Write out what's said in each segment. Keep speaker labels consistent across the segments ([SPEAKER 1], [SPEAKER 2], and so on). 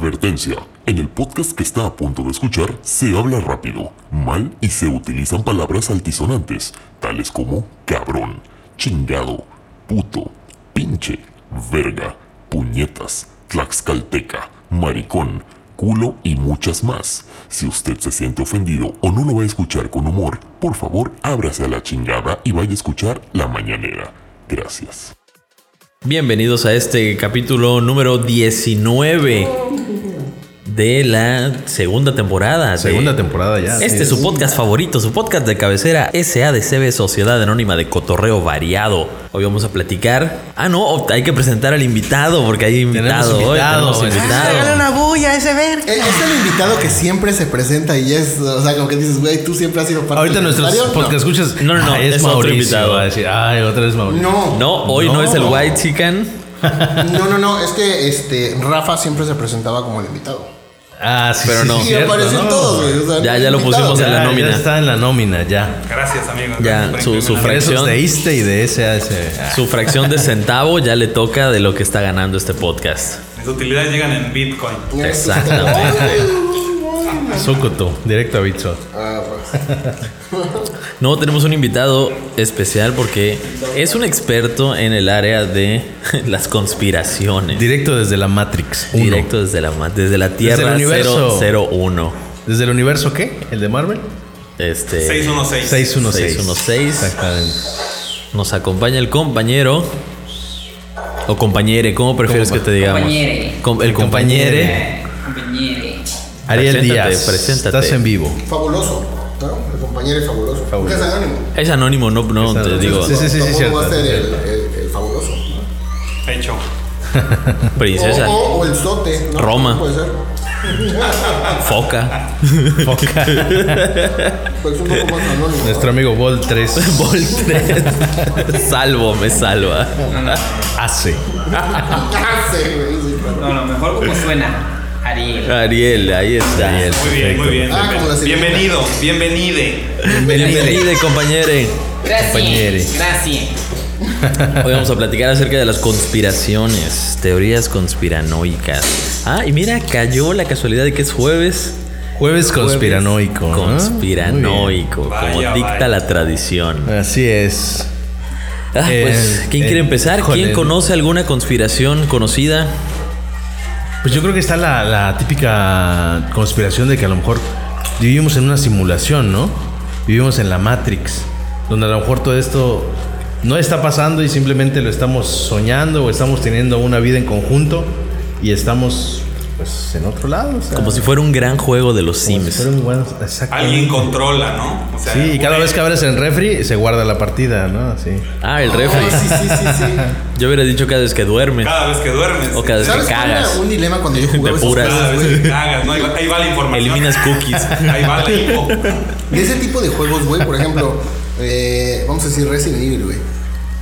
[SPEAKER 1] Advertencia. En el podcast que está a punto de escuchar se habla rápido, mal y se utilizan palabras altisonantes, tales como cabrón, chingado, puto, pinche, verga, puñetas, tlaxcalteca, maricón, culo y muchas más. Si usted se siente ofendido o no lo va a escuchar con humor, por favor ábrase a la chingada y vaya a escuchar La Mañanera. Gracias.
[SPEAKER 2] Bienvenidos a este capítulo número 19 de la segunda temporada. de-
[SPEAKER 3] Segunda temporada ya.
[SPEAKER 2] Este
[SPEAKER 3] sí.
[SPEAKER 2] es su podcast favorito, su podcast de cabecera SADCB, Sociedad Anónima de Cotorreo Variado. Hoy vamos a platicar. Ah, no, hay que presentar al invitado porque hay invitado hoy.
[SPEAKER 3] invitado,
[SPEAKER 2] tenemos
[SPEAKER 3] sí.
[SPEAKER 2] invitado.
[SPEAKER 4] Eh, Es el invitado que siempre se presenta y es, o sea, como que dices, güey, tú siempre has sido parte
[SPEAKER 3] Ahorita
[SPEAKER 4] del
[SPEAKER 3] nuestros
[SPEAKER 4] escenario".
[SPEAKER 3] podcast escuchas.
[SPEAKER 2] No, no, no,
[SPEAKER 3] "Ah, es,
[SPEAKER 2] es otro
[SPEAKER 3] Mauricio.
[SPEAKER 2] invitado.
[SPEAKER 3] Va a decir, ay, otra vez Mauricio.
[SPEAKER 4] No.
[SPEAKER 2] No, hoy no.
[SPEAKER 3] No.
[SPEAKER 2] es el White Chicken.
[SPEAKER 4] No, no, no, es que este, Rafa siempre se presentaba como el invitado.
[SPEAKER 3] Ah, sí,
[SPEAKER 2] Pero
[SPEAKER 3] sí,
[SPEAKER 2] no.
[SPEAKER 3] sí,
[SPEAKER 4] y
[SPEAKER 3] cierto,
[SPEAKER 4] aparecen
[SPEAKER 3] ¿no?
[SPEAKER 4] todos, güey. o sea,
[SPEAKER 2] Ya- ya lo
[SPEAKER 4] invitados.
[SPEAKER 2] pusimos en la
[SPEAKER 3] Ya,
[SPEAKER 2] nómina.
[SPEAKER 3] Ya está en la nómina, ya.
[SPEAKER 5] Gracias, amigos.
[SPEAKER 2] Ya,
[SPEAKER 5] Gracias
[SPEAKER 2] su-
[SPEAKER 5] por
[SPEAKER 2] su
[SPEAKER 5] invitarme.
[SPEAKER 2] fresa.
[SPEAKER 3] Presos
[SPEAKER 2] Fracción.
[SPEAKER 3] de ISTE y de SAS. Ah,
[SPEAKER 2] Su fracción de centavo ya le toca de lo que está ganando este podcast.
[SPEAKER 5] Mis utilidades llegan en Bitcoin.
[SPEAKER 2] Eh, Exactamente.
[SPEAKER 3] Socoto, directo a Bitso.
[SPEAKER 4] Ah, pues.
[SPEAKER 2] No, tenemos un invitado especial porque es un experto en el área de las conspiraciones.
[SPEAKER 3] Directo desde la Matrix. uno.
[SPEAKER 2] Directo desde la, ma- desde la Tierra
[SPEAKER 3] universo.
[SPEAKER 2] 001.
[SPEAKER 3] ¿Desde el universo qué? ¿El de Marvel?
[SPEAKER 2] Este,
[SPEAKER 5] 616.
[SPEAKER 3] 616.
[SPEAKER 2] 616.
[SPEAKER 3] Exactamente.
[SPEAKER 2] Nos acompaña el compañero. O compañere, ¿cómo prefieres que te digamos?
[SPEAKER 6] Compañere.
[SPEAKER 2] Com- el compañere.
[SPEAKER 6] Compañere.
[SPEAKER 3] Ariel
[SPEAKER 2] Preséntate,
[SPEAKER 3] Díaz.
[SPEAKER 2] preséntate.
[SPEAKER 3] Estás en vivo.
[SPEAKER 4] fabuloso, ¿no? El compañero es fabuloso.
[SPEAKER 3] Fabuloso.
[SPEAKER 4] Nunca es anónimo.
[SPEAKER 2] Es anónimo, no, no
[SPEAKER 3] Es
[SPEAKER 2] te
[SPEAKER 3] anónimo.
[SPEAKER 2] digo.
[SPEAKER 3] Sí, sí, sí, sí,
[SPEAKER 4] Tampoco
[SPEAKER 3] cierto.
[SPEAKER 4] va a ser el, el- el fabuloso.
[SPEAKER 5] Hecho.
[SPEAKER 2] Princesa.
[SPEAKER 4] O,
[SPEAKER 5] Oh.
[SPEAKER 4] o- o el sote. ¿no?
[SPEAKER 2] Roma.
[SPEAKER 4] Puede ser.
[SPEAKER 2] Foca.
[SPEAKER 4] Pues un poco más anónimo.
[SPEAKER 3] Nuestro amigo Vol 3
[SPEAKER 2] Voltre. Salvo, me salva.
[SPEAKER 3] hace.
[SPEAKER 4] Ah, sí, güey, sí, claro.
[SPEAKER 6] No, no, mejor como suena. Ariel.
[SPEAKER 2] Ariel, ahí está.
[SPEAKER 3] Ariel.
[SPEAKER 5] Muy bien, muy bien.
[SPEAKER 4] Ah,
[SPEAKER 5] Bienven-
[SPEAKER 4] como la sirena.
[SPEAKER 5] bienvenido, bienvenide.
[SPEAKER 2] Bienvenido, compañere.
[SPEAKER 3] Compañere.
[SPEAKER 6] Gracias. Gracias.
[SPEAKER 2] Hoy vamos a platicar acerca de las conspiraciones, teorías conspiranoicas. Ah, y mira, cayó la casualidad de que es jueves.
[SPEAKER 3] Jueves conspiranoico. ¿no?
[SPEAKER 2] Conspiranoico,
[SPEAKER 5] Muy bien.
[SPEAKER 2] como
[SPEAKER 5] Vaya,
[SPEAKER 2] dicta
[SPEAKER 5] vaya.
[SPEAKER 2] la tradición.
[SPEAKER 3] Así es.
[SPEAKER 2] Ah, pues,
[SPEAKER 3] Eh,
[SPEAKER 2] ¿quién
[SPEAKER 3] eh,
[SPEAKER 2] quiere empezar? ¿Quién
[SPEAKER 3] híjole.
[SPEAKER 2] conoce alguna conspiración conocida?
[SPEAKER 3] Pues yo creo que está la, la típica conspiración de que a lo mejor vivimos en una simulación, ¿no? Vivimos en la Matrix, donde a lo mejor todo esto no está pasando y simplemente lo estamos soñando o estamos teniendo una vida en conjunto y estamos pues en otro lado. o sea,
[SPEAKER 2] Como si fuera un gran juego de los
[SPEAKER 3] como si
[SPEAKER 2] Sims.
[SPEAKER 3] fuera un buen- exactamente.
[SPEAKER 5] Alguien controla, ¿no? O sea,
[SPEAKER 3] Sí, y cada
[SPEAKER 5] güey,
[SPEAKER 3] vez que abres el refri se guarda la partida, ¿no? Así.
[SPEAKER 2] Ah, el refri.
[SPEAKER 4] Ah, sí, sí, sí, sí.
[SPEAKER 2] Yo hubiera dicho cada vez que duermes.
[SPEAKER 5] Cada vez que duermes.
[SPEAKER 2] O cada vez
[SPEAKER 4] ¿Sabes
[SPEAKER 2] que
[SPEAKER 4] cuál
[SPEAKER 2] cagas.
[SPEAKER 4] era un dilema cuando yo jugaba
[SPEAKER 2] Te
[SPEAKER 4] esas
[SPEAKER 2] puras.
[SPEAKER 4] cosas,
[SPEAKER 5] Cada
[SPEAKER 4] güey?
[SPEAKER 5] vez que cagas, ¿no? Ahí va, ahí va la información.
[SPEAKER 2] Eliminas cookies.
[SPEAKER 5] Ahí va la info.
[SPEAKER 4] De ese tipo de juegos, güey, por ejemplo, eh, vamos a decir Resident Evil, güey.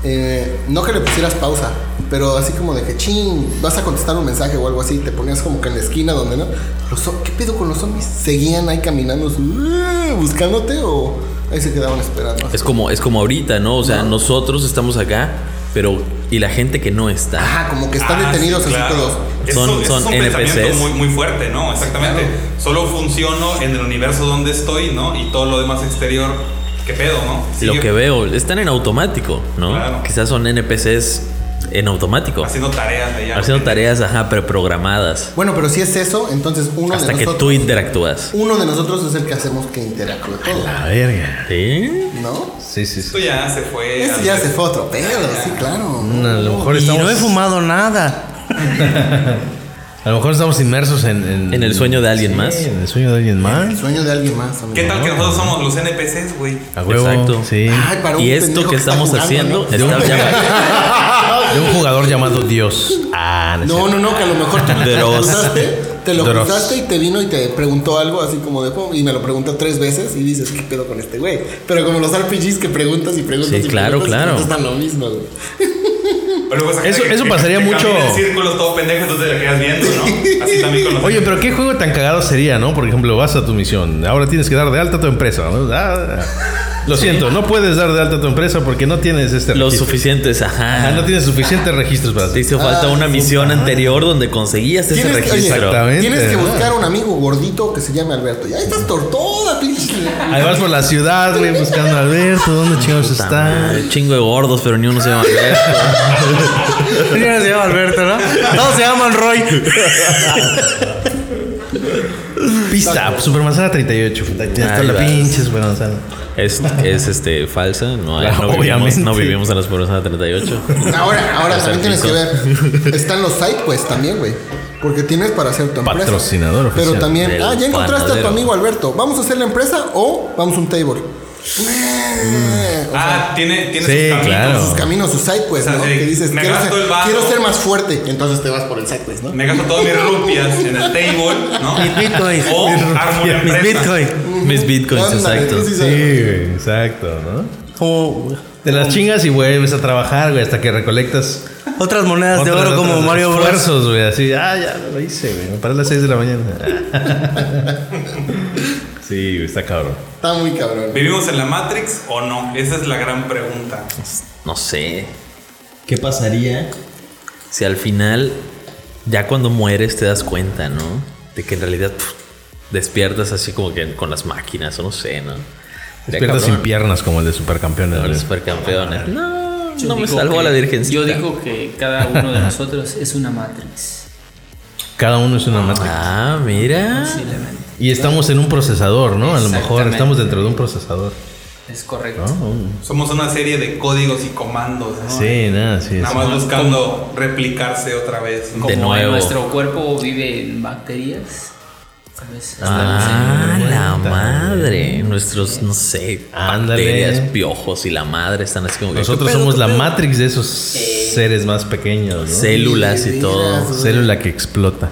[SPEAKER 4] Eh, no que le pusieras pausa, pero así como de que ching, vas a contestar un mensaje o algo así, te ponías como que en la esquina donde no. Los zo- ¿Qué pedo con los zombies? ¿Seguían ahí caminando eh, buscándote o ahí se quedaban esperando?
[SPEAKER 2] Es como, es como ahorita, ¿no? O sea, nosotros estamos acá, pero. ¿Y la gente que no está?
[SPEAKER 4] Ajá, como que están
[SPEAKER 5] Ah,
[SPEAKER 4] detenidos
[SPEAKER 5] sí,
[SPEAKER 4] así
[SPEAKER 5] claro.
[SPEAKER 4] todos.
[SPEAKER 5] Eso-
[SPEAKER 2] Son-
[SPEAKER 5] eso
[SPEAKER 2] son
[SPEAKER 5] es un pensamiento
[SPEAKER 2] NPCs.
[SPEAKER 5] Muy, muy fuerte, ¿no? Exactamente. Solo funciono en el universo donde estoy, ¿no? Y todo lo demás exterior, ¿qué pedo, no?
[SPEAKER 2] Lo
[SPEAKER 5] Sigue
[SPEAKER 2] que veo, están en automático, ¿no?
[SPEAKER 5] Claro.
[SPEAKER 2] Quizás son NPCs en automático.
[SPEAKER 5] Haciendo tareas allá.
[SPEAKER 2] Haciendo tareas, ajá, preprogramadas.
[SPEAKER 4] Bueno, pero si es eso, entonces uno
[SPEAKER 2] Hasta
[SPEAKER 4] de
[SPEAKER 2] que
[SPEAKER 4] nosotros.
[SPEAKER 2] tú interactúas.
[SPEAKER 4] Uno de nosotros es el que hacemos que interactúe todo,
[SPEAKER 3] La verga.
[SPEAKER 2] ¿Sí?
[SPEAKER 4] ¿no?
[SPEAKER 3] Sí, sí, sí.
[SPEAKER 5] Esto ya se fue.
[SPEAKER 4] Ese
[SPEAKER 5] al-
[SPEAKER 4] ya se fue otro pedo, sí, claro.
[SPEAKER 3] A lo mejor
[SPEAKER 2] Y
[SPEAKER 3] estamos...
[SPEAKER 2] no he
[SPEAKER 3] fumado nada. a lo mejor estamos inmersos en... En,
[SPEAKER 2] En el sueño de alguien
[SPEAKER 3] Sí,
[SPEAKER 2] más.
[SPEAKER 3] En el sueño de alguien
[SPEAKER 4] El
[SPEAKER 3] más.
[SPEAKER 4] sueño de alguien más, amigo.
[SPEAKER 5] ¿Qué tal que nosotros somos los NPCs, güey?
[SPEAKER 3] A huevo.
[SPEAKER 2] Exacto.
[SPEAKER 3] Sí.
[SPEAKER 4] Ay, para un
[SPEAKER 2] Y
[SPEAKER 4] pendejo
[SPEAKER 2] esto que
[SPEAKER 4] está
[SPEAKER 2] estamos
[SPEAKER 4] jugando,
[SPEAKER 2] haciendo
[SPEAKER 4] ¿no?
[SPEAKER 2] está llamado
[SPEAKER 3] De un jugador llamado Dios. Ah, no. es
[SPEAKER 4] No,
[SPEAKER 3] cierto.
[SPEAKER 4] no, no, que a lo mejor te, te lo
[SPEAKER 2] Dross.
[SPEAKER 4] cruzaste, te lo
[SPEAKER 3] Dross.
[SPEAKER 4] cruzaste y te vino y te preguntó algo así como de "Oh", y me lo preguntó tres veces y dices, ¿qué pedo con este güey? Pero como los RPGs que preguntas y preguntas
[SPEAKER 2] Sí,
[SPEAKER 4] y
[SPEAKER 2] claro,
[SPEAKER 4] preguntas, y
[SPEAKER 2] claro.
[SPEAKER 4] preguntas, están lo mismo, güey.
[SPEAKER 5] Pero pues acá
[SPEAKER 3] Eso- eso pasaría
[SPEAKER 5] que
[SPEAKER 3] mucho.
[SPEAKER 5] camina en círculos todo pendejo, entonces te la quedas viendo, ¿no? Así también con los.
[SPEAKER 3] Oye, pero qué juego tan cagado sería, ¿no? Por ejemplo, vas a tu misión. Ahora tienes que dar de alta a tu empresa. ¿no? Ah, Lo siento, no puedes dar de alta tu empresa porque no tienes este
[SPEAKER 2] Los
[SPEAKER 3] registro.
[SPEAKER 2] suficientes, ajá.
[SPEAKER 3] Ajá, no tienes suficientes registros para
[SPEAKER 2] Te hizo falta
[SPEAKER 4] Ah,
[SPEAKER 2] una misión anterior donde conseguías ese
[SPEAKER 4] Tienes que- oye,
[SPEAKER 2] registro.
[SPEAKER 3] Exactamente.
[SPEAKER 4] Tienes que
[SPEAKER 3] ¿no?
[SPEAKER 4] buscar un amigo gordito que se llame Alberto. Ya estás tortoda, pinche.
[SPEAKER 3] Además por la ciudad, güey, buscando a Alberto, ¿dónde chingados
[SPEAKER 2] Puta
[SPEAKER 3] está?
[SPEAKER 2] madre, Chingo de gordos, pero ni uno se llama Alberto.
[SPEAKER 7] Ni uno se llama Alberto, ¿no? Todos se llaman Roy.
[SPEAKER 3] Pista, pues, Supermanzana 38. Está
[SPEAKER 2] Ahí
[SPEAKER 3] la
[SPEAKER 2] vas.
[SPEAKER 3] pinche Supermanzana.
[SPEAKER 2] Es, es este, falsa. No, hay- no,
[SPEAKER 3] Claro,
[SPEAKER 2] vivimos,
[SPEAKER 3] obviamente.
[SPEAKER 2] no vivimos en las Pobrosas 38.
[SPEAKER 4] Ahora, ahora
[SPEAKER 2] Los
[SPEAKER 4] también tienes que ver. Están los side quests también, güey. Porque tienes para hacer tu empresa.
[SPEAKER 3] Patrocinador oficial
[SPEAKER 4] Pero también,
[SPEAKER 2] del
[SPEAKER 4] ah, ya encontraste a tu
[SPEAKER 2] panadero.
[SPEAKER 4] amigo Alberto. ¿Vamos a hacer la empresa o vamos a un table? O sea,
[SPEAKER 5] Ah, tiene, tiene
[SPEAKER 3] Sí,
[SPEAKER 5] sus caminos.
[SPEAKER 3] claro.
[SPEAKER 2] Ah.
[SPEAKER 4] sus caminos, sus side quests,
[SPEAKER 5] O sea,
[SPEAKER 4] ¿no?
[SPEAKER 5] sí,
[SPEAKER 4] que dices,
[SPEAKER 5] me
[SPEAKER 4] quiero
[SPEAKER 5] gasto
[SPEAKER 4] ser,
[SPEAKER 5] el vaso.
[SPEAKER 4] quiero ser más fuerte. Entonces te vas por el side quest, ¿no?
[SPEAKER 5] Me gasto todas mis rupias en el table, ¿no?
[SPEAKER 7] Mis bitcoins.
[SPEAKER 5] O armo una
[SPEAKER 7] Mis
[SPEAKER 5] empresa.
[SPEAKER 7] bitcoins.
[SPEAKER 2] Mis bitcoins,
[SPEAKER 4] Ándale,
[SPEAKER 2] exacto.
[SPEAKER 4] tú sí
[SPEAKER 3] Sí,
[SPEAKER 4] sabes.
[SPEAKER 3] güey, exacto, ¿no?
[SPEAKER 7] Como
[SPEAKER 3] Te las chingas y vuelves a trabajar, güey, hasta que recolectas
[SPEAKER 7] otras monedas de
[SPEAKER 3] otras-
[SPEAKER 7] oro como
[SPEAKER 3] otros
[SPEAKER 7] Mario Bros.
[SPEAKER 3] esfuerzos, güey, así, ah, ya lo hice, güey, me paré a las 6 de la mañana. sí, güey, está cabrón.
[SPEAKER 4] Está muy cabrón.
[SPEAKER 5] ¿Vivimos en la Matrix o no? Esa es la gran pregunta.
[SPEAKER 2] No sé. ¿Qué pasaría si al final, ya cuando mueres, te das cuenta, ¿no? De que en realidad pf, despiertas así como que con las máquinas, o no sé, ¿no? Sería
[SPEAKER 3] Despiertas sin
[SPEAKER 2] cabrón.
[SPEAKER 3] piernas como el de supercampeones.
[SPEAKER 2] Los
[SPEAKER 3] güey.
[SPEAKER 2] supercampeones. No,
[SPEAKER 6] Yo
[SPEAKER 2] no me
[SPEAKER 6] digo
[SPEAKER 2] salvó
[SPEAKER 6] que-
[SPEAKER 2] la virgencita.
[SPEAKER 6] Yo digo que cada uno de nosotros es una Matrix.
[SPEAKER 3] Cada uno es una matriz.
[SPEAKER 2] Ah, mira.
[SPEAKER 6] Posiblemente.
[SPEAKER 3] Y estamos en un procesador, ¿no? A lo mejor
[SPEAKER 6] Exactamente.
[SPEAKER 3] estamos dentro de un procesador.
[SPEAKER 6] Es correcto.
[SPEAKER 2] Ah,
[SPEAKER 3] ¿no? Un-
[SPEAKER 5] Somos una serie de códigos y comandos, ¿no?
[SPEAKER 3] Sí, nada, sí.
[SPEAKER 5] Nada
[SPEAKER 3] sí.
[SPEAKER 5] más buscando replicarse otra vez. ¿no?
[SPEAKER 2] De
[SPEAKER 6] Como
[SPEAKER 2] nuevo.
[SPEAKER 6] nuestro cuerpo vive en bacterias. ¿Sabes?
[SPEAKER 2] Ah,
[SPEAKER 6] Estamos en-
[SPEAKER 2] la
[SPEAKER 3] Cuenta,
[SPEAKER 2] madre. Nuestros, no sé,
[SPEAKER 3] Ándale.
[SPEAKER 2] bacterias, piojos y la madre están así como que-
[SPEAKER 3] Nosotros
[SPEAKER 2] ¿qué pedo,
[SPEAKER 3] somos
[SPEAKER 2] qué
[SPEAKER 3] la
[SPEAKER 2] pedo?
[SPEAKER 3] matrix de esos seres más pequeños, ¿no?
[SPEAKER 2] Células y todo.
[SPEAKER 4] pues,
[SPEAKER 3] Célula que explota.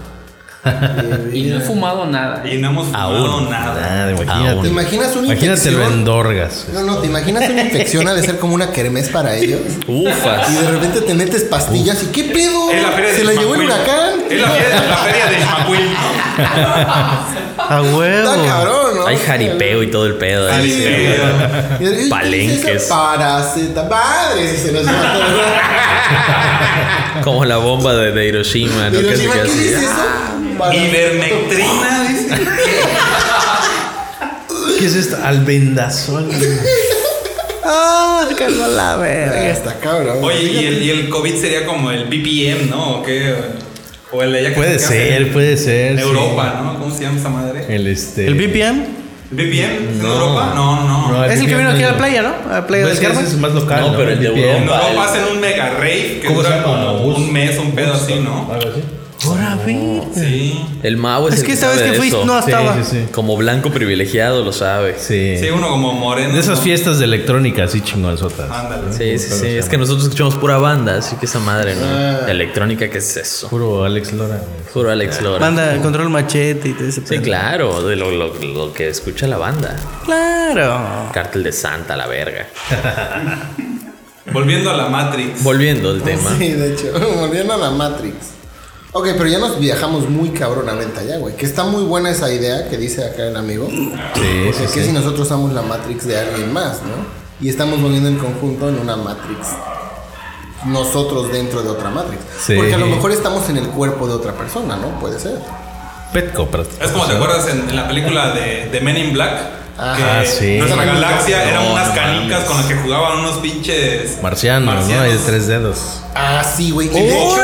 [SPEAKER 6] Y no he fumado nada.
[SPEAKER 5] Y no hemos fumado
[SPEAKER 2] Aún.
[SPEAKER 5] nada.
[SPEAKER 3] Ah,
[SPEAKER 2] Aún.
[SPEAKER 4] ¿Te
[SPEAKER 3] imagínate.
[SPEAKER 4] imaginas una
[SPEAKER 3] Imagínate lo
[SPEAKER 4] infección?
[SPEAKER 3] endorgas.
[SPEAKER 4] No, no, ¿te imaginas una infección ha de ser como una kermés para ellos? Y
[SPEAKER 2] Ufas.
[SPEAKER 4] de repente te metes pastillas y ¿qué pedo?
[SPEAKER 5] Es la feria de
[SPEAKER 4] Se la llevó el
[SPEAKER 5] Ismacuil.
[SPEAKER 4] huracán.
[SPEAKER 5] Es la feria, la feria de Ismacuil. ¿no?
[SPEAKER 7] A
[SPEAKER 4] Está
[SPEAKER 7] Ah, huevo.
[SPEAKER 4] cabrón, ¿no?
[SPEAKER 2] Hay jaripeo y todo el pedo. ahí,
[SPEAKER 5] Ay,
[SPEAKER 2] sí.
[SPEAKER 5] sí.
[SPEAKER 4] Y- y- y-
[SPEAKER 2] Palenques.
[SPEAKER 4] esa Paraceta. Madre, si se nos va
[SPEAKER 2] Como la bomba de, de Hiroshima, ¿no?
[SPEAKER 4] todo.
[SPEAKER 2] Que es-
[SPEAKER 4] Hiroshima,
[SPEAKER 2] que
[SPEAKER 4] ¿Qué
[SPEAKER 2] así.
[SPEAKER 4] dices eso? Para-
[SPEAKER 3] Ah,
[SPEAKER 5] Ivermectrina, dice.
[SPEAKER 3] ¿Qué es esto? Albendazol.
[SPEAKER 7] Ah, que no la verga.
[SPEAKER 4] Ah, Está cabrón.
[SPEAKER 5] Oye, y el, y el COVID sería como el BPM, ¿no? ¿O qué? O el de allá que
[SPEAKER 3] Puede
[SPEAKER 5] se hace
[SPEAKER 3] ser, puede ser.
[SPEAKER 5] En
[SPEAKER 3] sí.
[SPEAKER 5] Europa, ¿no? ¿Cómo se llama esa madre?
[SPEAKER 3] El este.
[SPEAKER 7] ¿El BPM?
[SPEAKER 5] ¿BPM? ¿En
[SPEAKER 3] No.
[SPEAKER 5] Europa? No, no.
[SPEAKER 3] No,
[SPEAKER 7] Es el que
[SPEAKER 3] BPM
[SPEAKER 7] vino
[SPEAKER 3] no
[SPEAKER 7] aquí a
[SPEAKER 3] es-
[SPEAKER 7] la playa, ¿no? A la playa
[SPEAKER 3] No,
[SPEAKER 7] del
[SPEAKER 3] es que ese
[SPEAKER 7] Carmen.
[SPEAKER 3] es más local.
[SPEAKER 2] No, pero el de
[SPEAKER 3] BPM.
[SPEAKER 5] En
[SPEAKER 2] Europa.
[SPEAKER 5] Europa hacen un mega rave que
[SPEAKER 3] ¿Cómo se
[SPEAKER 5] dura
[SPEAKER 3] llama?
[SPEAKER 5] como
[SPEAKER 3] Bus-
[SPEAKER 5] un mes, un pedo así, ¿no?
[SPEAKER 3] Algo así.
[SPEAKER 7] Ahora vi.
[SPEAKER 5] Sí.
[SPEAKER 2] El Mao es,
[SPEAKER 7] Es
[SPEAKER 2] el
[SPEAKER 7] que esta vez
[SPEAKER 2] sabe
[SPEAKER 7] que
[SPEAKER 2] de
[SPEAKER 7] fuiste
[SPEAKER 2] eso.
[SPEAKER 7] no
[SPEAKER 3] Sí,
[SPEAKER 7] estaba.
[SPEAKER 3] sí, sí.
[SPEAKER 2] Como blanco privilegiado lo sabe. Sí,
[SPEAKER 3] Sí.
[SPEAKER 5] Sí, uno como moreno.
[SPEAKER 3] De esas
[SPEAKER 5] ¿no?
[SPEAKER 3] fiestas de electrónica así chingonzotas.
[SPEAKER 5] Ándale.
[SPEAKER 2] sí, sí. Es que nosotros escuchamos pura banda, así que esa madre,
[SPEAKER 4] Ah.
[SPEAKER 2] ¿no? Electrónica, ¿qué es eso?
[SPEAKER 3] Juro, Alex Lora.
[SPEAKER 2] Juro Alex Lora.
[SPEAKER 7] Banda, control machete y todo ese
[SPEAKER 2] Sí,
[SPEAKER 7] pedo.
[SPEAKER 2] claro, de lo, lo- lo que escucha la banda.
[SPEAKER 7] Claro.
[SPEAKER 2] Cártel de Santa, la verga.
[SPEAKER 5] Volviendo a la Matrix.
[SPEAKER 2] Volviendo al este tema.
[SPEAKER 4] Sí, de hecho. Volviendo a la Matrix. Ok, pero ya nos viajamos muy cabronamente allá, güey. Que está muy buena esa idea que dice acá el amigo.
[SPEAKER 3] Sí, sí,
[SPEAKER 4] Porque
[SPEAKER 3] sí.
[SPEAKER 4] si nosotros somos la Matrix de alguien más, ¿no? Y estamos volviendo en conjunto en una Matrix. Nosotros dentro de otra Matrix.
[SPEAKER 3] Sí.
[SPEAKER 4] Porque a lo mejor estamos en el cuerpo de otra persona, ¿no? Puede ser.
[SPEAKER 3] Petco, pero-
[SPEAKER 5] Es como te acuerdas en, en la película de, de Men in Black.
[SPEAKER 4] Ajá,
[SPEAKER 5] que
[SPEAKER 3] sí.
[SPEAKER 5] Nuestra galaxia eran
[SPEAKER 3] No,
[SPEAKER 5] unas
[SPEAKER 3] no
[SPEAKER 5] canicas
[SPEAKER 3] mames.
[SPEAKER 5] con las que jugaban unos pinches.
[SPEAKER 3] Marciano, ¿no? Hay de tres dedos.
[SPEAKER 4] Ah, sí, güey. Y de hecho-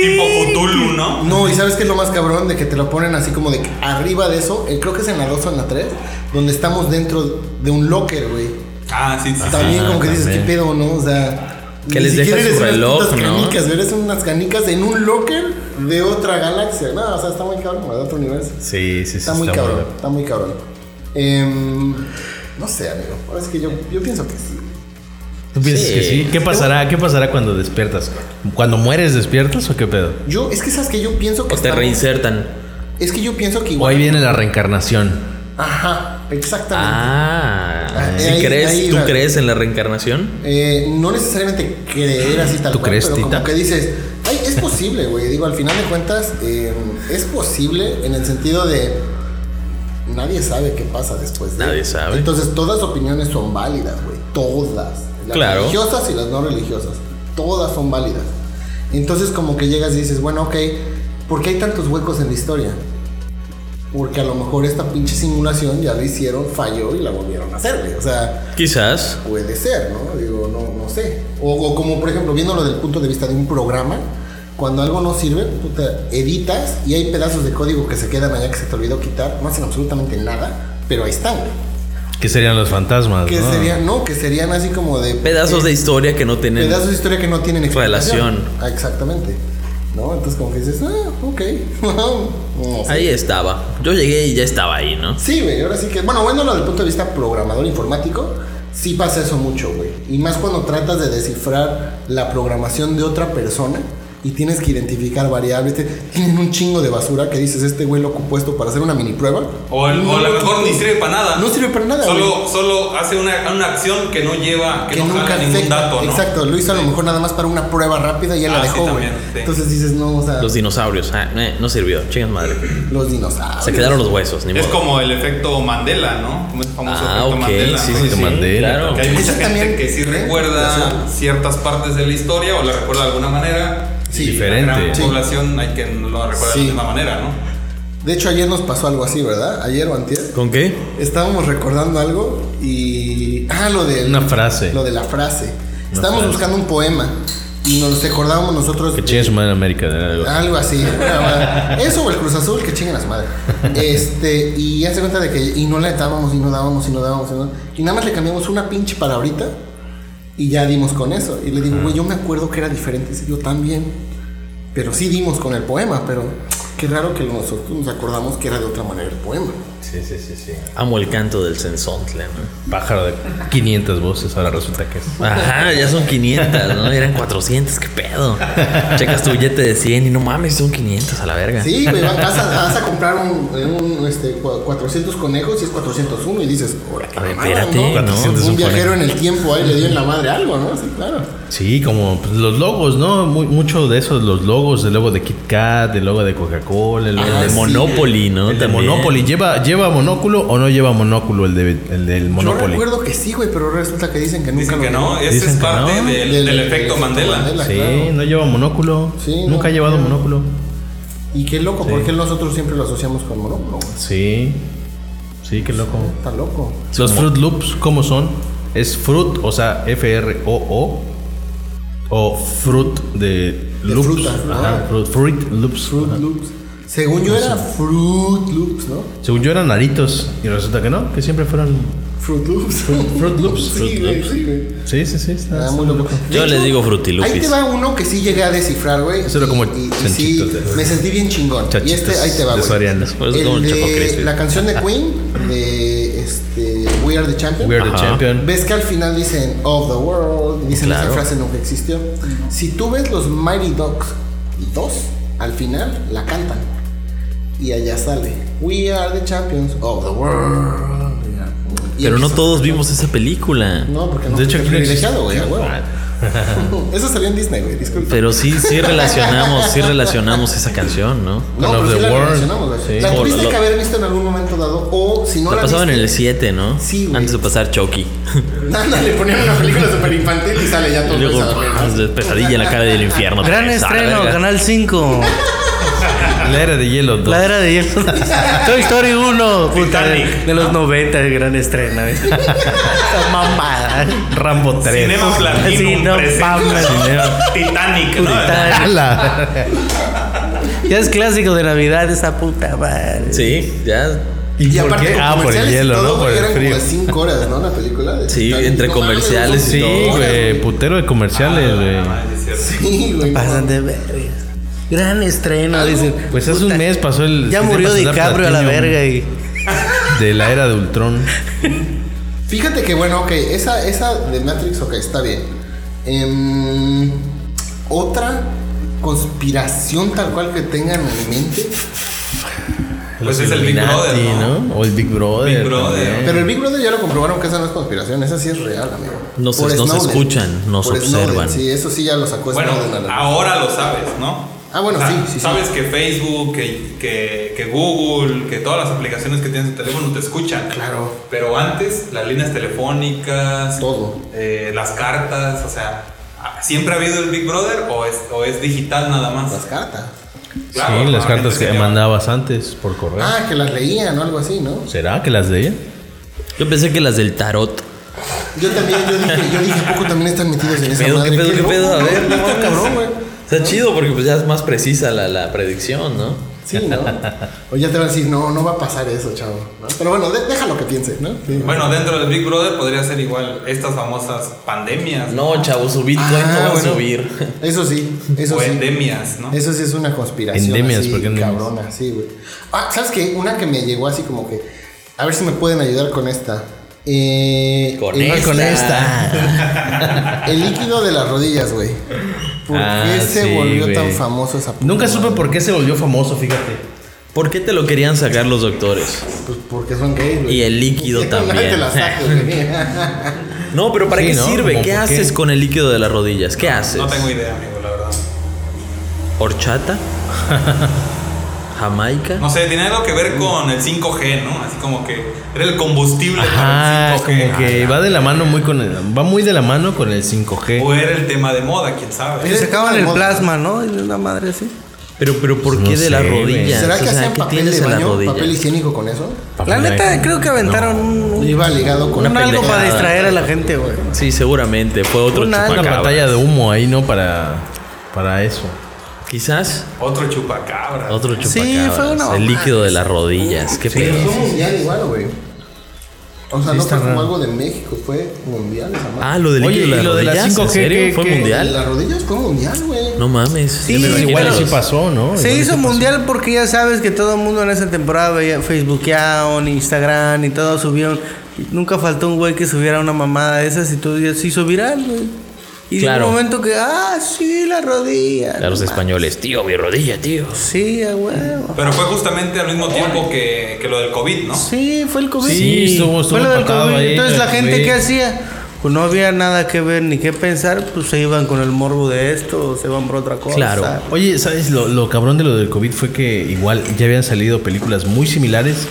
[SPEAKER 5] Tipo Cthulhu, ¿no?
[SPEAKER 4] No, y sabes que es lo más cabrón de que te lo ponen así como de que arriba de eso, eh, creo que es en la 2 o en la 3, donde estamos dentro de un locker, güey.
[SPEAKER 5] Ah, sí, sí. sí.
[SPEAKER 4] También como que dices, ¿qué
[SPEAKER 3] también.
[SPEAKER 4] pedo, no? O sea,
[SPEAKER 2] Que
[SPEAKER 4] ni
[SPEAKER 2] les dejas
[SPEAKER 4] siquiera
[SPEAKER 2] su
[SPEAKER 4] eres unas
[SPEAKER 2] reloj,
[SPEAKER 4] putas
[SPEAKER 2] ¿no?
[SPEAKER 4] canicas, güey, eres unas canicas en un locker de otra galaxia. No, o sea, está muy cabrón, de otro universo.
[SPEAKER 3] Sí, sí, sí.
[SPEAKER 4] Está muy cabrón,
[SPEAKER 3] bueno.
[SPEAKER 4] está muy cabrón. Em, no sé, amigo. Ahora es que yo, yo pienso que sí.
[SPEAKER 3] ¿Tú piensas
[SPEAKER 2] Sí.
[SPEAKER 3] que sí? ¿Qué pasará? ¿Qué pasará cuando despiertas? ¿Cuando mueres despiertas o qué pedo?
[SPEAKER 4] Yo, es que sabes que yo pienso que.
[SPEAKER 2] O te
[SPEAKER 4] estamos-
[SPEAKER 2] reinsertan.
[SPEAKER 4] Es que yo pienso que
[SPEAKER 3] O
[SPEAKER 4] igual.
[SPEAKER 3] ahí viene la reencarnación.
[SPEAKER 4] Ajá, exactamente.
[SPEAKER 2] Ah,
[SPEAKER 4] Ah,
[SPEAKER 2] ¿sí
[SPEAKER 4] ahí-
[SPEAKER 2] crees?
[SPEAKER 4] ahí
[SPEAKER 2] ¿Tú
[SPEAKER 4] va.
[SPEAKER 2] crees en la reencarnación?
[SPEAKER 4] Eh, no necesariamente creer así tal
[SPEAKER 3] ¿Tú
[SPEAKER 4] cual,
[SPEAKER 3] crees,
[SPEAKER 4] pero
[SPEAKER 3] Tita?
[SPEAKER 4] como que dices, ay, es posible, güey. Digo, al final de cuentas, eh, es posible en el sentido de Nadie sabe qué pasa después de.
[SPEAKER 2] Nadie sabe.
[SPEAKER 4] Entonces, todas las opiniones son válidas, güey. Todas. Las
[SPEAKER 2] Claro.
[SPEAKER 4] religiosas y las no religiosas. Todas son válidas. Entonces, como que llegas y dices, bueno, ok, ¿por qué hay tantos huecos en la historia? Porque a lo mejor esta pinche simulación ya la hicieron, falló y la volvieron a hacer, güey. O sea,
[SPEAKER 2] Quizás.
[SPEAKER 4] puede ser, ¿no? Digo, no, no sé. O, o como, por ejemplo, viéndolo desde el punto de vista de un programa, cuando algo no sirve, tú te editas y hay pedazos de código que se quedan allá que se te olvidó quitar, no hacen absolutamente nada, pero ahí están. güey.
[SPEAKER 3] Que serían los fantasmas,
[SPEAKER 4] Que
[SPEAKER 3] ¿no?
[SPEAKER 4] serían, no, que serían así como de...
[SPEAKER 2] Pedazos de
[SPEAKER 4] eh,
[SPEAKER 2] historia que no tienen.
[SPEAKER 4] Pedazos de historia que no tienen
[SPEAKER 2] Relación.
[SPEAKER 4] explicación. Ah, exactamente. ¿No? Entonces como que dices, ah, ok. No sé.
[SPEAKER 2] Ahí estaba. Yo llegué y ya estaba ahí, ¿no?
[SPEAKER 4] Sí, güey, ahora sí que. Bueno, bueno, desde el punto de vista programador informático, sí pasa eso mucho, güey. Y más cuando tratas de descifrar la programación de otra persona y tienes que identificar variables. te- Tienen un chingo de basura que dices, este güey lo ocupó esto para hacer una mini prueba.
[SPEAKER 5] O, el- o a lo mejor ni sirve para nada.
[SPEAKER 4] No sirve para nada,
[SPEAKER 5] Solo, solo hace una, una acción que no lleva, que,
[SPEAKER 4] que
[SPEAKER 5] no
[SPEAKER 4] nunca
[SPEAKER 5] jala ningún
[SPEAKER 4] afecta.
[SPEAKER 5] dato, ¿no?
[SPEAKER 4] Exacto, lo hizo a lo mejor nada más para una prueba rápida y ya
[SPEAKER 5] Ah,
[SPEAKER 4] la
[SPEAKER 5] sí,
[SPEAKER 4] dejó, güey.
[SPEAKER 5] también, sí.
[SPEAKER 4] Entonces dices, no, o sea,
[SPEAKER 2] Los
[SPEAKER 4] los,
[SPEAKER 2] dinosaurios. Ah, eh, no sirvió. Chingas madre.
[SPEAKER 4] dinosaurios.
[SPEAKER 2] Se quedaron los huesos, ni
[SPEAKER 5] Es
[SPEAKER 2] modo.
[SPEAKER 5] como el efecto Mandela, ¿no? Como ese famoso
[SPEAKER 2] Ah,
[SPEAKER 5] efecto
[SPEAKER 2] ok.
[SPEAKER 5] Mandela.
[SPEAKER 2] sí,
[SPEAKER 5] ¿no?
[SPEAKER 2] sí,
[SPEAKER 3] de
[SPEAKER 2] sí.
[SPEAKER 3] Mandela.
[SPEAKER 2] Claro.
[SPEAKER 5] Que hay mucha
[SPEAKER 4] Eso
[SPEAKER 5] gente
[SPEAKER 4] también ¿eh?
[SPEAKER 5] que sí
[SPEAKER 4] tiene
[SPEAKER 5] recuerda
[SPEAKER 4] relación.
[SPEAKER 5] ciertas partes de la historia o la recuerda de alguna manera.
[SPEAKER 4] Sí,
[SPEAKER 5] Y la
[SPEAKER 3] diferente.
[SPEAKER 5] gran
[SPEAKER 4] Sí.
[SPEAKER 5] población hay que no la recuerda
[SPEAKER 4] Sí.
[SPEAKER 5] de la misma manera, ¿no?
[SPEAKER 4] De hecho, ayer nos pasó algo así, ¿verdad? Ayer o antier.
[SPEAKER 2] ¿Con qué?
[SPEAKER 4] Estábamos recordando algo y. Ah, lo de.
[SPEAKER 3] Una frase.
[SPEAKER 4] Lo de la frase. Estábamos
[SPEAKER 3] frase.
[SPEAKER 4] buscando un poema y nos recordábamos nosotros.
[SPEAKER 3] Que
[SPEAKER 4] de-
[SPEAKER 3] chingue su madre en América. de algo.
[SPEAKER 4] algo así. una madre. Eso o el Cruz Azul, que chinguen las madres. Este, y ya se cuenta de que. Y no le dábamos, y no dábamos, y no dábamos, y no- Y nada más le cambiamos una pinche palabrita y ya dimos con eso. Y le digo, güey, yo me acuerdo que era diferente. Dice, yo también. Pero sí dimos con el poema, pero qué raro que nosotros nos acordamos que era de otra manera el poema.
[SPEAKER 3] Sí, sí, sí, sí.
[SPEAKER 2] Amo el canto del sensontle, ¿no?
[SPEAKER 3] Pájaro de 500 voces, ahora resulta que es.
[SPEAKER 2] Ajá, ya son 500, ¿no? Eran 400, qué pedo. Checas tu billete de 100 y no mames, son 500 a la verga.
[SPEAKER 4] Sí, güey, vas vas a, vas a comprar un, un, este, cua- 400 conejos y es 401 y dices, "Ora, qué
[SPEAKER 2] A ver,
[SPEAKER 4] mamada,
[SPEAKER 2] espérate,
[SPEAKER 4] ¿no?
[SPEAKER 2] ¿no?
[SPEAKER 4] Un viajero en el tiempo ahí le dio en la madre algo, ¿no? Sí, claro.
[SPEAKER 3] Sí, como pues, los logos, ¿no? Mu- mucho de esos, los logos, el logo de Kit Kat, el logo de Coca-Cola, el logo
[SPEAKER 2] El
[SPEAKER 4] Ah,
[SPEAKER 2] de
[SPEAKER 4] sí.
[SPEAKER 2] Monopoly, ¿no?
[SPEAKER 3] El de
[SPEAKER 2] También.
[SPEAKER 3] Monopoly, ¿lleva, ¿lleva monóculo o no lleva monóculo el, de, el del
[SPEAKER 4] Yo
[SPEAKER 3] Monopoly?
[SPEAKER 4] recuerdo que sí, güey, pero resulta que dicen que nunca
[SPEAKER 5] Dicen
[SPEAKER 4] lo
[SPEAKER 5] que no,
[SPEAKER 4] llevó.
[SPEAKER 5] ese
[SPEAKER 3] Dicen
[SPEAKER 5] es
[SPEAKER 3] que
[SPEAKER 5] parte
[SPEAKER 3] no.
[SPEAKER 5] del, del efecto Mandela.
[SPEAKER 3] sí,
[SPEAKER 4] claro.
[SPEAKER 3] no lleva monóculo.
[SPEAKER 4] Sí,
[SPEAKER 3] Nunca
[SPEAKER 4] no.
[SPEAKER 3] ha llevado monóculo.
[SPEAKER 4] Y qué loco,
[SPEAKER 3] Sí.
[SPEAKER 4] porque nosotros siempre lo asociamos con monóculo, güey.
[SPEAKER 3] Sí. Sí, qué loco.
[SPEAKER 4] Está loco.
[SPEAKER 3] Los Fruit Loops, ¿cómo son? ¿Es fruit, o sea, F-R-O-O? ¿O fruit de loops?
[SPEAKER 4] fruta, ¿no?
[SPEAKER 3] Ajá, fruit, fruit loops.
[SPEAKER 4] Fruit
[SPEAKER 3] ajá.
[SPEAKER 4] Loops. Según yo era Fruit Loops, ¿no?
[SPEAKER 3] Según yo eran aritos y resulta que no, que siempre fueron...
[SPEAKER 4] Fruit Loops.
[SPEAKER 3] Fruit Loops,
[SPEAKER 4] sí,
[SPEAKER 3] Fruit
[SPEAKER 4] güey,
[SPEAKER 3] Loops.
[SPEAKER 4] sí, güey.
[SPEAKER 3] Sí, sí, sí. está-
[SPEAKER 4] Ah, muy loco.
[SPEAKER 2] Yo
[SPEAKER 4] De
[SPEAKER 2] le
[SPEAKER 4] hecho,
[SPEAKER 2] digo frutilupis.
[SPEAKER 4] Ahí te va uno que sí llegué a descifrar, güey.
[SPEAKER 3] Eso era como
[SPEAKER 4] Y- y- y
[SPEAKER 3] chanchitos
[SPEAKER 4] sí,
[SPEAKER 3] de-
[SPEAKER 4] me sentí bien chingón. Y
[SPEAKER 3] Chanchitos
[SPEAKER 4] este, ahí te va, güey.
[SPEAKER 3] desvariantes.
[SPEAKER 2] Por eso
[SPEAKER 4] El
[SPEAKER 2] como el
[SPEAKER 4] de-
[SPEAKER 2] Choco Crispy.
[SPEAKER 4] la canción de Queen, de este, We Are the Champions.
[SPEAKER 3] We are the
[SPEAKER 2] Ajá.
[SPEAKER 3] champion.
[SPEAKER 4] Ves que al final dicen of the world, dicen
[SPEAKER 2] Claro.
[SPEAKER 4] esa frase nunca existió. Si tú ves los Mighty Ducks 2, al final la cantan. Y allá sale. We are the champions of the world. Y
[SPEAKER 2] Pero no
[SPEAKER 4] empieza-
[SPEAKER 2] todos vimos esa película.
[SPEAKER 4] No, porque no
[SPEAKER 3] De hecho,
[SPEAKER 4] fue
[SPEAKER 3] aquí no
[SPEAKER 4] privilegiado, güey.
[SPEAKER 3] existe.
[SPEAKER 4] a huevo. Eso salió en Disney, güey, disculpa.
[SPEAKER 2] Pero sí, sí relacionamos, sí relacionamos esa canción, ¿no?
[SPEAKER 4] no,
[SPEAKER 3] Con
[SPEAKER 4] pero
[SPEAKER 3] Of
[SPEAKER 4] sí
[SPEAKER 3] the
[SPEAKER 4] la
[SPEAKER 3] World,
[SPEAKER 4] relacionamos, güey.
[SPEAKER 3] sí.
[SPEAKER 4] La
[SPEAKER 2] O
[SPEAKER 4] tuviste
[SPEAKER 2] lo-
[SPEAKER 4] que haber visto en algún momento dado. O si no
[SPEAKER 2] La
[SPEAKER 4] la,
[SPEAKER 2] pasaban en el
[SPEAKER 4] viste,
[SPEAKER 2] 7, ¿no?
[SPEAKER 4] Sí, güey.
[SPEAKER 2] Antes de pasar Chucky.
[SPEAKER 4] Anda, le ponían una película super infantil y sale ya todo.
[SPEAKER 2] Y luego, pues,
[SPEAKER 4] esa, güey,
[SPEAKER 3] pues,
[SPEAKER 4] ¿no?
[SPEAKER 2] de pesadilla en la cara del infierno.
[SPEAKER 7] Gran
[SPEAKER 2] Esa
[SPEAKER 7] estreno,
[SPEAKER 2] verga.
[SPEAKER 7] Canal 5.
[SPEAKER 3] La era de hielo 2.
[SPEAKER 7] La era de hielo. Toy Story 1. Puta, de, de los 90, el gran estreno. ¿eh? Esa mamada.
[SPEAKER 3] Rambo 3.
[SPEAKER 5] Cinema Platinum
[SPEAKER 7] Sí, no
[SPEAKER 5] presenta
[SPEAKER 7] mames.
[SPEAKER 5] Titanic, ¿no?
[SPEAKER 7] Puta,
[SPEAKER 3] La-
[SPEAKER 7] Ya es clásico de Navidad esa puta madre.
[SPEAKER 2] Sí, ya.
[SPEAKER 3] ¿Y,
[SPEAKER 4] Y
[SPEAKER 3] por
[SPEAKER 4] aparte,
[SPEAKER 3] qué?
[SPEAKER 4] con
[SPEAKER 3] Ah, por el
[SPEAKER 4] comerciales y
[SPEAKER 3] hielo,
[SPEAKER 4] todo,
[SPEAKER 3] ¿no? Por
[SPEAKER 4] güey,
[SPEAKER 3] el
[SPEAKER 4] eran
[SPEAKER 3] frío.
[SPEAKER 4] como de 5 horas, ¿no? La película. de-
[SPEAKER 2] Sí,
[SPEAKER 4] Está-
[SPEAKER 2] entre
[SPEAKER 4] no mames,
[SPEAKER 2] comerciales
[SPEAKER 4] son
[SPEAKER 2] y
[SPEAKER 3] Sí,
[SPEAKER 4] cinco horas,
[SPEAKER 3] güey, putero de comerciales, güey.
[SPEAKER 5] Ah, sí, es cierto.
[SPEAKER 4] Sí, güey.
[SPEAKER 7] Pasan de verga. Gran estreno, dicen.
[SPEAKER 3] Pues hace un
[SPEAKER 7] Puta,
[SPEAKER 3] mes pasó el.
[SPEAKER 7] Ya
[SPEAKER 3] cinema
[SPEAKER 7] murió
[SPEAKER 3] César
[SPEAKER 7] DiCaprio a la
[SPEAKER 3] Platino
[SPEAKER 7] verga y.
[SPEAKER 3] De la era de Ultron.
[SPEAKER 4] Fíjate que, bueno, ok, esa, esa de Matrix, ok, está bien. Em, otra conspiración tal cual que tengan en mente.
[SPEAKER 5] Pues es el Big Brother,
[SPEAKER 3] Illuminati,
[SPEAKER 5] ¿no?
[SPEAKER 3] O el Big Brother.
[SPEAKER 5] Big Brother.
[SPEAKER 3] también.
[SPEAKER 4] Pero el Big Brother ya lo comprobaron que esa no es conspiración, esa sí es real, amigo.
[SPEAKER 2] No se-
[SPEAKER 4] Por
[SPEAKER 2] no se
[SPEAKER 4] Snowden.
[SPEAKER 2] escuchan, no se
[SPEAKER 4] Por Snowden,
[SPEAKER 2] observan.
[SPEAKER 4] sí, eso sí ya lo sacó
[SPEAKER 5] Bueno,
[SPEAKER 4] Snowden a Pues la-
[SPEAKER 5] ahora lo sabes, ¿no?
[SPEAKER 4] Ah, bueno,
[SPEAKER 5] O sea,
[SPEAKER 4] sí, sí, sí.
[SPEAKER 5] Sabes que Facebook, que, que- que Google, que todas las aplicaciones que tienes en tu teléfono te escuchan.
[SPEAKER 4] Claro.
[SPEAKER 5] Pero antes, las líneas
[SPEAKER 2] ah,
[SPEAKER 5] telefónicas.
[SPEAKER 4] Todo.
[SPEAKER 5] eh, las cartas, o sea. ¿Siempre ha habido el Big Brother o es, o es digital nada más?
[SPEAKER 4] Las cartas.
[SPEAKER 5] Claro,
[SPEAKER 3] sí, las
[SPEAKER 5] la
[SPEAKER 3] cartas
[SPEAKER 5] gente
[SPEAKER 3] que
[SPEAKER 5] se lleva-
[SPEAKER 3] mandabas antes por correo.
[SPEAKER 4] Ah, que las leían o algo así, ¿no?
[SPEAKER 3] ¿Será que las leía?
[SPEAKER 2] Yo pensé que las del tarot.
[SPEAKER 4] Yo también, yo dije, yo dije, poco también están metidos en esa
[SPEAKER 2] pedo,
[SPEAKER 4] madre.
[SPEAKER 2] qué pedo,
[SPEAKER 4] Qué
[SPEAKER 2] qué
[SPEAKER 4] loco,
[SPEAKER 2] pedo? A
[SPEAKER 4] ¿no?
[SPEAKER 2] ver, no
[SPEAKER 4] Está
[SPEAKER 2] mames.
[SPEAKER 4] cabrón, güey.
[SPEAKER 2] Está chido porque pues ya es más precisa la, la predicción, ¿no?
[SPEAKER 4] Sí, ¿no? O ya te van a decir, no, no va a pasar eso, chavo. ¿no? Pero bueno, de- déjalo que piense, ¿no? Sí.
[SPEAKER 5] Bueno, dentro del Big Brother podría ser igual estas famosas pandemias
[SPEAKER 2] No, chavo, su
[SPEAKER 4] Ah,
[SPEAKER 2] Bitcoin no va a
[SPEAKER 4] bueno.
[SPEAKER 2] subir.
[SPEAKER 4] Eso sí, eso
[SPEAKER 5] o
[SPEAKER 4] sí.
[SPEAKER 5] endemias, ¿no?
[SPEAKER 4] Eso sí es una conspiración.
[SPEAKER 3] Endemias,
[SPEAKER 4] así,
[SPEAKER 3] ¿por qué endemias?
[SPEAKER 4] Cabrona, sí, güey. Ah, ¿sabes qué? Una que me llegó así como que. A ver si me pueden ayudar con esta. Eh,
[SPEAKER 2] Con
[SPEAKER 4] el-
[SPEAKER 2] esta.
[SPEAKER 4] con El líquido de las rodillas, güey. ¿Por
[SPEAKER 3] Ah,
[SPEAKER 4] qué se
[SPEAKER 3] sí,
[SPEAKER 4] volvió
[SPEAKER 3] güey.
[SPEAKER 4] tan famoso esa puta
[SPEAKER 3] Nunca
[SPEAKER 4] madre?
[SPEAKER 3] supe por qué se volvió famoso, fíjate.
[SPEAKER 2] ¿Por qué te lo querían sacar los doctores?
[SPEAKER 4] Pues porque son gays, güey.
[SPEAKER 2] Y el líquido
[SPEAKER 4] Te
[SPEAKER 2] también.
[SPEAKER 4] la saco, güey.
[SPEAKER 2] No, pero ¿para
[SPEAKER 3] Sí,
[SPEAKER 2] qué
[SPEAKER 3] ¿no?
[SPEAKER 2] sirve?
[SPEAKER 3] Como,
[SPEAKER 2] ¿Qué
[SPEAKER 3] ¿por qué?
[SPEAKER 2] haces con el líquido de las rodillas? ¿Qué haces?
[SPEAKER 5] No tengo idea, amigo, la verdad.
[SPEAKER 2] ¿Horchata? ¿Jamaica?
[SPEAKER 5] No sé, tiene algo que ver con el 5G, ¿no? Así como que era el combustible
[SPEAKER 3] Ajá,
[SPEAKER 5] para el 5G.
[SPEAKER 3] como que va de la mano muy con el, va muy de la mano con el 5G.
[SPEAKER 5] O era el tema de moda, quién sabe.
[SPEAKER 4] Era
[SPEAKER 7] Se acaban
[SPEAKER 4] de
[SPEAKER 7] el
[SPEAKER 4] moda.
[SPEAKER 7] plasma, ¿no? Y una madre así.
[SPEAKER 2] Pero, pero ¿por
[SPEAKER 3] Pues
[SPEAKER 2] qué
[SPEAKER 3] no
[SPEAKER 2] de las
[SPEAKER 3] sé, güey.
[SPEAKER 2] rodillas?
[SPEAKER 4] ¿Será que
[SPEAKER 2] O sea,
[SPEAKER 4] hacían
[SPEAKER 2] ¿qué
[SPEAKER 4] papel
[SPEAKER 2] tienes
[SPEAKER 4] de
[SPEAKER 2] en las
[SPEAKER 4] baño?
[SPEAKER 2] rodillas?
[SPEAKER 4] Papel higiénito con eso.
[SPEAKER 7] La neta, creo que aventaron un,
[SPEAKER 4] Iba ligado con
[SPEAKER 7] un
[SPEAKER 2] Una
[SPEAKER 7] algo para
[SPEAKER 2] pendejada.
[SPEAKER 7] distraer a la gente, güey.
[SPEAKER 2] Sí, seguramente. Fue otro
[SPEAKER 7] Una
[SPEAKER 3] Una
[SPEAKER 2] chupacabras.
[SPEAKER 3] pantalla de humo ahí, ¿no? Para, para eso.
[SPEAKER 2] Quizás
[SPEAKER 5] Otro chupacabra.
[SPEAKER 2] otro
[SPEAKER 7] Sí,
[SPEAKER 2] chupacabras.
[SPEAKER 7] fue una
[SPEAKER 2] El
[SPEAKER 7] mamada.
[SPEAKER 2] líquido de las rodillas. Qué
[SPEAKER 4] Pero
[SPEAKER 2] pedo.
[SPEAKER 4] fue mundial igual, güey. O sea,
[SPEAKER 7] Sí,
[SPEAKER 4] no
[SPEAKER 7] está
[SPEAKER 4] fue como
[SPEAKER 7] raro.
[SPEAKER 4] algo de México, fue mundial esa madre.
[SPEAKER 2] Ah, lo del
[SPEAKER 3] Oye,
[SPEAKER 2] líquido
[SPEAKER 3] ¿y
[SPEAKER 2] de las
[SPEAKER 3] lo de las
[SPEAKER 2] rodillas. ¿En
[SPEAKER 3] 5G
[SPEAKER 2] serio?
[SPEAKER 3] que-
[SPEAKER 2] ¿Fue
[SPEAKER 3] que-
[SPEAKER 2] mundial?
[SPEAKER 4] Las rodillas fue mundial, güey.
[SPEAKER 2] No mames.
[SPEAKER 7] Sí,
[SPEAKER 2] Ya me
[SPEAKER 7] pero
[SPEAKER 2] imagino
[SPEAKER 3] Igual y
[SPEAKER 2] los-
[SPEAKER 3] sí pasó, ¿no?
[SPEAKER 7] Se
[SPEAKER 3] Igual y sí
[SPEAKER 7] hizo
[SPEAKER 3] pasó.
[SPEAKER 7] mundial porque ya sabes que todo el mundo en esa temporada veía Facebookearon, Instagram y todo subieron. Nunca faltó un güey que subiera una mamada de esas y todo ya se hizo viral, güey. Y
[SPEAKER 2] Claro.
[SPEAKER 7] de un momento que, ah, sí, la rodilla.
[SPEAKER 2] A los españoles. Tío, mi rodilla, tío.
[SPEAKER 7] Sí, a huevo.
[SPEAKER 5] Pero fue justamente al mismo tiempo que, que lo del COVID, ¿no?
[SPEAKER 7] Sí, fue el COVID.
[SPEAKER 3] Sí, estuvo- estuvo
[SPEAKER 7] Fue lo del
[SPEAKER 3] empatado
[SPEAKER 7] COVID.
[SPEAKER 3] ahí,
[SPEAKER 7] Entonces,
[SPEAKER 3] lo
[SPEAKER 7] la
[SPEAKER 3] del
[SPEAKER 7] gente,
[SPEAKER 3] COVID.
[SPEAKER 7] ¿qué hacía? Pues no había nada que ver ni que pensar, pues se iban con el morbo de esto, o se van por otra cosa.
[SPEAKER 2] Claro.
[SPEAKER 3] Oye, ¿sabes? Lo, lo cabrón de lo del COVID fue que igual ya habían salido películas muy similares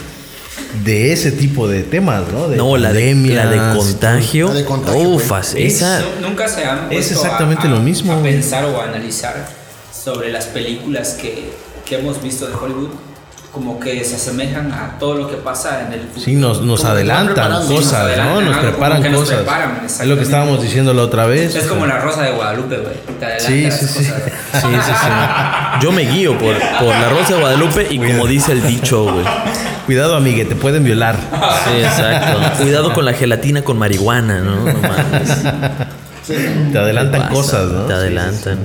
[SPEAKER 3] de ese tipo de temas, ¿no? De
[SPEAKER 2] No, la de,
[SPEAKER 3] pandemias.
[SPEAKER 2] la de contagio.
[SPEAKER 4] La de contagio, güey.
[SPEAKER 2] Ufas, esa.
[SPEAKER 6] Nu- Nunca se han
[SPEAKER 3] es
[SPEAKER 6] puesto a-
[SPEAKER 3] exactamente
[SPEAKER 6] a-
[SPEAKER 3] lo mismo,
[SPEAKER 6] A
[SPEAKER 3] güey.
[SPEAKER 6] pensar o a analizar sobre las películas que, que hemos visto de Hollywood, como que se asemejan a todo lo que pasa en el futuro.
[SPEAKER 3] Sí, nos, nos
[SPEAKER 4] Como que van
[SPEAKER 3] adelantan
[SPEAKER 4] preparando, sí, nos
[SPEAKER 3] cosas, ¿no?
[SPEAKER 6] adelantan
[SPEAKER 3] Nos
[SPEAKER 6] algo, como
[SPEAKER 3] preparan
[SPEAKER 6] que nos
[SPEAKER 3] cosas.
[SPEAKER 6] preparan,
[SPEAKER 3] es lo que
[SPEAKER 6] exactamente.
[SPEAKER 3] estábamos diciendo la otra vez.
[SPEAKER 6] Es como la rosa de Guadalupe, güey. Te adelantan
[SPEAKER 3] Sí,
[SPEAKER 6] las
[SPEAKER 3] sí, sí.
[SPEAKER 6] cosas.
[SPEAKER 2] Sí, sí, sí. Yo me guío por, por la Rosa de Guadalupe y como dice el dicho, güey.
[SPEAKER 3] Cuidado, amigue, te pueden violar.
[SPEAKER 2] Sí, exacto. Cuidado con la gelatina con marihuana, ¿no? No mames.
[SPEAKER 3] Te adelantan
[SPEAKER 2] Pasa,
[SPEAKER 3] cosas, ¿no?
[SPEAKER 2] Te adelantan.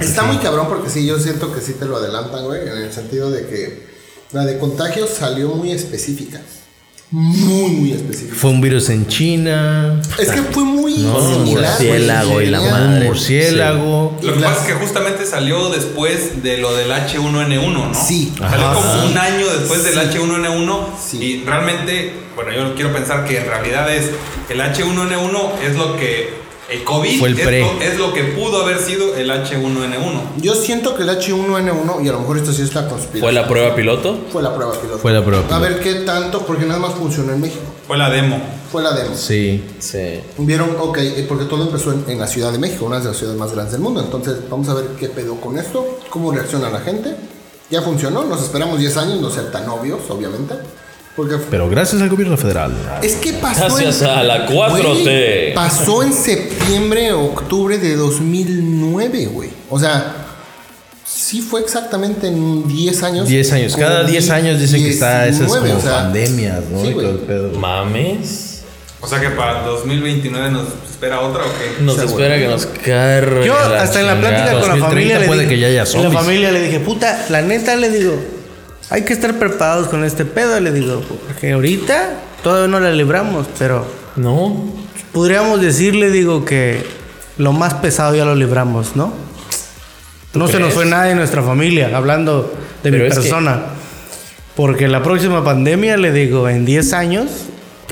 [SPEAKER 4] Está muy cabrón porque sí, yo siento que sí te lo adelantan, güey, en el sentido de que la de contagio salió muy específica. Muy, muy específica.
[SPEAKER 3] Fue un virus en China,
[SPEAKER 4] Es que fue muy
[SPEAKER 3] No,
[SPEAKER 2] Un
[SPEAKER 4] similar, güey.
[SPEAKER 2] murciélago y la
[SPEAKER 4] Tenía-
[SPEAKER 2] madre.
[SPEAKER 3] un murciélago.
[SPEAKER 5] Lo que pasa es que justamente salió después de lo del H1N1, ¿no?
[SPEAKER 4] Sí.
[SPEAKER 5] Salió
[SPEAKER 4] Ajá.
[SPEAKER 5] como
[SPEAKER 4] Sí.
[SPEAKER 5] un año después del H1N1
[SPEAKER 4] Sí.
[SPEAKER 5] y realmente, bueno, yo quiero pensar que en realidad es el H1N1 es lo que el COVID
[SPEAKER 3] Fue el
[SPEAKER 5] es,
[SPEAKER 3] pre.
[SPEAKER 5] lo, es lo que pudo haber sido el H1N1.
[SPEAKER 4] Yo siento que el H1N1, y a lo mejor esto sí es la conspiración.
[SPEAKER 2] ¿Fue la prueba piloto?
[SPEAKER 4] Fue la prueba piloto.
[SPEAKER 3] Fue la prueba
[SPEAKER 4] A
[SPEAKER 3] piloto.
[SPEAKER 4] ver qué tanto, porque nada más funcionó en México.
[SPEAKER 5] Fue la demo.
[SPEAKER 4] Fue la demo.
[SPEAKER 3] Sí.
[SPEAKER 2] Sí.
[SPEAKER 4] Vieron, ok, eh, porque todo empezó en, en la Ciudad de México, una de las ciudades más grandes del mundo. Entonces, vamos a ver qué pedo con esto, cómo reacciona la gente. Ya funcionó, nos esperamos 10 años, no ser tan obvios, obviamente. Porque
[SPEAKER 3] Pero gracias al gobierno federal.
[SPEAKER 4] es que pasó.
[SPEAKER 2] Gracias a la 4T.
[SPEAKER 4] Güey, pasó en septiembre, octubre de 2009, güey. O sea, sí fue exactamente en 10 años.
[SPEAKER 3] 10 años. Cada 10 años dicen que está esas como
[SPEAKER 4] 19, o sea,
[SPEAKER 3] pandemias, ¿no?
[SPEAKER 4] sí,
[SPEAKER 3] y todo
[SPEAKER 4] güey.
[SPEAKER 3] el pedo.
[SPEAKER 2] Mames.
[SPEAKER 5] O sea que para el 2029 nos espera otra o qué?
[SPEAKER 2] Nos espera que nos cargue.
[SPEAKER 7] Yo
[SPEAKER 2] la
[SPEAKER 7] hasta en la plática
[SPEAKER 2] chingada.
[SPEAKER 7] con la
[SPEAKER 3] 2030
[SPEAKER 7] familia le
[SPEAKER 3] puede
[SPEAKER 7] dije,
[SPEAKER 3] que ya haya
[SPEAKER 7] en la
[SPEAKER 3] zombies.
[SPEAKER 7] familia le dije, puta, la neta le digo, hay que estar preparados con este pedo, le digo, porque ahorita todavía no la libramos, pero
[SPEAKER 2] No.
[SPEAKER 7] podríamos decirle, digo, que lo más pesado ya lo libramos, ¿no? No se nos
[SPEAKER 2] crees?
[SPEAKER 7] fue nadie en nuestra familia, hablando de
[SPEAKER 2] Pero
[SPEAKER 7] mi
[SPEAKER 2] es que-
[SPEAKER 7] persona. Porque la próxima pandemia, le digo, en 10 años,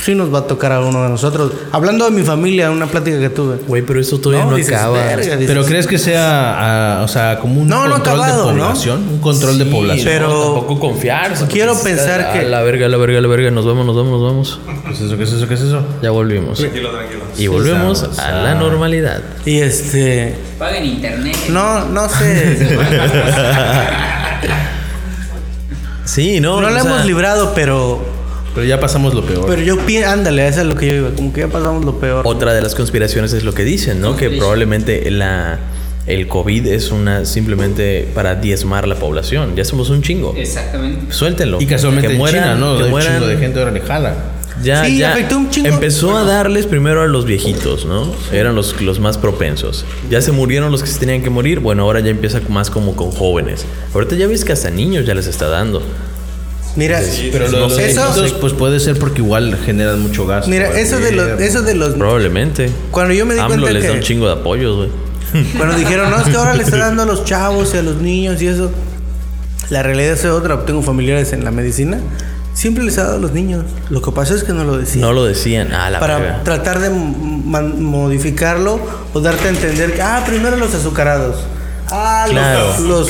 [SPEAKER 7] sí nos va a tocar a uno de nosotros. Hablando de mi familia, una plática que tuve.
[SPEAKER 2] Güey, pero esto todavía no,
[SPEAKER 7] dices,
[SPEAKER 2] acaba.
[SPEAKER 7] "Verga", dices,
[SPEAKER 3] Pero crees que sea, ah, o sea, como un
[SPEAKER 7] No, no
[SPEAKER 3] control
[SPEAKER 7] acabado,
[SPEAKER 3] de
[SPEAKER 7] ¿no?
[SPEAKER 3] población, un control de
[SPEAKER 2] Sí,
[SPEAKER 3] población.
[SPEAKER 7] pero-
[SPEAKER 2] no, tampoco confiarse. porque
[SPEAKER 7] Quiero
[SPEAKER 2] está-
[SPEAKER 7] pensar
[SPEAKER 2] a
[SPEAKER 7] que-
[SPEAKER 2] La verga, a la verga, a la verga. Nos vamos, nos vamos, nos vamos.
[SPEAKER 3] ¿Qué es Pues eso? ¿Qué es eso? ¿Qué es eso?
[SPEAKER 2] Ya volvimos.
[SPEAKER 5] Tranquilo, tranquilo.
[SPEAKER 2] Y volvemos
[SPEAKER 3] sabes,
[SPEAKER 2] a la
[SPEAKER 3] ah.
[SPEAKER 2] normalidad.
[SPEAKER 7] Y este.
[SPEAKER 6] Paguen internet.
[SPEAKER 7] No, no sé.
[SPEAKER 2] Sí, no.
[SPEAKER 7] no
[SPEAKER 2] o
[SPEAKER 7] la
[SPEAKER 2] sea,
[SPEAKER 7] hemos librado, pero.
[SPEAKER 3] Pero ya pasamos lo peor.
[SPEAKER 7] Pero yo pienso. Ándale, eso es lo que yo iba. Como que ya pasamos lo peor.
[SPEAKER 2] Otra de las conspiraciones es lo que dicen, ¿no? Que
[SPEAKER 6] Conspiracy.
[SPEAKER 2] probablemente la, el COVID es una simplemente para diezmar la población. Ya somos un chingo.
[SPEAKER 6] Exactamente.
[SPEAKER 2] Suéltenlo.
[SPEAKER 3] y casualmente
[SPEAKER 2] que mueran,
[SPEAKER 3] en China, ¿no?
[SPEAKER 2] Que
[SPEAKER 3] Hay un
[SPEAKER 2] mueran.
[SPEAKER 3] chingo de gente ahora le jala.
[SPEAKER 2] Ya,
[SPEAKER 7] Sí,
[SPEAKER 2] ya
[SPEAKER 7] afectó un chingo.
[SPEAKER 2] Empezó a darles primero a los viejitos, ¿no? Eran los, los más propensos. Ya se murieron los que se tenían que morir. Bueno, ahora ya empieza más como con jóvenes. Ahorita ya ves que hasta niños ya les está dando.
[SPEAKER 7] Mira,
[SPEAKER 3] Pero lo de
[SPEAKER 2] No
[SPEAKER 3] los
[SPEAKER 2] sé,
[SPEAKER 7] eso-
[SPEAKER 3] insectos, pues puede ser porque igual generan mucho gasto.
[SPEAKER 7] mira, eso de los. Eso de los
[SPEAKER 2] Probablemente.
[SPEAKER 7] cuando yo me di
[SPEAKER 2] AMLO
[SPEAKER 7] cuenta
[SPEAKER 2] les
[SPEAKER 7] que.
[SPEAKER 2] da un chingo de apoyos, güey.
[SPEAKER 7] Cuando dijeron, no, es que ahora le está dando a los chavos y a los niños y eso. La realidad es otra. Tengo familiares en la medicina. Siempre les ha dado a los niños. Lo que pasa es que no lo decían.
[SPEAKER 2] No lo decían. Ah, la
[SPEAKER 7] para
[SPEAKER 2] verga.
[SPEAKER 7] tratar de man- modificarlo o darte a entender que, ah, primero los azucarados. Ah, los-
[SPEAKER 2] Claro.
[SPEAKER 7] los,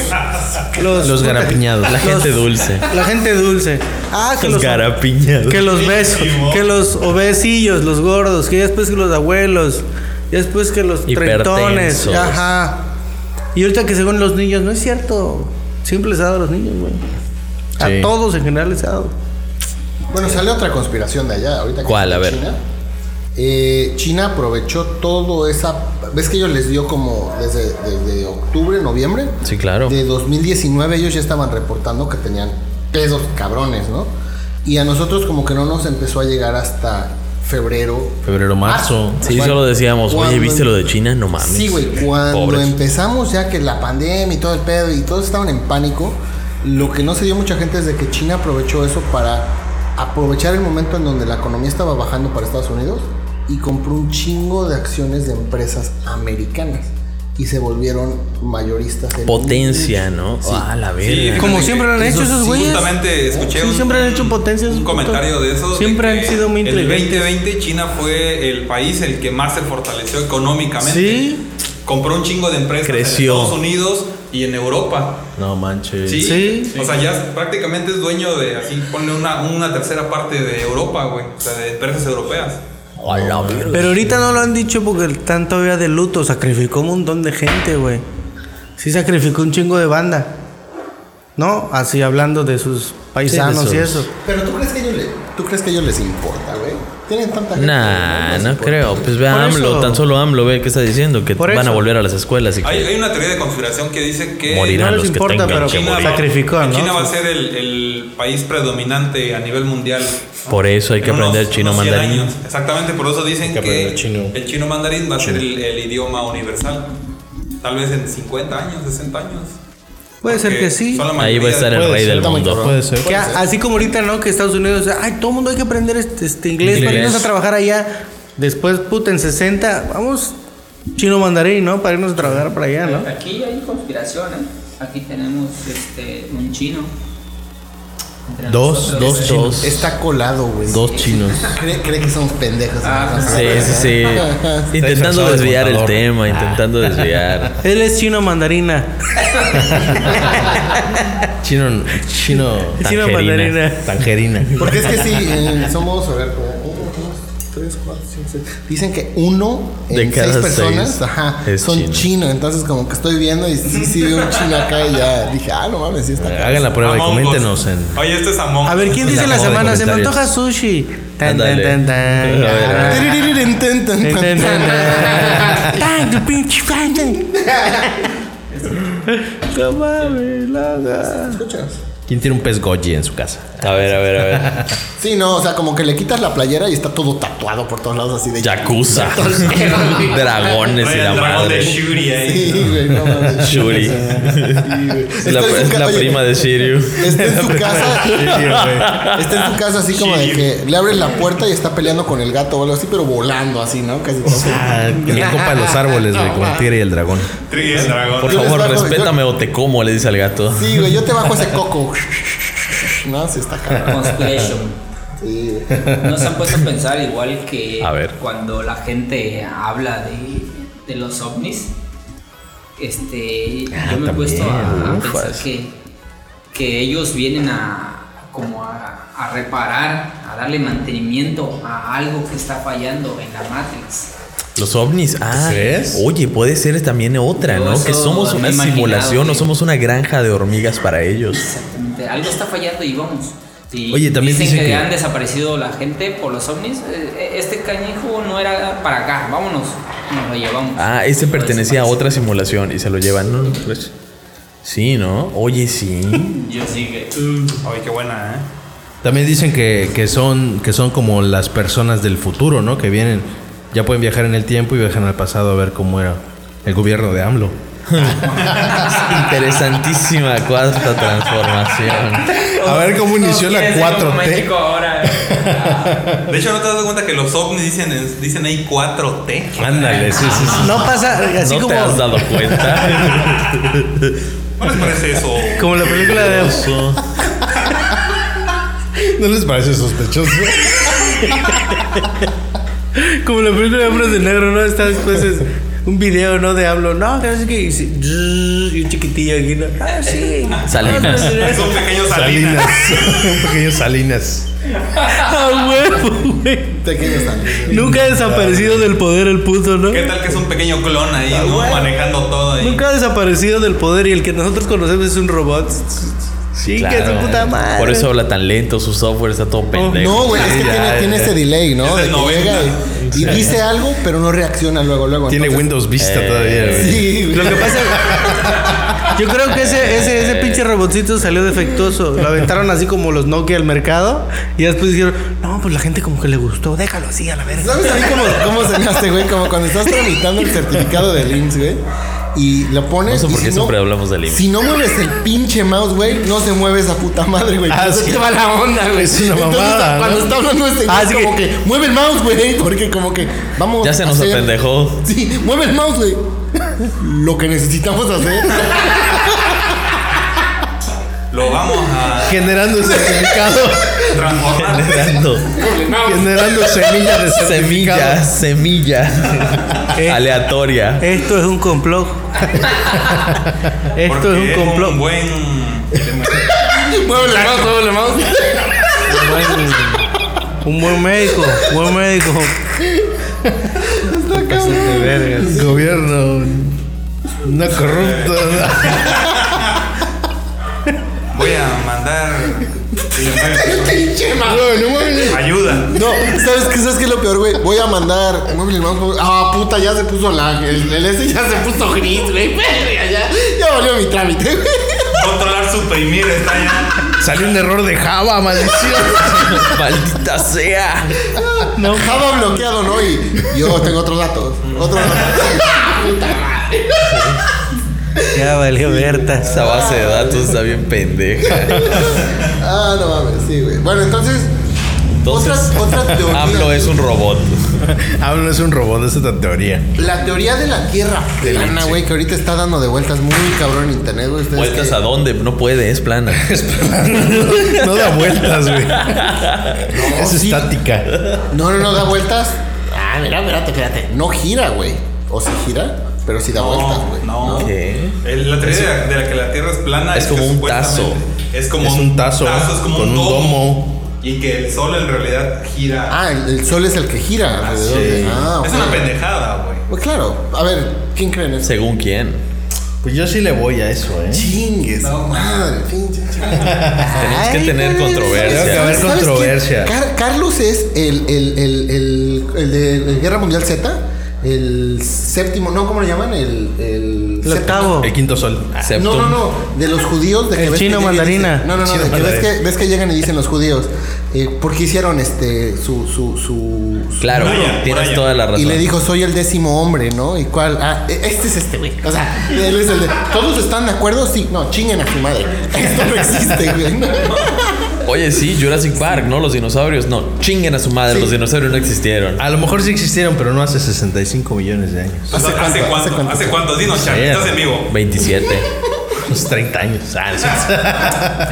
[SPEAKER 7] los,
[SPEAKER 3] Los garapiñados.
[SPEAKER 2] La gente dulce.
[SPEAKER 7] La gente dulce. Ah, que
[SPEAKER 2] Los
[SPEAKER 7] los,
[SPEAKER 2] garapiñados.
[SPEAKER 7] que los besos, que los obesillos, los gordos, que después que los abuelos, y después que los treintones,
[SPEAKER 2] Hipertensos.
[SPEAKER 7] ajá. Y ahorita que según los niños, no es cierto. Siempre les ha dado a los niños, güey. A
[SPEAKER 3] Sí.
[SPEAKER 7] todos en general les ha dado.
[SPEAKER 4] Bueno, sale otra conspiración de allá, ahorita que
[SPEAKER 2] ¿Cuál?
[SPEAKER 4] está
[SPEAKER 2] A ver.
[SPEAKER 4] China. Eh, China aprovechó todo esa. ¿Ves que ellos les dio como desde, desde octubre, noviembre?
[SPEAKER 2] Sí, claro.
[SPEAKER 4] De 2019 ellos ya estaban reportando que tenían pedos cabrones, ¿no? Y a nosotros como que no nos empezó a llegar hasta febrero.
[SPEAKER 3] Febrero, marzo.
[SPEAKER 2] Sí,
[SPEAKER 4] Bueno,
[SPEAKER 2] solo decíamos, oye,
[SPEAKER 4] cuando-
[SPEAKER 2] ¿viste lo de China? No mames.
[SPEAKER 4] Sí, güey, cuando
[SPEAKER 2] Pobres.
[SPEAKER 4] empezamos ya que la pandemia y todo el pedo y todos estaban en pánico, lo que no se dio mucha gente es de que China aprovechó eso para aprovechar el momento en donde la economía estaba bajando para Estados Unidos y compró un chingo de acciones de empresas americanas y se volvieron mayoristas. en-
[SPEAKER 2] Potencia, ¿no? Ah, la verga.
[SPEAKER 5] Sí,
[SPEAKER 7] Eh, Como
[SPEAKER 5] fíjate
[SPEAKER 7] siempre
[SPEAKER 5] que
[SPEAKER 7] lo han hecho
[SPEAKER 5] eso
[SPEAKER 7] esos
[SPEAKER 5] sí,
[SPEAKER 7] güeyes.
[SPEAKER 5] Justamente escuché
[SPEAKER 7] Sí,
[SPEAKER 5] un,
[SPEAKER 7] siempre han hecho potencias,
[SPEAKER 5] un
[SPEAKER 7] puto.
[SPEAKER 5] comentario de eso. de
[SPEAKER 7] Siempre han
[SPEAKER 5] que
[SPEAKER 7] sido muy inteligentes.
[SPEAKER 5] El 2020 China fue el país el que más se fortaleció económicamente.
[SPEAKER 7] Sí.
[SPEAKER 5] Compró un chingo de empresas
[SPEAKER 2] Creció.
[SPEAKER 5] en Estados Unidos y en Europa.
[SPEAKER 3] No manches.
[SPEAKER 5] Sí.
[SPEAKER 7] Sí.
[SPEAKER 5] O sea, ya prácticamente es dueño de así ponle una, una tercera parte de Europa, güey, o sea, de empresas europeas.
[SPEAKER 2] A la verga.
[SPEAKER 7] Pero ahorita no lo han dicho porque están todavía de luto. Sacrificó un montón de gente, güey. Sí sacrificó un chingo de banda. ¿No? Así hablando de sus paisanos
[SPEAKER 2] Sí,
[SPEAKER 7] y
[SPEAKER 2] de sus-
[SPEAKER 7] eso.
[SPEAKER 4] Pero ¿tú crees que ellos, le- ¿tú crees que ellos les importa, güey? Tienen tanta gente.
[SPEAKER 2] Nah,
[SPEAKER 4] les
[SPEAKER 2] no
[SPEAKER 4] importa.
[SPEAKER 2] creo. Pues ve a
[SPEAKER 7] Por
[SPEAKER 2] AMLO,
[SPEAKER 7] eso-
[SPEAKER 2] tan solo AMLO, ve qué está diciendo, que
[SPEAKER 7] Por
[SPEAKER 2] van a
[SPEAKER 7] eso.
[SPEAKER 2] volver a las escuelas y que
[SPEAKER 5] Hay, hay una teoría de conspiración que dice que
[SPEAKER 2] morirán
[SPEAKER 7] no les
[SPEAKER 2] los que
[SPEAKER 7] importa,
[SPEAKER 2] tengan
[SPEAKER 7] pero
[SPEAKER 2] que
[SPEAKER 7] China
[SPEAKER 2] morir.
[SPEAKER 7] sacrificó, ¿no?
[SPEAKER 5] China va a ser el, el país predominante a nivel mundial.
[SPEAKER 2] Por eso hay que
[SPEAKER 5] en unos-
[SPEAKER 2] aprender chino
[SPEAKER 5] unos 100
[SPEAKER 2] mandarín.
[SPEAKER 5] años. Exactamente, por eso dicen
[SPEAKER 3] que
[SPEAKER 5] que,
[SPEAKER 3] aprender chino.
[SPEAKER 5] el chino mandarín va a ser el, el idioma universal. Tal vez en 50 años, 60 años.
[SPEAKER 7] Puede ser
[SPEAKER 5] Porque
[SPEAKER 7] que sí.
[SPEAKER 5] son la
[SPEAKER 2] Ahí va a
[SPEAKER 5] mayoría
[SPEAKER 2] estar el
[SPEAKER 3] Puede
[SPEAKER 2] rey
[SPEAKER 3] ser,
[SPEAKER 2] del
[SPEAKER 3] está muy
[SPEAKER 2] mundo.
[SPEAKER 4] cabrón.
[SPEAKER 3] Puede ser.
[SPEAKER 7] Que a- así como ahorita, ¿no? Que Estados Unidos, ay, todo el mundo hay que aprender este, este inglés, para
[SPEAKER 2] Inglés.
[SPEAKER 7] irnos a trabajar allá. Después, puta, en 60, vamos chino mandarín, ¿no? Para irnos a trabajar para allá, ¿no?
[SPEAKER 6] Aquí hay conspiración, ¿eh? Aquí tenemos este, un chino. Entre
[SPEAKER 3] Dos, dos,
[SPEAKER 6] nosotros.
[SPEAKER 3] dos.
[SPEAKER 4] Está colado, güey.
[SPEAKER 3] Dos chinos.
[SPEAKER 4] Cree, cree que somos pendejos.
[SPEAKER 6] Ah,
[SPEAKER 2] pues, Sí, sí, sí.
[SPEAKER 3] disfrazado
[SPEAKER 2] Intentando
[SPEAKER 3] de
[SPEAKER 2] desviar el
[SPEAKER 3] contador.
[SPEAKER 2] tema, intentando desviar.
[SPEAKER 7] Él es chino mandarina.
[SPEAKER 3] Chino. Chino.
[SPEAKER 7] Chino mandarina.
[SPEAKER 3] Tangerina.
[SPEAKER 4] Porque es que sí, eh, somos, a ver, como uno, dos, tres, cuatro, cinco, seis. Dicen que uno en
[SPEAKER 2] De cada
[SPEAKER 4] seis
[SPEAKER 2] seis
[SPEAKER 4] personas ajá,
[SPEAKER 2] es
[SPEAKER 4] son
[SPEAKER 2] chino.
[SPEAKER 4] chino. Entonces, como que estoy viendo y sí, sí veo un chino acá y ya dije, ah, no mames, sí está acá.
[SPEAKER 3] Hagan la prueba y
[SPEAKER 5] Among Us.
[SPEAKER 3] coméntenos en.
[SPEAKER 5] Oye, este es Among
[SPEAKER 7] A ver, ¿quién
[SPEAKER 3] La
[SPEAKER 7] dice en la
[SPEAKER 3] moda de
[SPEAKER 7] semana? Se me
[SPEAKER 3] comentarios.
[SPEAKER 7] antoja sushi. Tan, tan,
[SPEAKER 2] Ándale.
[SPEAKER 7] tan,
[SPEAKER 2] A ver, a
[SPEAKER 7] tan.
[SPEAKER 4] Tiriririn, tan, tan,
[SPEAKER 7] Tan, tan,
[SPEAKER 4] tan,
[SPEAKER 7] tan, tan.
[SPEAKER 4] tan.
[SPEAKER 7] Tan, tu pinche fan, tan. No mames, loca.
[SPEAKER 4] ¿Escuchas?
[SPEAKER 3] ¿Quién tiene un pez goji en su casa?
[SPEAKER 2] A ver, a ver, a ver.
[SPEAKER 4] Sí, no, o sea, como que le quitas la playera y está todo tatuado por todos lados así de.
[SPEAKER 2] Yakuza. Dragones y
[SPEAKER 5] Oye,
[SPEAKER 2] la
[SPEAKER 5] el dragón de
[SPEAKER 2] madre.
[SPEAKER 5] Shuri ahí.
[SPEAKER 4] Sí, güey, no mames.
[SPEAKER 2] Shuri. Es la,
[SPEAKER 4] Estoy
[SPEAKER 2] es la
[SPEAKER 4] buscando-
[SPEAKER 2] prima de Shiryu.
[SPEAKER 4] Está en su casa. está en su casa así como de que le abres la puerta y está peleando con el gato o algo así, pero volando así, ¿no? Casi todo.
[SPEAKER 3] Ah, que le copa de los árboles, güey, como el tigre y el dragón.
[SPEAKER 5] Tri, el dragón.
[SPEAKER 2] Por
[SPEAKER 4] Yo les
[SPEAKER 2] favor,
[SPEAKER 4] bajo- yo-
[SPEAKER 2] respétame o te como, le dice al gato.
[SPEAKER 4] Sí, güey, yo te bajo ese coco. No, sí está cabrón.
[SPEAKER 6] Conspiration.
[SPEAKER 4] Sí, güey.
[SPEAKER 6] No se han puesto a pensar igual que
[SPEAKER 2] A ver.
[SPEAKER 6] cuando la gente habla de, de los ovnis. Este, yo me he puesto a, a
[SPEAKER 2] Ah, también,
[SPEAKER 6] pensar
[SPEAKER 2] ufas.
[SPEAKER 6] que, que ellos vienen a como a, a reparar, a darle mantenimiento a algo que está fallando en la Matrix.
[SPEAKER 2] Los ovnis, ah,
[SPEAKER 3] crees?
[SPEAKER 2] oye, puede ser también otra,
[SPEAKER 6] Yo
[SPEAKER 2] ¿no?
[SPEAKER 6] eso
[SPEAKER 2] Que somos
[SPEAKER 6] me he
[SPEAKER 2] una
[SPEAKER 6] imaginado,
[SPEAKER 2] simulación, no
[SPEAKER 6] güey.
[SPEAKER 2] somos una granja de hormigas para ellos.
[SPEAKER 6] Exactamente, algo está fallando y vamos. Y
[SPEAKER 3] Oye, también
[SPEAKER 6] dicen,
[SPEAKER 3] dicen
[SPEAKER 6] que,
[SPEAKER 3] que-
[SPEAKER 6] han desaparecido la gente por los ovnis. Eh, Este cañejo no era para acá, vámonos. Nos lo llevamos.
[SPEAKER 2] Ah, este
[SPEAKER 6] Lo
[SPEAKER 3] Pues,
[SPEAKER 2] pertenecía a
[SPEAKER 6] desaparecen.
[SPEAKER 2] otra simulación y se lo llevan. ¿no? Pues, Sí, ¿no? Oye, sí.
[SPEAKER 6] Yo sí que.
[SPEAKER 5] Ay, qué buena, ¿eh?
[SPEAKER 3] También dicen que, que son, que son como las personas del futuro, ¿no? Que vienen, ya pueden viajar en el tiempo y viajan al pasado a ver cómo era el gobierno de AMLO.
[SPEAKER 2] Interesantísima cuarta transformación.
[SPEAKER 3] A ver cómo inició la
[SPEAKER 6] Quiere ser como
[SPEAKER 3] 4T.
[SPEAKER 6] México ahora. eh.
[SPEAKER 5] De hecho, ¿no te has dado cuenta que los ovnis dicen, dicen ahí 4T?
[SPEAKER 3] Ándale, sí, sí, sí.
[SPEAKER 7] No pasa, así
[SPEAKER 2] ¿No
[SPEAKER 7] como,
[SPEAKER 2] te has dado cuenta?
[SPEAKER 5] ¿No les parece eso?
[SPEAKER 7] como la película de.
[SPEAKER 3] ¿No les parece sospechoso?
[SPEAKER 7] Como la película de Hombres de Negro, ¿no? Está después es un video, ¿no? De hablo, no, que no sé qué. Y, dice, "Zzzz", y un chiquitillo aquí, ¿no? Ah, sí.
[SPEAKER 2] Salinas.
[SPEAKER 5] Es un pequeño salina.
[SPEAKER 3] Salinas. Un pequeño Salinas.
[SPEAKER 7] Ah, huevo, güey.
[SPEAKER 4] Te quedas también.
[SPEAKER 7] Nunca ha desaparecido del poder el puto, ¿no?
[SPEAKER 5] ¿Qué tal que es un pequeño clon ahí, no?
[SPEAKER 7] bueno.
[SPEAKER 5] Manejando todo ahí.
[SPEAKER 7] Nunca ha desaparecido del poder y el que nosotros conocemos es un robot. Sí, que es
[SPEAKER 2] Claro.
[SPEAKER 7] su puta madre.
[SPEAKER 2] Por eso habla tan lento, su software está todo pendejo.
[SPEAKER 4] No, güey, es que
[SPEAKER 2] Sí,
[SPEAKER 4] tiene,
[SPEAKER 2] ya,
[SPEAKER 4] tiene
[SPEAKER 2] ya.
[SPEAKER 4] ese delay, ¿no?
[SPEAKER 5] Es
[SPEAKER 4] De
[SPEAKER 5] el
[SPEAKER 4] que
[SPEAKER 5] 90.
[SPEAKER 4] llega y, y dice algo, pero no reacciona luego, luego.
[SPEAKER 3] Tiene
[SPEAKER 4] Entonces-
[SPEAKER 3] Windows Vista
[SPEAKER 2] Eh,
[SPEAKER 3] todavía, güey.
[SPEAKER 4] Sí, güey.
[SPEAKER 7] Lo que pasa Yo creo que ese, ese, ese pinche robotcito salió defectuoso. Lo aventaron así como los Nokia al mercado. Y después dijeron, no, pues la gente como que le gustó. Déjalo así a la verga.
[SPEAKER 4] ¿Sabes a mí cómo, cómo se me hace, güey? Como cuando estás tramitando el certificado del IMSS, güey. Y lo pones.
[SPEAKER 2] No sé
[SPEAKER 4] y
[SPEAKER 2] por qué siempre hablamos del IMSS.
[SPEAKER 4] Si no mueves el pinche mouse, güey, no se mueve esa puta madre, güey.
[SPEAKER 3] Ah,
[SPEAKER 4] No se
[SPEAKER 3] sí.
[SPEAKER 4] te va la onda, güey.
[SPEAKER 3] Es una
[SPEAKER 4] Entonces,
[SPEAKER 3] mamada,
[SPEAKER 4] cuando
[SPEAKER 3] ¿no?
[SPEAKER 4] está hablando este
[SPEAKER 7] Ah,
[SPEAKER 4] güey,
[SPEAKER 7] sí
[SPEAKER 4] como que...
[SPEAKER 7] que-
[SPEAKER 4] mueve el mouse, güey. Porque como que vamos.
[SPEAKER 2] Ya se
[SPEAKER 4] a
[SPEAKER 2] nos
[SPEAKER 4] hacer-
[SPEAKER 2] apendejó.
[SPEAKER 4] Sí, mueve el mouse, güey. Lo que necesitamos hacer.
[SPEAKER 5] Lo vamos a
[SPEAKER 3] Generando ese certificado.
[SPEAKER 5] transformar.
[SPEAKER 2] Generando
[SPEAKER 3] generando semillas de
[SPEAKER 2] semilla,
[SPEAKER 3] certificado.
[SPEAKER 2] semilla
[SPEAKER 7] Eh.
[SPEAKER 2] aleatoria.
[SPEAKER 7] Esto es un complot. Esto
[SPEAKER 5] porque
[SPEAKER 7] es un complot.
[SPEAKER 5] Un buen.
[SPEAKER 4] mueve el mouse, mueve el mouse.
[SPEAKER 7] Un buen médico, buen médico.
[SPEAKER 3] Gobierno no corrupto.
[SPEAKER 5] Voy a mandar.
[SPEAKER 4] Pinche mouse. No, no mueve el-
[SPEAKER 5] Ayuda.
[SPEAKER 4] No, ¿sabes qué? ¿Sabes qué es lo peor, güey? Voy a mandar. Mueve el mouse. mueve- Ah, puta, ya se puso la. El, el ese ya se puso gris, güey. Verga, Ya, ya valió mi trámite, güey.
[SPEAKER 5] Controlar suprimir está ya.
[SPEAKER 3] Salió un error de Java, maldición.
[SPEAKER 2] Maldita sea.
[SPEAKER 4] No. Java bloqueado, ¿no? Y yo tengo otros datos. Otros datos.
[SPEAKER 7] Ya valió Berta.
[SPEAKER 2] Esa base de datos está bien pendeja.
[SPEAKER 4] Ah, no mames, sí, güey. Bueno, entonces.
[SPEAKER 2] Entonces,
[SPEAKER 4] otra, otra teoría.
[SPEAKER 2] AMLO es un robot.
[SPEAKER 3] Hablo es un robot, esa es la teoría.
[SPEAKER 4] La teoría de la tierra plana, güey, que ahorita está dando de vueltas muy cabrón en internet, güey. Ustedes
[SPEAKER 2] ¿Vueltas
[SPEAKER 4] que-
[SPEAKER 2] a dónde? No puede, es plana.
[SPEAKER 3] No da vueltas, güey. es
[SPEAKER 4] sí.
[SPEAKER 3] estática.
[SPEAKER 4] No, no, no, da vueltas. Ah, mira, espérate, espérate. No gira, güey. O si gira, pero sí da vueltas, güey.
[SPEAKER 5] No, no.
[SPEAKER 2] ¿Qué?
[SPEAKER 5] El- La teoría de la- de la que la Tierra es plana
[SPEAKER 2] Es como
[SPEAKER 5] que
[SPEAKER 2] un
[SPEAKER 5] supuestamente Es como
[SPEAKER 3] Es un tazo,
[SPEAKER 5] es como
[SPEAKER 3] con
[SPEAKER 5] un
[SPEAKER 3] un
[SPEAKER 5] domo,
[SPEAKER 3] domo.
[SPEAKER 5] Y que el sol en realidad gira.
[SPEAKER 4] Ah, el, el sol es el que gira alrededor de. Ah,
[SPEAKER 5] es
[SPEAKER 4] ok.
[SPEAKER 5] una pendejada, güey.
[SPEAKER 4] Pues claro, a ver, ¿quién cree en eso?
[SPEAKER 2] Según quién.
[SPEAKER 3] Pues yo sí le voy a eso, ¿eh?
[SPEAKER 4] Chingues, madre, pinche.
[SPEAKER 2] Tenemos que tener
[SPEAKER 3] Tenemos que haber
[SPEAKER 2] controversia.
[SPEAKER 4] ¿Sabes
[SPEAKER 3] controversia.
[SPEAKER 4] qué? Car- Carlos es el, el, el, el, el de Guerra Mundial Z, el séptimo, no, ¿cómo le llaman? El, el
[SPEAKER 7] El
[SPEAKER 4] séptimo.
[SPEAKER 7] octavo.
[SPEAKER 3] El quinto sol.
[SPEAKER 2] Septum.
[SPEAKER 4] No, no, no, de los judíos. De que
[SPEAKER 7] El
[SPEAKER 4] ves que
[SPEAKER 7] chino
[SPEAKER 4] llegan y dicen-
[SPEAKER 7] mandarina.
[SPEAKER 4] no, no, no,
[SPEAKER 3] Chino
[SPEAKER 4] de que ves,
[SPEAKER 3] mandarín.
[SPEAKER 4] que ves que llegan y dicen los judíos, eh, ¿por qué hicieron este, su, su, su, su-
[SPEAKER 2] Claro,
[SPEAKER 5] Muralla,
[SPEAKER 2] tienes
[SPEAKER 5] muralla.
[SPEAKER 2] toda la razón.
[SPEAKER 4] Y le dijo, soy el décimo hombre, ¿no? ¿Y cuál? Ah, e- este es este, güey. O sea, él es el de... ¿Todos están de acuerdo? Sí. No, chinguen a su madre. Esto no existe, güey. ¿no?
[SPEAKER 2] Oye, sí, Jurassic Park, ¿no? Los dinosaurios, no. Chinguen a su madre,
[SPEAKER 4] Sí.
[SPEAKER 2] los dinosaurios no existieron. Ah,
[SPEAKER 3] A lo mejor sí existieron, pero no hace 65 millones de años.
[SPEAKER 5] ¿Hace, cuánto? ¿Hace cuánto? Dinos, Charlie,
[SPEAKER 3] sé.
[SPEAKER 5] estás en vivo.
[SPEAKER 2] 27.
[SPEAKER 3] Unos 30 años. Ah, no es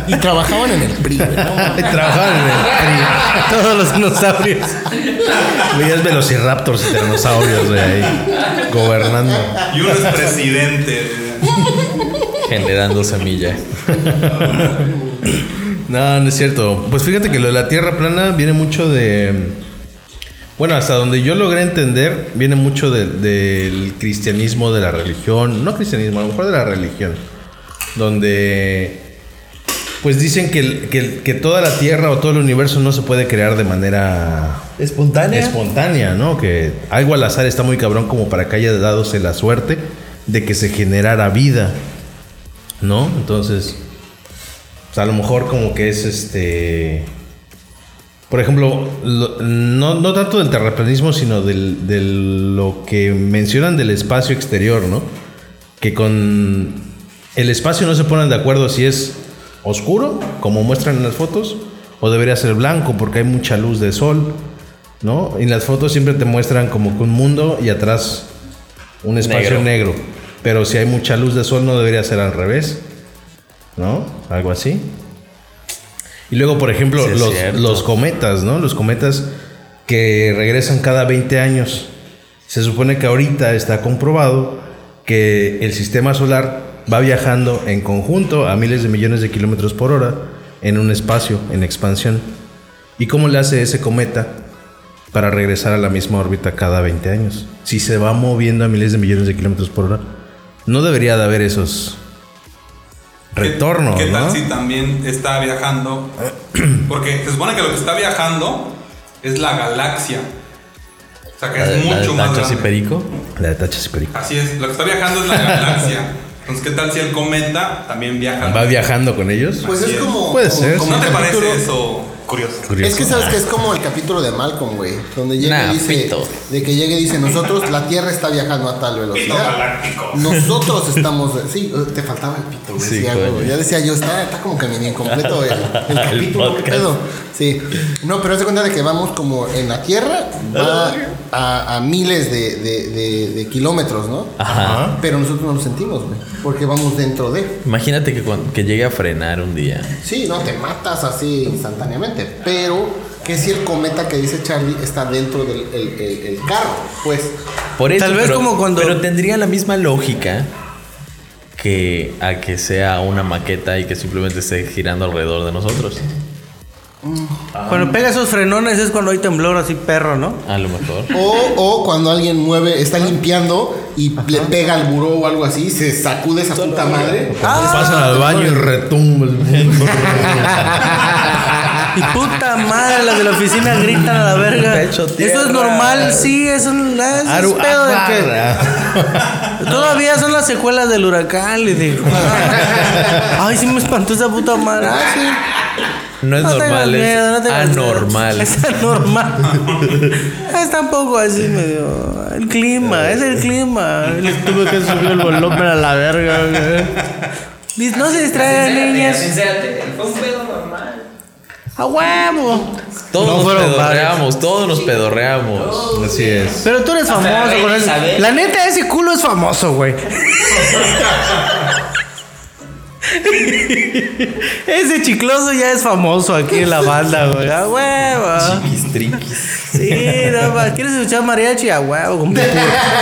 [SPEAKER 3] cierto.
[SPEAKER 4] Y trabajaban en el PRI, güey. ¿no?
[SPEAKER 3] Trabajaban en el PRI. Todos los dinosaurios. Veías velociraptors y tiranosaurios de ahí gobernando.
[SPEAKER 5] Y uno es presidente.
[SPEAKER 2] Generando semilla.
[SPEAKER 3] No, no es cierto. Pues fíjate que lo de la Tierra plana viene mucho de. Bueno, hasta donde yo logré entender, viene mucho de- del cristianismo, de la religión. No cristianismo, a lo mejor de la religión. Donde. Pues dicen que, el- que el- que toda la Tierra o todo el universo no se puede crear de manera
[SPEAKER 7] Espontánea.
[SPEAKER 3] espontánea, ¿no? Que algo al azar está muy cabrón como para que haya dadose la suerte de que se generara vida, ¿no? Entonces, o sea, a lo mejor como que es este... Por ejemplo, lo- no, no tanto del terraplanismo, sino del- de lo que mencionan del espacio exterior, ¿no? Que con el espacio no se ponen de acuerdo si es oscuro, como muestran en las fotos, o debería ser blanco porque hay mucha luz de sol, ¿no? Y en las fotos siempre te muestran como que un mundo y atrás un espacio negro. Pero si hay mucha luz de sol no debería ser al revés, ¿no? Algo así. Y luego, por ejemplo,
[SPEAKER 2] Sí, es
[SPEAKER 3] los,
[SPEAKER 2] cierto.
[SPEAKER 3] los cometas, ¿no? Los cometas que regresan cada 20 años. Se supone que ahorita está comprobado que el sistema solar va viajando en conjunto a miles de millones de kilómetros por hora en un espacio en expansión. ¿Y cómo le hace ese cometa para regresar a la misma órbita cada 20 años? Si se va moviendo a miles de millones de kilómetros por hora, no debería de haber esos
[SPEAKER 5] ¿Qué-
[SPEAKER 3] retornos.
[SPEAKER 5] ¿Qué, tal
[SPEAKER 3] ¿no?
[SPEAKER 5] si también está viajando? Porque se supone que lo que está viajando es la galaxia. O sea que
[SPEAKER 2] La
[SPEAKER 5] es
[SPEAKER 2] de- la de
[SPEAKER 5] mucho más
[SPEAKER 2] Nachos y
[SPEAKER 5] grande.
[SPEAKER 2] Perico.
[SPEAKER 3] La de Tachas y Perico.
[SPEAKER 5] Así es, lo que está viajando es la galaxia. Entonces, ¿qué tal si el cometa también viaja?
[SPEAKER 3] ¿Va viajando con ellos?
[SPEAKER 4] Pues
[SPEAKER 5] Así
[SPEAKER 4] es
[SPEAKER 5] es.
[SPEAKER 4] como.
[SPEAKER 3] Puede
[SPEAKER 4] como-
[SPEAKER 2] ¿eh?
[SPEAKER 3] ser,
[SPEAKER 4] como
[SPEAKER 5] ¿No
[SPEAKER 4] el
[SPEAKER 5] te
[SPEAKER 4] capítulo-
[SPEAKER 5] parece eso curioso?
[SPEAKER 4] Es que sabes que es como el capítulo de Malcolm, güey. Donde llega
[SPEAKER 2] Nah,
[SPEAKER 4] y dice.
[SPEAKER 2] pito.
[SPEAKER 4] De que llega y dice, nosotros, la Tierra está viajando a tal
[SPEAKER 5] Pito
[SPEAKER 4] velocidad.
[SPEAKER 5] galáctico.
[SPEAKER 4] Nosotros estamos. Sí, eh, te faltaba el pito, güey.
[SPEAKER 2] Sí,
[SPEAKER 4] sí, algo,
[SPEAKER 2] coño.
[SPEAKER 4] güey. ya decía yo, está, está como que medio incompleto el, el
[SPEAKER 2] El
[SPEAKER 4] capítulo, ¿qué
[SPEAKER 2] podcast.
[SPEAKER 4] pedo? Sí. No, pero se cuenta de que vamos como en la Tierra,
[SPEAKER 2] Ah,
[SPEAKER 4] va a, a miles de, de- de- de kilómetros, ¿no?
[SPEAKER 2] Ajá.
[SPEAKER 4] Pero nosotros no nos sentimos, güey. Porque vamos dentro de.
[SPEAKER 2] Imagínate que, cuan- que llegue a frenar un día.
[SPEAKER 4] Sí, no te matas así instantáneamente. Pero, ¿qué si el cometa que dice Charlie está dentro del el- el- el carro? Pues,
[SPEAKER 2] Por eso,
[SPEAKER 7] Tal vez
[SPEAKER 2] pero-
[SPEAKER 7] como cuando-
[SPEAKER 2] Pero tendría la misma lógica que a que sea una maqueta y que simplemente esté girando alrededor de nosotros.
[SPEAKER 7] Cuando pega esos frenones es cuando hay temblor así perro, ¿no?
[SPEAKER 2] A lo mejor.
[SPEAKER 4] o, o cuando alguien mueve, está limpiando y le pega al buró o algo así, se sacude esa puta madre.
[SPEAKER 7] Ah.
[SPEAKER 3] Pasan al baño y retumba el mundo.
[SPEAKER 7] Y puta madre, las de la oficina gritan a la verga.
[SPEAKER 2] Pecho,
[SPEAKER 7] Eso es
[SPEAKER 2] tierra.
[SPEAKER 7] normal, sí, es un, es un
[SPEAKER 3] Aru
[SPEAKER 7] pedo de que
[SPEAKER 3] Abarra.
[SPEAKER 7] todavía son las secuelas del huracán. Y digo, ay, sí me espantó esa puta madre. Ah, sí.
[SPEAKER 2] No es
[SPEAKER 7] tengas
[SPEAKER 2] normal, es
[SPEAKER 7] miedo, no tengas miedo.
[SPEAKER 2] anormal.
[SPEAKER 7] Es anormal. es tampoco así medio. El clima, es el clima. Le tuve que subir el volumen a la verga. güey. Dice, No se distraigan, niñas.
[SPEAKER 6] Sincérate, fue un pedo normal.
[SPEAKER 7] ¡A huevo!
[SPEAKER 2] Todos
[SPEAKER 7] No
[SPEAKER 2] nos
[SPEAKER 7] fueron
[SPEAKER 2] pedorreamos, todos nos pedorreamos.
[SPEAKER 3] Así es.
[SPEAKER 7] Pero tú eres
[SPEAKER 6] Hasta la
[SPEAKER 7] famoso
[SPEAKER 6] reina
[SPEAKER 7] con eso.
[SPEAKER 6] Isabel.
[SPEAKER 7] La neta, ese culo es famoso, güey. ese chicloso ya es famoso aquí en la banda, güey. ¡A huevo! Sí, no, ma, ¿quieres escuchar mariachi? A huevo, con, popurrí,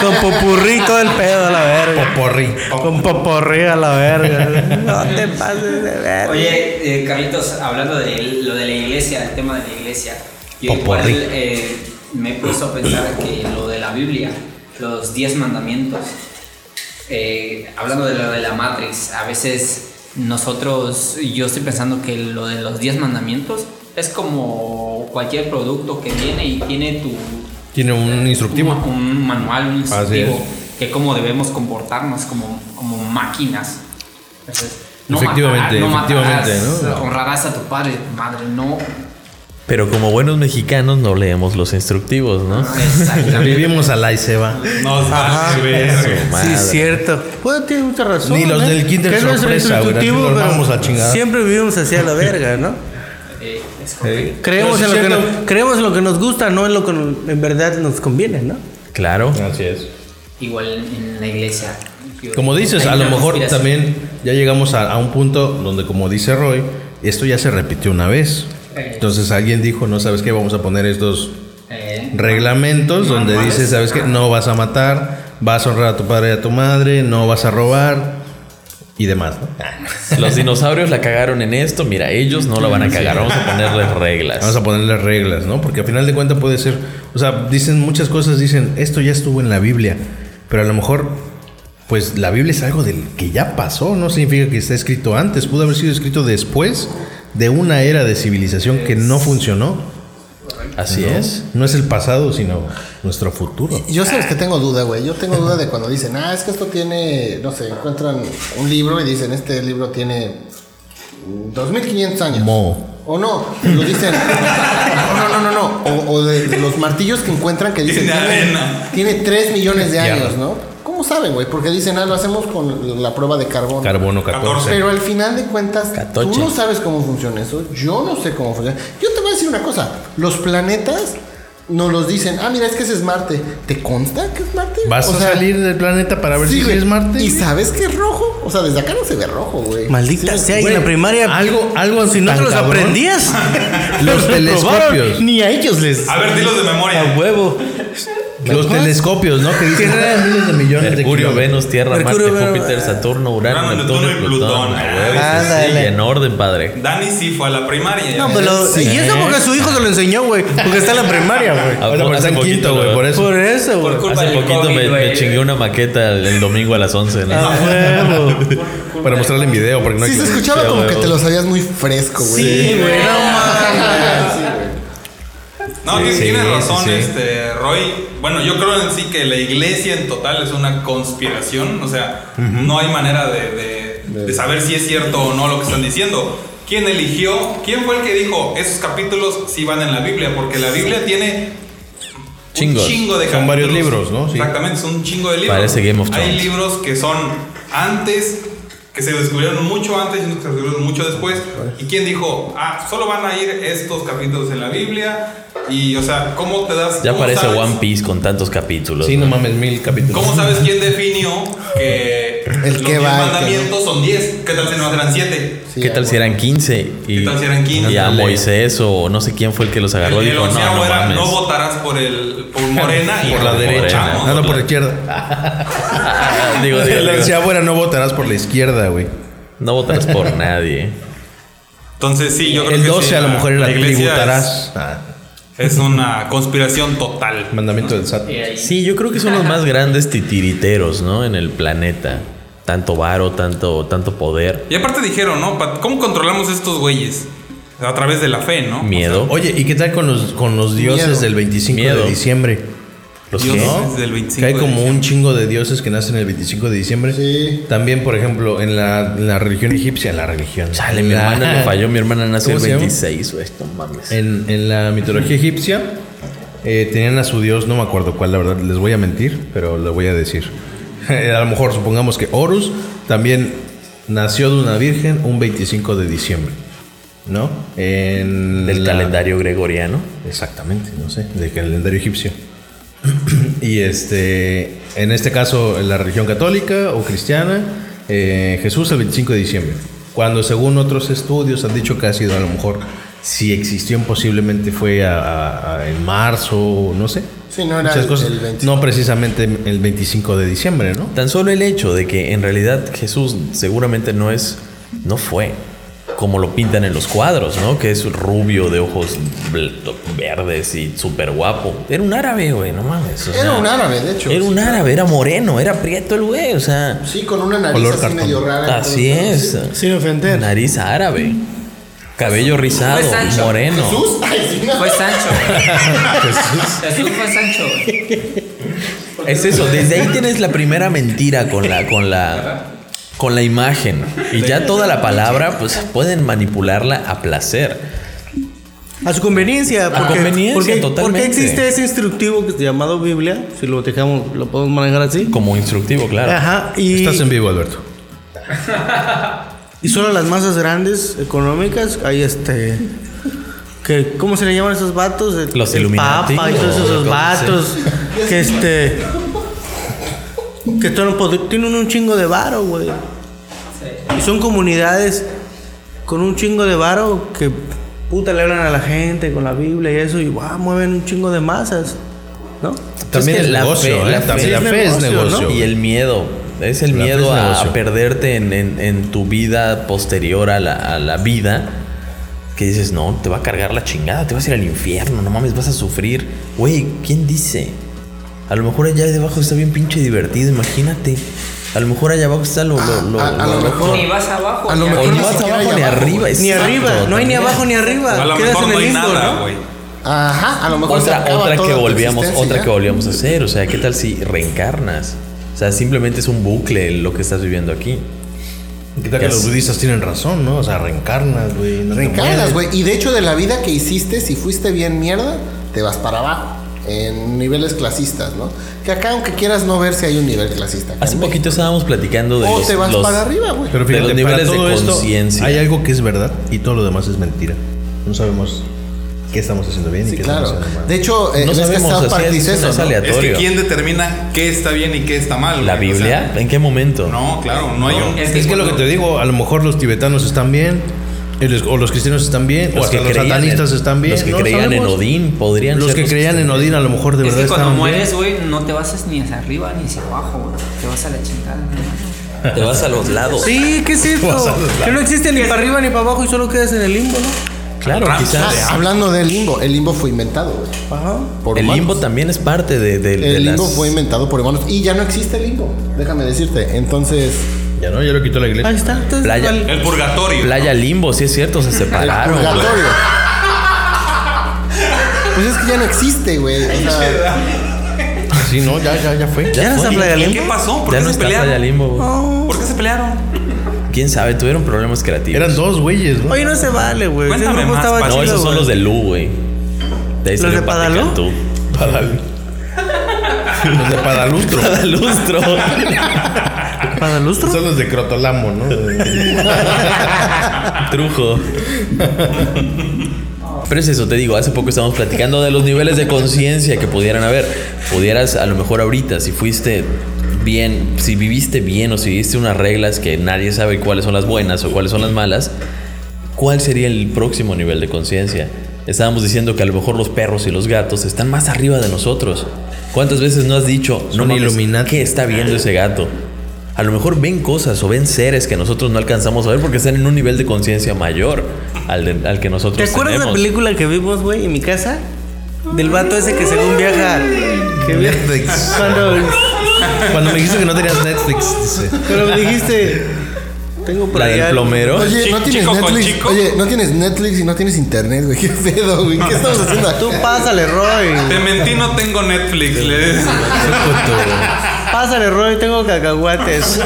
[SPEAKER 7] con popurrí todo el pedo a la verga.
[SPEAKER 3] Poporri.
[SPEAKER 7] Con popurrí a la verga. No te pases de verga.
[SPEAKER 6] Oye, eh, Carlitos, hablando de lo de la iglesia, el tema de la iglesia, yo igual
[SPEAKER 3] Poporri.
[SPEAKER 6] eh, me he puesto a pensar que lo de la Biblia, los diez mandamientos, eh, hablando de lo de la Matrix, a veces nosotros, yo estoy pensando que lo de los diez mandamientos es como cualquier producto que viene y tiene tu,
[SPEAKER 3] Tiene un instructivo.
[SPEAKER 6] un, un manual, un instructivo
[SPEAKER 3] es.
[SPEAKER 6] que cómo debemos comportarnos como, como máquinas. Entonces, no
[SPEAKER 3] Efectivamente,
[SPEAKER 6] matarás, no
[SPEAKER 3] efectivamente,
[SPEAKER 6] matarás,
[SPEAKER 3] ¿no?
[SPEAKER 6] Honrarás a tu padre, madre, no.
[SPEAKER 2] Pero como buenos mexicanos no leemos los instructivos, ¿no?
[SPEAKER 6] Exactamente.
[SPEAKER 3] Vivimos a la Seba.
[SPEAKER 5] Nos
[SPEAKER 3] Ah,
[SPEAKER 5] va a ver.
[SPEAKER 7] Ah, Sí,
[SPEAKER 2] Madre.
[SPEAKER 7] es cierto. Puede tiene mucha razón.
[SPEAKER 3] Ni los
[SPEAKER 7] ¿eh?
[SPEAKER 3] del kinder
[SPEAKER 7] Que no es
[SPEAKER 3] sorpresa, güey,
[SPEAKER 7] instructivo,
[SPEAKER 3] así nos
[SPEAKER 7] pero
[SPEAKER 3] vamos a chingar.
[SPEAKER 7] Siempre vivimos hacia la verga, ¿no?
[SPEAKER 6] Eh, es correcto.
[SPEAKER 7] Creemos,
[SPEAKER 3] Pero
[SPEAKER 7] en
[SPEAKER 3] sí
[SPEAKER 7] lo que
[SPEAKER 3] es
[SPEAKER 7] nos,
[SPEAKER 3] cierto.
[SPEAKER 7] creemos en lo que nos gusta, no en lo que en verdad nos conviene, ¿no?
[SPEAKER 2] Claro.
[SPEAKER 3] Así es.
[SPEAKER 6] Igual en la iglesia. Yo
[SPEAKER 3] Como
[SPEAKER 6] digo,
[SPEAKER 3] dices,
[SPEAKER 6] hay
[SPEAKER 3] a lo
[SPEAKER 6] una
[SPEAKER 3] mejor
[SPEAKER 6] conspiración.
[SPEAKER 3] también ya llegamos a, a un punto donde, como dice Roy, esto ya se repitió una vez.
[SPEAKER 6] Eh.
[SPEAKER 3] Entonces alguien dijo, no sabes qué, vamos a poner estos
[SPEAKER 6] Eh,
[SPEAKER 3] reglamentos donde
[SPEAKER 6] Manuales.
[SPEAKER 3] dice, sabes qué, no vas a matar, vas a honrar a tu padre y a tu madre, no vas a robar y demás. ¿no? Ah.
[SPEAKER 2] Los dinosaurios la cagaron en esto. Mira, ellos no la van a cagar. Vamos a ponerles reglas.
[SPEAKER 3] Vamos a ponerle reglas, ¿no? Porque al final de cuentas puede ser, o sea, dicen muchas cosas, dicen, esto ya estuvo en la Biblia, pero a lo mejor, pues la Biblia es algo del que ya pasó, no significa que está escrito antes, pudo haber sido escrito después de una era de civilización que no funcionó.
[SPEAKER 2] Así
[SPEAKER 3] ¿no?
[SPEAKER 2] es.
[SPEAKER 3] No es el pasado, sino nuestro futuro.
[SPEAKER 4] Yo sabes que tengo duda, güey. Yo tengo duda de cuando dicen, ah, es que esto tiene, no sé, encuentran un libro y dicen, este libro tiene mm, 2500 años.
[SPEAKER 3] Mo.
[SPEAKER 4] O no, lo dicen. No, no, no, no. no. O, o de, de los martillos que encuentran que dicen.
[SPEAKER 5] Tiene
[SPEAKER 4] tiene-
[SPEAKER 5] arena.
[SPEAKER 4] Tiene 3 millones de
[SPEAKER 3] Ya.
[SPEAKER 4] años, ¿no? ¿Cómo saben, güey? Porque dicen, ah, lo hacemos con la prueba de carbono.
[SPEAKER 3] Carbono 14.
[SPEAKER 4] Pero al final de cuentas,
[SPEAKER 2] Catoche.
[SPEAKER 4] tú no sabes cómo funciona eso. Yo no sé cómo funciona. Yo te voy a decir una cosa. Los planetas nos los dicen. Ah, mira, es que ese es Marte. ¿Te consta que es Marte?
[SPEAKER 3] Vas
[SPEAKER 4] O
[SPEAKER 3] a
[SPEAKER 4] sea,
[SPEAKER 3] salir del planeta para ver
[SPEAKER 4] sí,
[SPEAKER 3] si
[SPEAKER 4] güey.
[SPEAKER 3] es Marte.
[SPEAKER 4] ¿Y sabes que es rojo? O sea, desde acá no se ve rojo, güey.
[SPEAKER 7] Maldita
[SPEAKER 4] Sí,
[SPEAKER 7] sea, y en la
[SPEAKER 3] Güey,
[SPEAKER 7] primaria.
[SPEAKER 3] algo, algo
[SPEAKER 7] si no
[SPEAKER 3] tan
[SPEAKER 7] te los
[SPEAKER 3] cabrón.
[SPEAKER 7] aprendías.
[SPEAKER 3] Los telescopios.
[SPEAKER 7] Ni a ellos les.
[SPEAKER 5] A ver, dilos de
[SPEAKER 2] Ah,
[SPEAKER 5] memoria.
[SPEAKER 7] A huevo.
[SPEAKER 3] Los
[SPEAKER 7] Ajá.
[SPEAKER 3] telescopios, ¿no? Que dicen "Ah, miles de millones de
[SPEAKER 2] Mercurio,
[SPEAKER 3] kilómetros".
[SPEAKER 2] Venus, Tierra,
[SPEAKER 7] Mercurio,
[SPEAKER 2] Marte,
[SPEAKER 7] Venus,
[SPEAKER 2] Júpiter,
[SPEAKER 7] ah.
[SPEAKER 2] Saturno, Urano,
[SPEAKER 5] Urano,
[SPEAKER 2] Neptuno y
[SPEAKER 5] Neptuno y
[SPEAKER 2] Plutón.
[SPEAKER 5] Plutón.
[SPEAKER 2] A huevo,
[SPEAKER 7] Ah,
[SPEAKER 2] sí,
[SPEAKER 7] dale.
[SPEAKER 2] en orden, padre.
[SPEAKER 5] Dani sí fue a la primaria.
[SPEAKER 7] No, pues lo-
[SPEAKER 3] Sí.
[SPEAKER 7] Y eso porque su hijo se lo enseñó, güey. Porque está en la primaria, güey.
[SPEAKER 3] Ahorita
[SPEAKER 2] Hace
[SPEAKER 3] está en
[SPEAKER 2] poquito,
[SPEAKER 3] quinto, güey,
[SPEAKER 2] ¿verdad?
[SPEAKER 3] por eso.
[SPEAKER 7] Por eso,
[SPEAKER 5] Por
[SPEAKER 7] güey.
[SPEAKER 5] culpa
[SPEAKER 2] Hace
[SPEAKER 5] del
[SPEAKER 2] poquito
[SPEAKER 5] COVID,
[SPEAKER 2] me,
[SPEAKER 5] güey.
[SPEAKER 2] me chingué una maqueta el, el domingo a las 11. ¿no?
[SPEAKER 7] A huevo.
[SPEAKER 3] Para mostrarle en video, porque no hay
[SPEAKER 4] Sí, se
[SPEAKER 3] que-
[SPEAKER 4] escuchaba
[SPEAKER 2] Sí, a
[SPEAKER 4] como que
[SPEAKER 2] huevo.
[SPEAKER 4] te lo sabías muy fresco, güey.
[SPEAKER 7] Sí, güey, no mames.
[SPEAKER 5] No, tienes-
[SPEAKER 2] Sí,
[SPEAKER 5] tienes razón,
[SPEAKER 2] sí, sí.
[SPEAKER 5] este Roy. Bueno, yo creo en sí que la iglesia en total es una conspiración. O sea, no hay manera de, de- de saber si es cierto o no lo que están diciendo. ¿Quién eligió? ¿Quién fue el que dijo esos capítulos sí van en la Biblia? Porque la Biblia tiene
[SPEAKER 2] Chingos.
[SPEAKER 5] un chingo de
[SPEAKER 3] Son varios
[SPEAKER 5] capítulos.
[SPEAKER 3] libros, ¿no? Sí.
[SPEAKER 5] Exactamente, son un chingo de libros.
[SPEAKER 2] Parece Game of
[SPEAKER 5] Hay
[SPEAKER 2] Thrones.
[SPEAKER 5] libros que son antes, que se descubrieron mucho antes y unos que se descubrieron mucho después. ¿Y quién dijo, ah, solo van a ir estos capítulos en la Biblia? Y, o sea, ¿cómo te das.
[SPEAKER 2] Ya
[SPEAKER 5] cómo
[SPEAKER 2] parece
[SPEAKER 5] sabes-
[SPEAKER 2] One Piece con tantos capítulos.
[SPEAKER 3] Sí,
[SPEAKER 2] ¿no?
[SPEAKER 3] no mames, mil capítulos.
[SPEAKER 5] ¿Cómo sabes quién definió que
[SPEAKER 4] El
[SPEAKER 5] los
[SPEAKER 4] que
[SPEAKER 5] diez
[SPEAKER 4] va, el que
[SPEAKER 5] mandamientos son 10? ¿Qué tal si no eran 7?
[SPEAKER 4] Sí,
[SPEAKER 2] ¿Qué tal si eran 15? Y,
[SPEAKER 5] ¿Qué tal si eran 15?
[SPEAKER 2] Y a
[SPEAKER 5] Ándale.
[SPEAKER 2] Moisés o no sé quién fue el que los agarró.
[SPEAKER 5] el
[SPEAKER 2] dijo, no,
[SPEAKER 5] onceavo
[SPEAKER 2] no
[SPEAKER 5] era,
[SPEAKER 2] mames.
[SPEAKER 5] no votarás por, el, por Morena y
[SPEAKER 3] Por la
[SPEAKER 5] por
[SPEAKER 3] derecha.
[SPEAKER 5] Chamos".
[SPEAKER 3] Ah, no, por la izquierda.
[SPEAKER 2] Ah, digo, digo,
[SPEAKER 3] Le
[SPEAKER 2] digo,
[SPEAKER 3] decía, bueno, no votarás por la izquierda, güey.
[SPEAKER 2] no votarás por nadie.
[SPEAKER 5] Entonces, sí, yo creo
[SPEAKER 3] El
[SPEAKER 5] que sí,
[SPEAKER 3] 12 a lo mejor era
[SPEAKER 5] la iglesia es-
[SPEAKER 3] tributarás. Ah,
[SPEAKER 5] Es una conspiración total.
[SPEAKER 3] mandamiento del SAT.
[SPEAKER 6] eh, ahí.
[SPEAKER 2] Sí, yo creo que son los más grandes titiriteros, ¿no? En el planeta. Tanto varo, tanto, tanto poder,
[SPEAKER 5] Y aparte dijeron, ¿no? Pa- ¿Cómo controlamos estos güeyes? A través de la fe, ¿no?
[SPEAKER 2] miedo.
[SPEAKER 3] Oye, ¿y qué tal con los, con los dioses
[SPEAKER 4] Miedo.
[SPEAKER 3] del 25
[SPEAKER 2] Miedo.
[SPEAKER 3] de diciembre?
[SPEAKER 2] los
[SPEAKER 5] Dios
[SPEAKER 2] que-
[SPEAKER 5] es del
[SPEAKER 3] Que
[SPEAKER 5] 25
[SPEAKER 3] hay
[SPEAKER 5] de
[SPEAKER 3] como
[SPEAKER 5] diciembre.
[SPEAKER 3] un chingo de dioses que nacen el 25 de diciembre.
[SPEAKER 4] Sí.
[SPEAKER 3] También, por ejemplo, en la, en la religión egipcia, en la religión.
[SPEAKER 2] Chale, mi
[SPEAKER 3] La-
[SPEAKER 2] hermana le falló. Mi hermana nació el
[SPEAKER 3] ¿Cómo se llama?
[SPEAKER 2] 26, güey. No mames.
[SPEAKER 3] En, en la mitología egipcia eh, tenían a su dios, no me acuerdo cuál, la verdad, les voy a mentir, pero lo voy a decir. a lo mejor supongamos que Horus también nació de una virgen un 25 de diciembre, ¿no? En
[SPEAKER 2] Del
[SPEAKER 3] la-
[SPEAKER 2] calendario gregoriano.
[SPEAKER 3] Exactamente, no sé, del calendario egipcio. y este, en este caso, en la religión católica o cristiana, eh, Jesús el 25 de diciembre. Cuando según otros estudios han dicho que ha sido a lo mejor, si existió posiblemente fue a- a- a- en marzo, no sé.
[SPEAKER 4] Sí, no era
[SPEAKER 3] Muchas
[SPEAKER 4] el-
[SPEAKER 3] cosas.
[SPEAKER 4] el 25.
[SPEAKER 3] No precisamente el 25 de diciembre, ¿no?
[SPEAKER 2] Tan solo el hecho de que en realidad Jesús seguramente no es, no fue como lo pintan en los cuadros, ¿no? Que es rubio de ojos bl- verdes y súper guapo. Era un árabe, güey, no mames. o
[SPEAKER 4] Era
[SPEAKER 2] sea,
[SPEAKER 4] un árabe, de hecho.
[SPEAKER 2] Era un árabe, era moreno, era prieto el güey, o sea,
[SPEAKER 4] Sí, con una nariz
[SPEAKER 3] Color
[SPEAKER 4] así
[SPEAKER 3] cartón.
[SPEAKER 4] medio rara.
[SPEAKER 2] así es.
[SPEAKER 7] Sin ofender.
[SPEAKER 2] Nariz árabe, cabello rizado,
[SPEAKER 6] Pues Sancho.
[SPEAKER 2] moreno.
[SPEAKER 4] ¿Jesús? Ay, sí, no.
[SPEAKER 6] Fue Sancho. Jesús fue Sancho.
[SPEAKER 2] Es eso, desde ahí tienes la primera mentira con la, con la, con la imagen. Y ya toda la palabra, pues pueden manipularla a placer.
[SPEAKER 7] A su conveniencia. Porque,
[SPEAKER 2] conveniencia,
[SPEAKER 7] porque,
[SPEAKER 2] totalmente.
[SPEAKER 7] porque existe ese instructivo que- llamado Biblia? Si lo dejamos, lo podemos manejar así.
[SPEAKER 2] Como instructivo, claro.
[SPEAKER 7] Ajá. Y,
[SPEAKER 3] Estás en vivo, Alberto.
[SPEAKER 7] y solo las masas grandes económicas, hay este. Que, ¿Cómo se le llaman esos vatos? El-
[SPEAKER 2] Los
[SPEAKER 7] el
[SPEAKER 2] Illuminati,
[SPEAKER 7] Papa y todos
[SPEAKER 2] o
[SPEAKER 7] esos
[SPEAKER 2] cómo
[SPEAKER 7] vatos. Que este. Que están en poder- tienen un chingo de varo, güey. Y son comunidades con un chingo de varo que puta le hablan a la gente con la Biblia y eso y guau, mueven un chingo de masas, ¿no?
[SPEAKER 3] También
[SPEAKER 2] Es que
[SPEAKER 3] es
[SPEAKER 2] la
[SPEAKER 3] negocio,
[SPEAKER 2] fe-
[SPEAKER 3] ¿eh?
[SPEAKER 2] la
[SPEAKER 3] También
[SPEAKER 2] fe
[SPEAKER 3] la
[SPEAKER 2] es
[SPEAKER 3] fe es
[SPEAKER 7] negocio, ¿no?
[SPEAKER 3] negocio.
[SPEAKER 2] Y el miedo. Es el
[SPEAKER 3] La fe
[SPEAKER 2] miedo
[SPEAKER 3] es
[SPEAKER 2] a,
[SPEAKER 3] negocio.
[SPEAKER 2] perderte en, en- en tu vida posterior a la, a la vida. Que dices, no, te va a cargar la chingada, te vas a ir al infierno, no mames, vas a sufrir. Güey, ¿quién dice? A lo mejor allá debajo está bien pinche divertido, imagínate. A lo mejor allá abajo está lo... lo- lo-
[SPEAKER 4] a, Ah, a
[SPEAKER 2] lo-
[SPEAKER 4] lo mejor.
[SPEAKER 6] Ni vas abajo.
[SPEAKER 4] A lo
[SPEAKER 6] ni
[SPEAKER 2] o
[SPEAKER 4] mejor
[SPEAKER 6] arriba.
[SPEAKER 2] ni
[SPEAKER 4] ni
[SPEAKER 2] vas
[SPEAKER 4] siquiera
[SPEAKER 2] abajo
[SPEAKER 4] hay
[SPEAKER 2] ni
[SPEAKER 4] abajo,
[SPEAKER 2] arriba.
[SPEAKER 4] güey.
[SPEAKER 7] Ni
[SPEAKER 2] exacto,
[SPEAKER 7] arriba, no hay ni
[SPEAKER 2] también.
[SPEAKER 7] abajo ni arriba.
[SPEAKER 5] A lo
[SPEAKER 7] Quedas
[SPEAKER 5] mejor
[SPEAKER 7] en
[SPEAKER 5] no
[SPEAKER 7] el
[SPEAKER 5] hay
[SPEAKER 7] limbo,
[SPEAKER 5] nada,
[SPEAKER 7] ¿no?
[SPEAKER 5] güey.
[SPEAKER 4] Ajá, a lo mejor se
[SPEAKER 2] Otra,
[SPEAKER 4] acaba
[SPEAKER 2] otra
[SPEAKER 4] toda ¿eh?
[SPEAKER 2] que
[SPEAKER 4] tu
[SPEAKER 2] volvíamos,
[SPEAKER 4] existencia
[SPEAKER 2] otra
[SPEAKER 4] ya.
[SPEAKER 2] que volvíamos a hacer. O sea, ¿qué tal si reencarnas? O sea, simplemente es un bucle lo que estás viviendo aquí.
[SPEAKER 3] ¿Qué tal que
[SPEAKER 2] Es-
[SPEAKER 3] los budistas tienen razón, no? O sea, reencarnas, güey. no te
[SPEAKER 4] Reencarnas,
[SPEAKER 3] mueres.
[SPEAKER 4] güey. Y de hecho, de la vida que hiciste, si fuiste bien mierda, te vas para abajo. En niveles clasistas, ¿no? Que acá, aunque quieras no ver si hay un nivel clasista. acá
[SPEAKER 2] Hace
[SPEAKER 4] en
[SPEAKER 2] poquito estábamos platicando de
[SPEAKER 4] México. O
[SPEAKER 2] los,
[SPEAKER 4] Oh, te vas
[SPEAKER 2] los-
[SPEAKER 4] para arriba, güey.
[SPEAKER 3] Pero
[SPEAKER 2] de los
[SPEAKER 3] fíjate,
[SPEAKER 2] niveles de
[SPEAKER 3] para todo esto
[SPEAKER 2] conciencia.
[SPEAKER 3] hay algo que es verdad y todo lo demás es mentira. No sabemos qué estamos haciendo bien y
[SPEAKER 4] Sí,
[SPEAKER 3] qué
[SPEAKER 4] claro.
[SPEAKER 3] estamos haciendo mal.
[SPEAKER 4] De hecho, eh,
[SPEAKER 2] No
[SPEAKER 4] ves que
[SPEAKER 2] sabemos,
[SPEAKER 4] South
[SPEAKER 2] o sea,
[SPEAKER 4] Park
[SPEAKER 2] es
[SPEAKER 4] dice
[SPEAKER 2] una
[SPEAKER 4] eso, ¿no?
[SPEAKER 2] salida.
[SPEAKER 5] Es que
[SPEAKER 2] Aleatorio.
[SPEAKER 5] quién determina qué está bien y qué está mal.
[SPEAKER 2] ¿La
[SPEAKER 5] güey? O sea,
[SPEAKER 2] Biblia? ¿En qué momento?
[SPEAKER 5] no, claro, no hay un.
[SPEAKER 6] Es
[SPEAKER 3] Es,
[SPEAKER 6] que
[SPEAKER 3] que lo que
[SPEAKER 6] cuando-
[SPEAKER 3] te digo, a lo mejor los tibetanos están bien, y los- o los cristianos están bien, o hasta los
[SPEAKER 2] creían en-
[SPEAKER 3] satanistas están bien.
[SPEAKER 2] Los que
[SPEAKER 3] no
[SPEAKER 2] creían
[SPEAKER 3] sabemos.
[SPEAKER 2] en Odín podrían
[SPEAKER 3] Los
[SPEAKER 2] ser
[SPEAKER 3] que creían en Odín a lo mejor de
[SPEAKER 6] Es
[SPEAKER 3] verdad
[SPEAKER 6] que cuando
[SPEAKER 3] estaban
[SPEAKER 6] mueres, güey, no te vas ni hacia arriba ni hacia abajo, güey. Te vas a la chingada, ¿no?
[SPEAKER 2] Te vas a los lados.
[SPEAKER 7] Sí, ¿qué es esto? Que no existe ni para arriba ni para abajo y solo quedas en el limbo, ¿no?
[SPEAKER 2] Claro,
[SPEAKER 5] Ramsas.
[SPEAKER 4] Ah,
[SPEAKER 2] quizás.
[SPEAKER 4] hablando del limbo, el limbo fue inventado, güey.
[SPEAKER 7] Ajá.
[SPEAKER 4] por
[SPEAKER 2] El
[SPEAKER 4] humanos.
[SPEAKER 2] limbo también es parte de, de- de
[SPEAKER 4] El limbo
[SPEAKER 2] las-
[SPEAKER 4] fue inventado por humanos y ya no existe el limbo, déjame decirte. Entonces,
[SPEAKER 3] bien. Ya no, ya lo quitó la
[SPEAKER 7] Ahí
[SPEAKER 3] iglesia.
[SPEAKER 7] está. Entonces,
[SPEAKER 2] Playa.
[SPEAKER 7] vale.
[SPEAKER 5] El purgatorio.
[SPEAKER 2] Playa Limbo, sí es cierto, se
[SPEAKER 4] el
[SPEAKER 2] separaron. güey.
[SPEAKER 4] purgatorio. Pues es que ya no existe, güey. O sea,
[SPEAKER 3] Sí, no, ya, ya, ya fue.
[SPEAKER 7] ¿Ya no está
[SPEAKER 2] fue.
[SPEAKER 7] Playa
[SPEAKER 5] ¿Y
[SPEAKER 7] Limbo?
[SPEAKER 5] ¿Qué pasó? ¿Por
[SPEAKER 2] Ya no
[SPEAKER 5] qué se
[SPEAKER 2] está
[SPEAKER 5] pelearon?
[SPEAKER 2] Playa Limbo. güey.
[SPEAKER 5] ¿Por qué se pelearon?
[SPEAKER 2] Quién sabe, tuvieron problemas creativos.
[SPEAKER 3] Eran dos güeyes, ¿no?
[SPEAKER 7] Oye, no se vale, güey. Ese
[SPEAKER 5] Cuéntame
[SPEAKER 7] grupo
[SPEAKER 5] más,
[SPEAKER 7] estaba
[SPEAKER 5] Paco.
[SPEAKER 2] No,
[SPEAKER 7] chido,
[SPEAKER 2] esos son
[SPEAKER 7] güey.
[SPEAKER 2] los de Lu, güey. De ahí
[SPEAKER 7] ¿Los
[SPEAKER 2] salió
[SPEAKER 7] de Padalú?
[SPEAKER 2] Paticantú. Padal-
[SPEAKER 3] Los de Padalustro.
[SPEAKER 2] Padalustro.
[SPEAKER 7] ¿Padalustro?
[SPEAKER 3] Son los de Crotolamo, ¿no?
[SPEAKER 2] Trujo. Pero es eso, te digo, hace poco estábamos platicando de los niveles de conciencia que pudieran haber. Pudieras, a lo mejor ahorita, si fuiste bien, si viviste bien o si viviste unas reglas que nadie sabe cuáles son las buenas o cuáles son las malas, ¿cuál sería el próximo nivel de conciencia? Estábamos diciendo que a lo mejor los perros y los gatos están más arriba de nosotros. ¿Cuántas veces no has dicho, no
[SPEAKER 3] Son
[SPEAKER 2] mames,
[SPEAKER 3] Illuminati.
[SPEAKER 2] qué está viendo ese gato? A lo mejor ven cosas o ven seres que nosotros no alcanzamos a ver porque están en un nivel de conciencia mayor al, de- al que nosotros
[SPEAKER 7] ¿Te acuerdas de la
[SPEAKER 2] tenemos.
[SPEAKER 7] película que vimos, güey, en mi casa? Del vato ese que según viaja. Que viaja
[SPEAKER 3] Netflix.
[SPEAKER 7] cuando,
[SPEAKER 3] Cuando me dijiste que no tenías Netflix, dice.
[SPEAKER 7] cuando me dijiste. Tengo por
[SPEAKER 2] La del
[SPEAKER 7] allá-
[SPEAKER 2] plomero.
[SPEAKER 4] oye, no
[SPEAKER 5] Chi-
[SPEAKER 4] tienes
[SPEAKER 5] chico con
[SPEAKER 4] Netflix.
[SPEAKER 5] chico.
[SPEAKER 4] Oye, no tienes Netflix y no tienes internet, güey. Qué pedo, güey. ¿Qué estamos haciendo aquí?
[SPEAKER 7] Tú pásale, Roy.
[SPEAKER 5] Te mentí, no tengo Netflix. le-
[SPEAKER 7] Pásale, Roy, tengo cacahuates.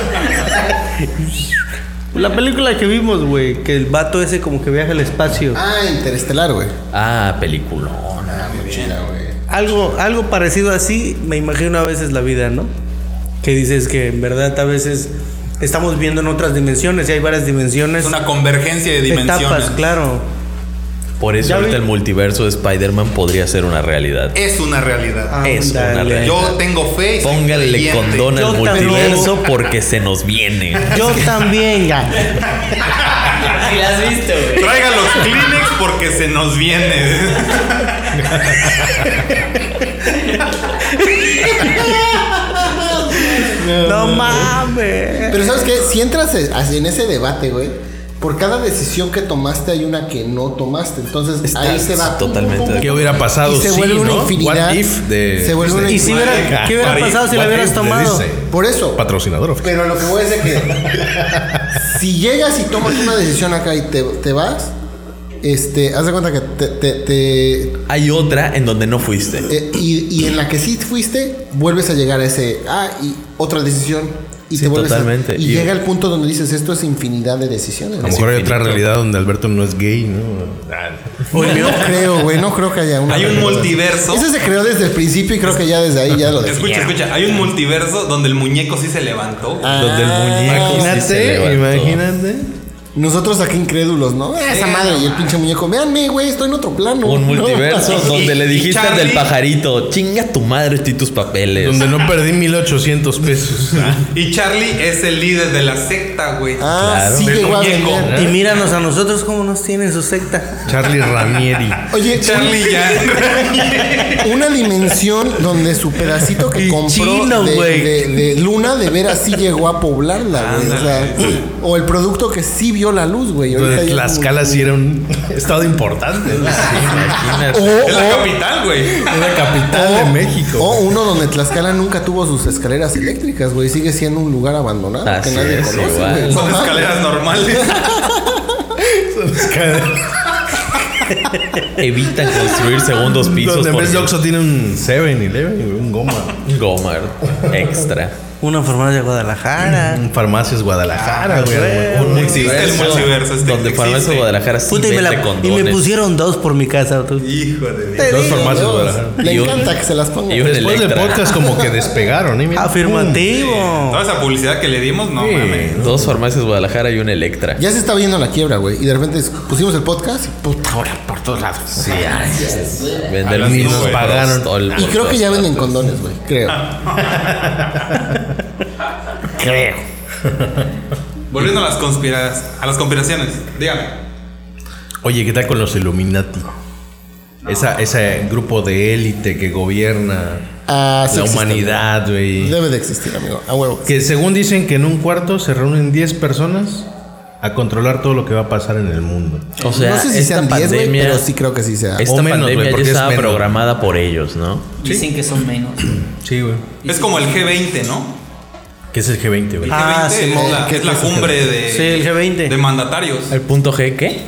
[SPEAKER 7] La película que vimos, güey, que el vato ese como que viaja al espacio.
[SPEAKER 4] Ah, interestelar, güey.
[SPEAKER 2] Ah, peliculón.
[SPEAKER 7] Algo, algo parecido así, me imagino a veces la vida, ¿no? Que dices que en verdad a veces estamos viendo en otras dimensiones y hay varias dimensiones.
[SPEAKER 5] Es una convergencia de dimensiones.
[SPEAKER 7] Etapas, claro.
[SPEAKER 2] Por eso
[SPEAKER 7] Ya
[SPEAKER 2] ahorita
[SPEAKER 7] vi-
[SPEAKER 2] el multiverso de Spider-Man podría ser una realidad.
[SPEAKER 5] Es una realidad.
[SPEAKER 2] Es una
[SPEAKER 7] Ándale.
[SPEAKER 2] realidad.
[SPEAKER 5] Yo tengo fe. y soy
[SPEAKER 2] Pónganle
[SPEAKER 5] creyente.
[SPEAKER 2] Ah, condón
[SPEAKER 7] Yo
[SPEAKER 2] al
[SPEAKER 7] también.
[SPEAKER 2] multiverso porque se nos viene.
[SPEAKER 7] Yo también, ya.
[SPEAKER 6] Si la has visto, güey.
[SPEAKER 5] Traiga los Kleenex porque se nos viene.
[SPEAKER 7] No
[SPEAKER 5] Eh.
[SPEAKER 7] mames.
[SPEAKER 4] Pero ¿sabes qué? Si entras eh, así en ese debate, güey, por cada decisión que tomaste hay una que no tomaste. Entonces, ahí se va.
[SPEAKER 2] totalmente de
[SPEAKER 3] ¿Qué hubiera pasado
[SPEAKER 4] Y se
[SPEAKER 3] si,
[SPEAKER 4] vuelve una
[SPEAKER 3] ¿no?
[SPEAKER 4] infinidad.
[SPEAKER 3] What if de...
[SPEAKER 4] Se vuelve una
[SPEAKER 7] Y si hubiera, ¿qué hubiera
[SPEAKER 3] What if-
[SPEAKER 7] pasado si la
[SPEAKER 3] what
[SPEAKER 7] hubieras
[SPEAKER 3] if, le
[SPEAKER 7] tomado?
[SPEAKER 3] dice.
[SPEAKER 4] Por eso.
[SPEAKER 3] Patrocinador oficial.
[SPEAKER 4] Pero lo que voy es de que si llegas y tomas una decisión acá y te, te vas, este, haz de cuenta que te, te- te-
[SPEAKER 2] Hay otra en donde no fuiste.
[SPEAKER 4] eh, y, y en la que sí fuiste, vuelves a llegar a ese ah, y otra decisión. Y
[SPEAKER 2] Sí,
[SPEAKER 4] te vuelves a-
[SPEAKER 2] totalmente.
[SPEAKER 4] y,
[SPEAKER 2] Y-
[SPEAKER 4] llega el punto donde dices esto es infinidad de decisiones.
[SPEAKER 3] A lo
[SPEAKER 4] güey.
[SPEAKER 3] mejor hay
[SPEAKER 2] infinito.
[SPEAKER 3] otra realidad donde Alberto no es gay, ¿no?
[SPEAKER 4] No creo, güey, no creo que haya una.
[SPEAKER 5] Hay un multiverso.
[SPEAKER 4] Ese se creó desde el principio y creo que ya desde ahí Pues ya lo definí.
[SPEAKER 5] Escucha, escucha. Hay un multiverso donde el muñeco sí se levantó.
[SPEAKER 4] Ah.
[SPEAKER 2] Donde el muñeco sí se levantó.
[SPEAKER 3] imagínate.
[SPEAKER 4] Nosotros aquí incrédulos, ¿no? Ah, Esa madre y el pinche muñeco. Véanme, güey, estoy en otro plano.
[SPEAKER 2] Un
[SPEAKER 4] ¿no?
[SPEAKER 2] multiverso donde le
[SPEAKER 5] y
[SPEAKER 2] dijiste al del
[SPEAKER 5] Charlie-
[SPEAKER 2] pajarito, chinga tu madre y tus papeles.
[SPEAKER 3] Donde no perdí 1800 pesos.
[SPEAKER 5] Y Charlie es el líder de la secta, güey.
[SPEAKER 4] Ah,
[SPEAKER 2] Claro.
[SPEAKER 4] sí
[SPEAKER 5] Del
[SPEAKER 4] llegó a
[SPEAKER 5] muñeco.
[SPEAKER 4] vender.
[SPEAKER 7] Y míranos a nosotros cómo nos tienen su secta.
[SPEAKER 3] Charlie Ranieri.
[SPEAKER 4] Oye,
[SPEAKER 5] Charlie ya.
[SPEAKER 4] una dimensión donde su pedacito que
[SPEAKER 7] Y
[SPEAKER 4] compró
[SPEAKER 7] chino,
[SPEAKER 4] de,
[SPEAKER 7] güey.
[SPEAKER 4] de- de luna de ver así llegó a poblarla, güey. O, sea, o el producto que sí vio la luz, güey. Ahorita
[SPEAKER 3] Donde
[SPEAKER 4] ya es como-
[SPEAKER 3] Tlaxcala sí era un estado importante. ¿no?
[SPEAKER 2] Imagínate.
[SPEAKER 4] O-
[SPEAKER 5] Es la capital, güey.
[SPEAKER 3] Era capital de México.
[SPEAKER 4] O uno donde Tlaxcala nunca tuvo sus escaleras eléctricas, güey. Sigue siendo un lugar abandonado
[SPEAKER 2] Así
[SPEAKER 4] que nadie
[SPEAKER 2] es,
[SPEAKER 4] conoce.
[SPEAKER 2] igual.
[SPEAKER 4] güey.
[SPEAKER 5] Son
[SPEAKER 4] Ajá.
[SPEAKER 5] escaleras normales.
[SPEAKER 2] Evitan construir segundos pisos.
[SPEAKER 3] Donde en vez de
[SPEAKER 2] porque-
[SPEAKER 3] Oxxo tiene un 7-Eleven, güey, un goma.
[SPEAKER 2] Gomer extra.
[SPEAKER 7] Una farmacia de Guadalajara.
[SPEAKER 5] Mm.
[SPEAKER 3] Un farmacias Guadalajara, Ah, güey. a lo mejor.
[SPEAKER 5] Existe el multiverso. Este
[SPEAKER 2] donde Farmacia
[SPEAKER 5] existe.
[SPEAKER 2] Guadalajara sí
[SPEAKER 7] Puta, y me,
[SPEAKER 2] vende
[SPEAKER 7] la- y
[SPEAKER 2] condones.
[SPEAKER 7] me pusieron dos por mi casa. tú.
[SPEAKER 5] Hijo de Dios.
[SPEAKER 7] Te
[SPEAKER 3] Dos
[SPEAKER 7] digo,
[SPEAKER 3] farmacias
[SPEAKER 4] Dios,
[SPEAKER 3] Guadalajara.
[SPEAKER 4] Le
[SPEAKER 2] Y un-
[SPEAKER 4] encanta que se las pongan.
[SPEAKER 2] y un-
[SPEAKER 3] Después del
[SPEAKER 2] Electra.
[SPEAKER 3] podcast como que despegaron, ¿eh? Mira,
[SPEAKER 7] Afirmativo.
[SPEAKER 5] Toda esa publicidad que le dimos, no
[SPEAKER 3] pum. Sí,
[SPEAKER 5] mames.
[SPEAKER 3] ¿no?
[SPEAKER 2] Dos farmacias Guadalajara y un Electra.
[SPEAKER 4] Ya se está viendo la quiebra, güey. Y de repente pusimos el podcast y puta, ahora por todos lados.
[SPEAKER 2] Venden
[SPEAKER 5] Ni nos
[SPEAKER 3] pagaron.
[SPEAKER 2] Ah,
[SPEAKER 4] Y creo que ya venden condones, güey. Creo.
[SPEAKER 3] Ah.
[SPEAKER 7] Creo.
[SPEAKER 5] Volviendo a las conspiraciones. A las conspiraciones. Dígame.
[SPEAKER 3] Oye, ¿qué tal con los Illuminati? Esa, ese grupo de élite que gobierna
[SPEAKER 4] Ah, sí
[SPEAKER 3] la
[SPEAKER 4] existe,
[SPEAKER 3] humanidad,
[SPEAKER 4] güey.
[SPEAKER 3] güey.
[SPEAKER 4] Debe de existir, amigo. A huevo.
[SPEAKER 3] Que según dicen que en un cuarto se reúnen 10 personas a controlar todo lo que va a pasar en el mundo.
[SPEAKER 2] O sea,
[SPEAKER 4] no sé si
[SPEAKER 2] esta
[SPEAKER 4] sean 10, güey,
[SPEAKER 2] pandemia,
[SPEAKER 4] pero sí creo que sí sea.
[SPEAKER 2] esta
[SPEAKER 3] O menos, güey,
[SPEAKER 2] pandemia
[SPEAKER 3] porque
[SPEAKER 2] ya
[SPEAKER 3] es
[SPEAKER 2] estaba
[SPEAKER 3] menos.
[SPEAKER 2] programada por ellos, ¿no?
[SPEAKER 6] Dicen que son menos.
[SPEAKER 3] Sí, güey.
[SPEAKER 5] Es como el G20, ¿no?
[SPEAKER 3] Que es el G20, güey.
[SPEAKER 5] El
[SPEAKER 7] Ah,
[SPEAKER 5] G20
[SPEAKER 7] sí,
[SPEAKER 5] es, la,
[SPEAKER 4] ¿qué
[SPEAKER 5] es la
[SPEAKER 4] cosa
[SPEAKER 5] cumbre de,
[SPEAKER 7] Sí, el G20.
[SPEAKER 5] de mandatarios.
[SPEAKER 2] El punto G, ¿qué?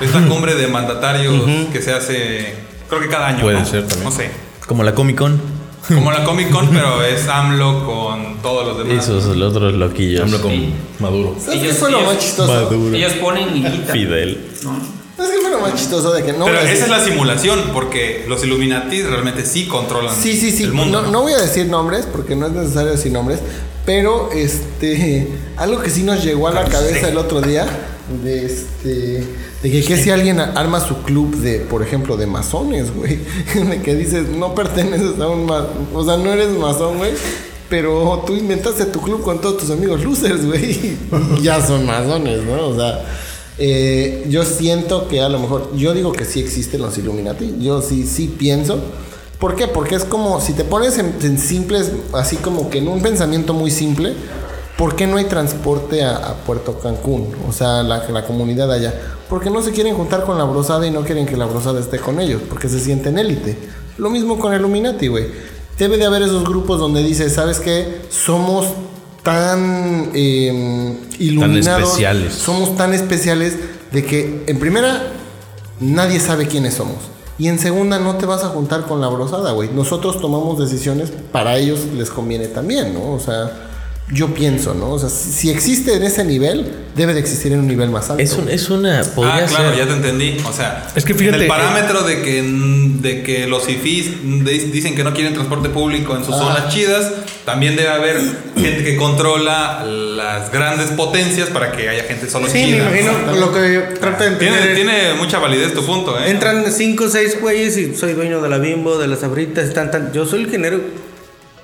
[SPEAKER 5] Es la cumbre de mandatarios que se hace, creo que cada año.
[SPEAKER 3] Puede
[SPEAKER 5] ¿no?
[SPEAKER 3] ser también.
[SPEAKER 5] No sé.
[SPEAKER 2] Como la Comic Con.
[SPEAKER 5] Como la Comic Con, pero es AMLO con todos los demás.
[SPEAKER 2] Esos los otros loquillos.
[SPEAKER 3] Hablo con Maduro.
[SPEAKER 4] ¿Sabes qué
[SPEAKER 6] Ellos-
[SPEAKER 4] fue lo
[SPEAKER 6] ellos-
[SPEAKER 4] más chistoso?
[SPEAKER 6] Ellos ponen y quitan.
[SPEAKER 2] Fidel.
[SPEAKER 4] ¿Sabes qué fue lo más chistoso de que no
[SPEAKER 5] pero
[SPEAKER 4] voy a
[SPEAKER 5] esa
[SPEAKER 4] decir-
[SPEAKER 5] es la simulación, porque los Illuminati realmente sí controlan
[SPEAKER 4] Sí, sí, sí.
[SPEAKER 5] el mundo.
[SPEAKER 4] No, no voy a decir nombres porque no es necesario decir nombres. Pero este. Algo que sí nos llegó a la cabeza el otro día. De este. De que, ¿qué si alguien a- arma su club de, por ejemplo, de masones, güey. De que dices, no perteneces a un ma- O sea, no eres masón, güey. Pero tú inventaste tu club con todos tus amigos losers, güey. y ya son masones, ¿no? O sea. eh, yo siento que a lo mejor. Yo digo que sí existen los Illuminati. Yo sí, sí pienso. ¿Por qué? Porque es como, si te pones en, en simples, así como que en un pensamiento muy simple, ¿por qué no hay transporte a, a Puerto Cancún? O sea, la, la comunidad allá. Porque no se quieren juntar con la brosada y no quieren que la brosada esté con ellos, porque se sienten élite. Lo mismo con Illuminati, güey. Debe de haber esos grupos donde dices, ¿sabes qué? Somos tan eh, iluminados.
[SPEAKER 3] especiales.
[SPEAKER 4] Somos tan especiales de que, en primera, nadie sabe quiénes somos. Y en segunda, no te vas a juntar con la brosada, güey. Nosotros tomamos decisiones, para ellos les conviene también, ¿no? O sea, yo pienso, ¿no? O sea, si, si existe en ese nivel, debe de existir en un nivel más alto.
[SPEAKER 2] Es, un- es una.
[SPEAKER 5] Ah,
[SPEAKER 2] Podría
[SPEAKER 5] claro,
[SPEAKER 2] ser.
[SPEAKER 5] ya te entendí. O sea,
[SPEAKER 3] Es que fíjate,
[SPEAKER 5] el parámetro de que, de que los IFIs dicen que no quieren transporte público en sus zonas chidas, también debe haber gente que controla las grandes potencias para que haya gente solo
[SPEAKER 7] Sí, me
[SPEAKER 5] chida.
[SPEAKER 7] imagino lo que trata de entender.
[SPEAKER 5] Tiene,
[SPEAKER 7] es-
[SPEAKER 5] tiene mucha validez tu punto, ¿eh?
[SPEAKER 7] Entran cinco o seis güeyes y soy dueño de la bimbo, de las abritas, están tan... Yo soy el género,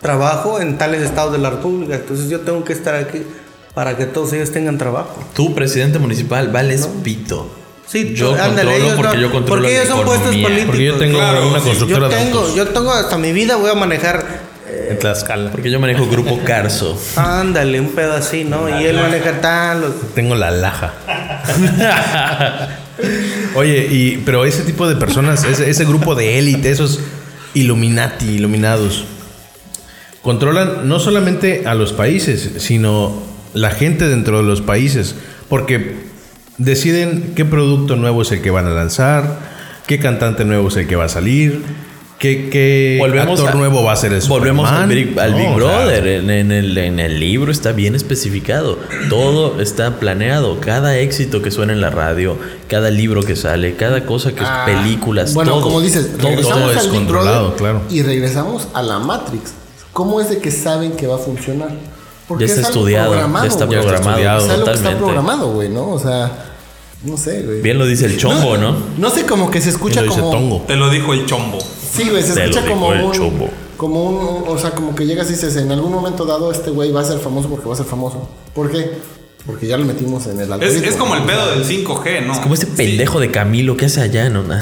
[SPEAKER 7] trabajo en tales estados de la república, entonces yo tengo que estar aquí para que todos ellos tengan trabajo.
[SPEAKER 2] Tú, presidente municipal, vales pito.
[SPEAKER 7] Sí,
[SPEAKER 2] yo
[SPEAKER 7] ándale,
[SPEAKER 2] controlo
[SPEAKER 7] ellos
[SPEAKER 2] porque
[SPEAKER 7] no-
[SPEAKER 2] yo controlo
[SPEAKER 7] porque
[SPEAKER 2] la
[SPEAKER 7] ellos son
[SPEAKER 2] economía.
[SPEAKER 7] puestos políticos.
[SPEAKER 3] Porque yo tengo
[SPEAKER 5] Claro,
[SPEAKER 3] una
[SPEAKER 5] sí.
[SPEAKER 3] constructora
[SPEAKER 7] Yo
[SPEAKER 3] de
[SPEAKER 7] tengo,
[SPEAKER 3] autos
[SPEAKER 7] yo tengo hasta mi vida voy a manejar, eh,
[SPEAKER 3] en Tlaxcala.
[SPEAKER 2] Porque yo manejo grupo Carso.
[SPEAKER 7] ándale, un pedo así, ¿no? Y él maneja tal, los-
[SPEAKER 3] Tengo la laja. Oye, y, pero ese tipo de personas, ese, ese grupo de élite, esos Illuminati, iluminados, controlan no solamente a los países, sino la gente dentro de los países, porque deciden qué producto nuevo es el que van a lanzar, qué cantante nuevo es el que va a salir, qué, qué
[SPEAKER 2] Volvemos
[SPEAKER 3] actor
[SPEAKER 2] a-
[SPEAKER 3] nuevo va a ser el
[SPEAKER 2] Volvemos al
[SPEAKER 3] Superman,
[SPEAKER 2] Big, al
[SPEAKER 3] ¿no?
[SPEAKER 2] Big
[SPEAKER 3] O sea,
[SPEAKER 2] Brother. en, en el, en el libro está bien especificado. Todo está planeado. Cada éxito que suena en la radio, cada libro que sale, cada cosa que
[SPEAKER 4] Ah,
[SPEAKER 2] películas,
[SPEAKER 4] Bueno,
[SPEAKER 2] todo.
[SPEAKER 4] como dices,
[SPEAKER 2] todo,
[SPEAKER 4] regresamos
[SPEAKER 2] todo
[SPEAKER 4] al
[SPEAKER 2] es
[SPEAKER 4] Big
[SPEAKER 3] controlado,
[SPEAKER 4] Brother
[SPEAKER 3] claro.
[SPEAKER 4] Y regresamos a la Matrix. ¿Cómo es de que saben que va a funcionar? Porque
[SPEAKER 2] Ya está
[SPEAKER 4] es algo
[SPEAKER 2] estudiado,
[SPEAKER 4] programado,
[SPEAKER 2] ya está
[SPEAKER 4] güey.
[SPEAKER 2] programado,
[SPEAKER 4] es algo que está
[SPEAKER 2] totalmente.
[SPEAKER 4] programado, güey, ¿no? O sea, no sé, güey.
[SPEAKER 2] Bien lo dice el chombo, ¿no?
[SPEAKER 4] No sé, como que se
[SPEAKER 3] Lo
[SPEAKER 4] escucha
[SPEAKER 3] dice
[SPEAKER 4] como...
[SPEAKER 3] Tongo.
[SPEAKER 5] Te lo dijo el chombo.
[SPEAKER 4] Sí, güey, se
[SPEAKER 2] Te lo
[SPEAKER 4] escucha
[SPEAKER 2] dijo
[SPEAKER 4] como
[SPEAKER 2] el
[SPEAKER 4] un,
[SPEAKER 2] chombo.
[SPEAKER 4] como un, o sea, como que llegas y dices, en algún momento dado este güey va a ser famoso porque va a ser famoso. ¿Por qué? Porque ya lo metimos en el
[SPEAKER 5] Es,
[SPEAKER 4] algoritmo.
[SPEAKER 5] es como el pedo del 5G, ¿no?
[SPEAKER 2] Es como este
[SPEAKER 5] Sí.
[SPEAKER 2] pendejo de Camilo que hace allá, ¿no?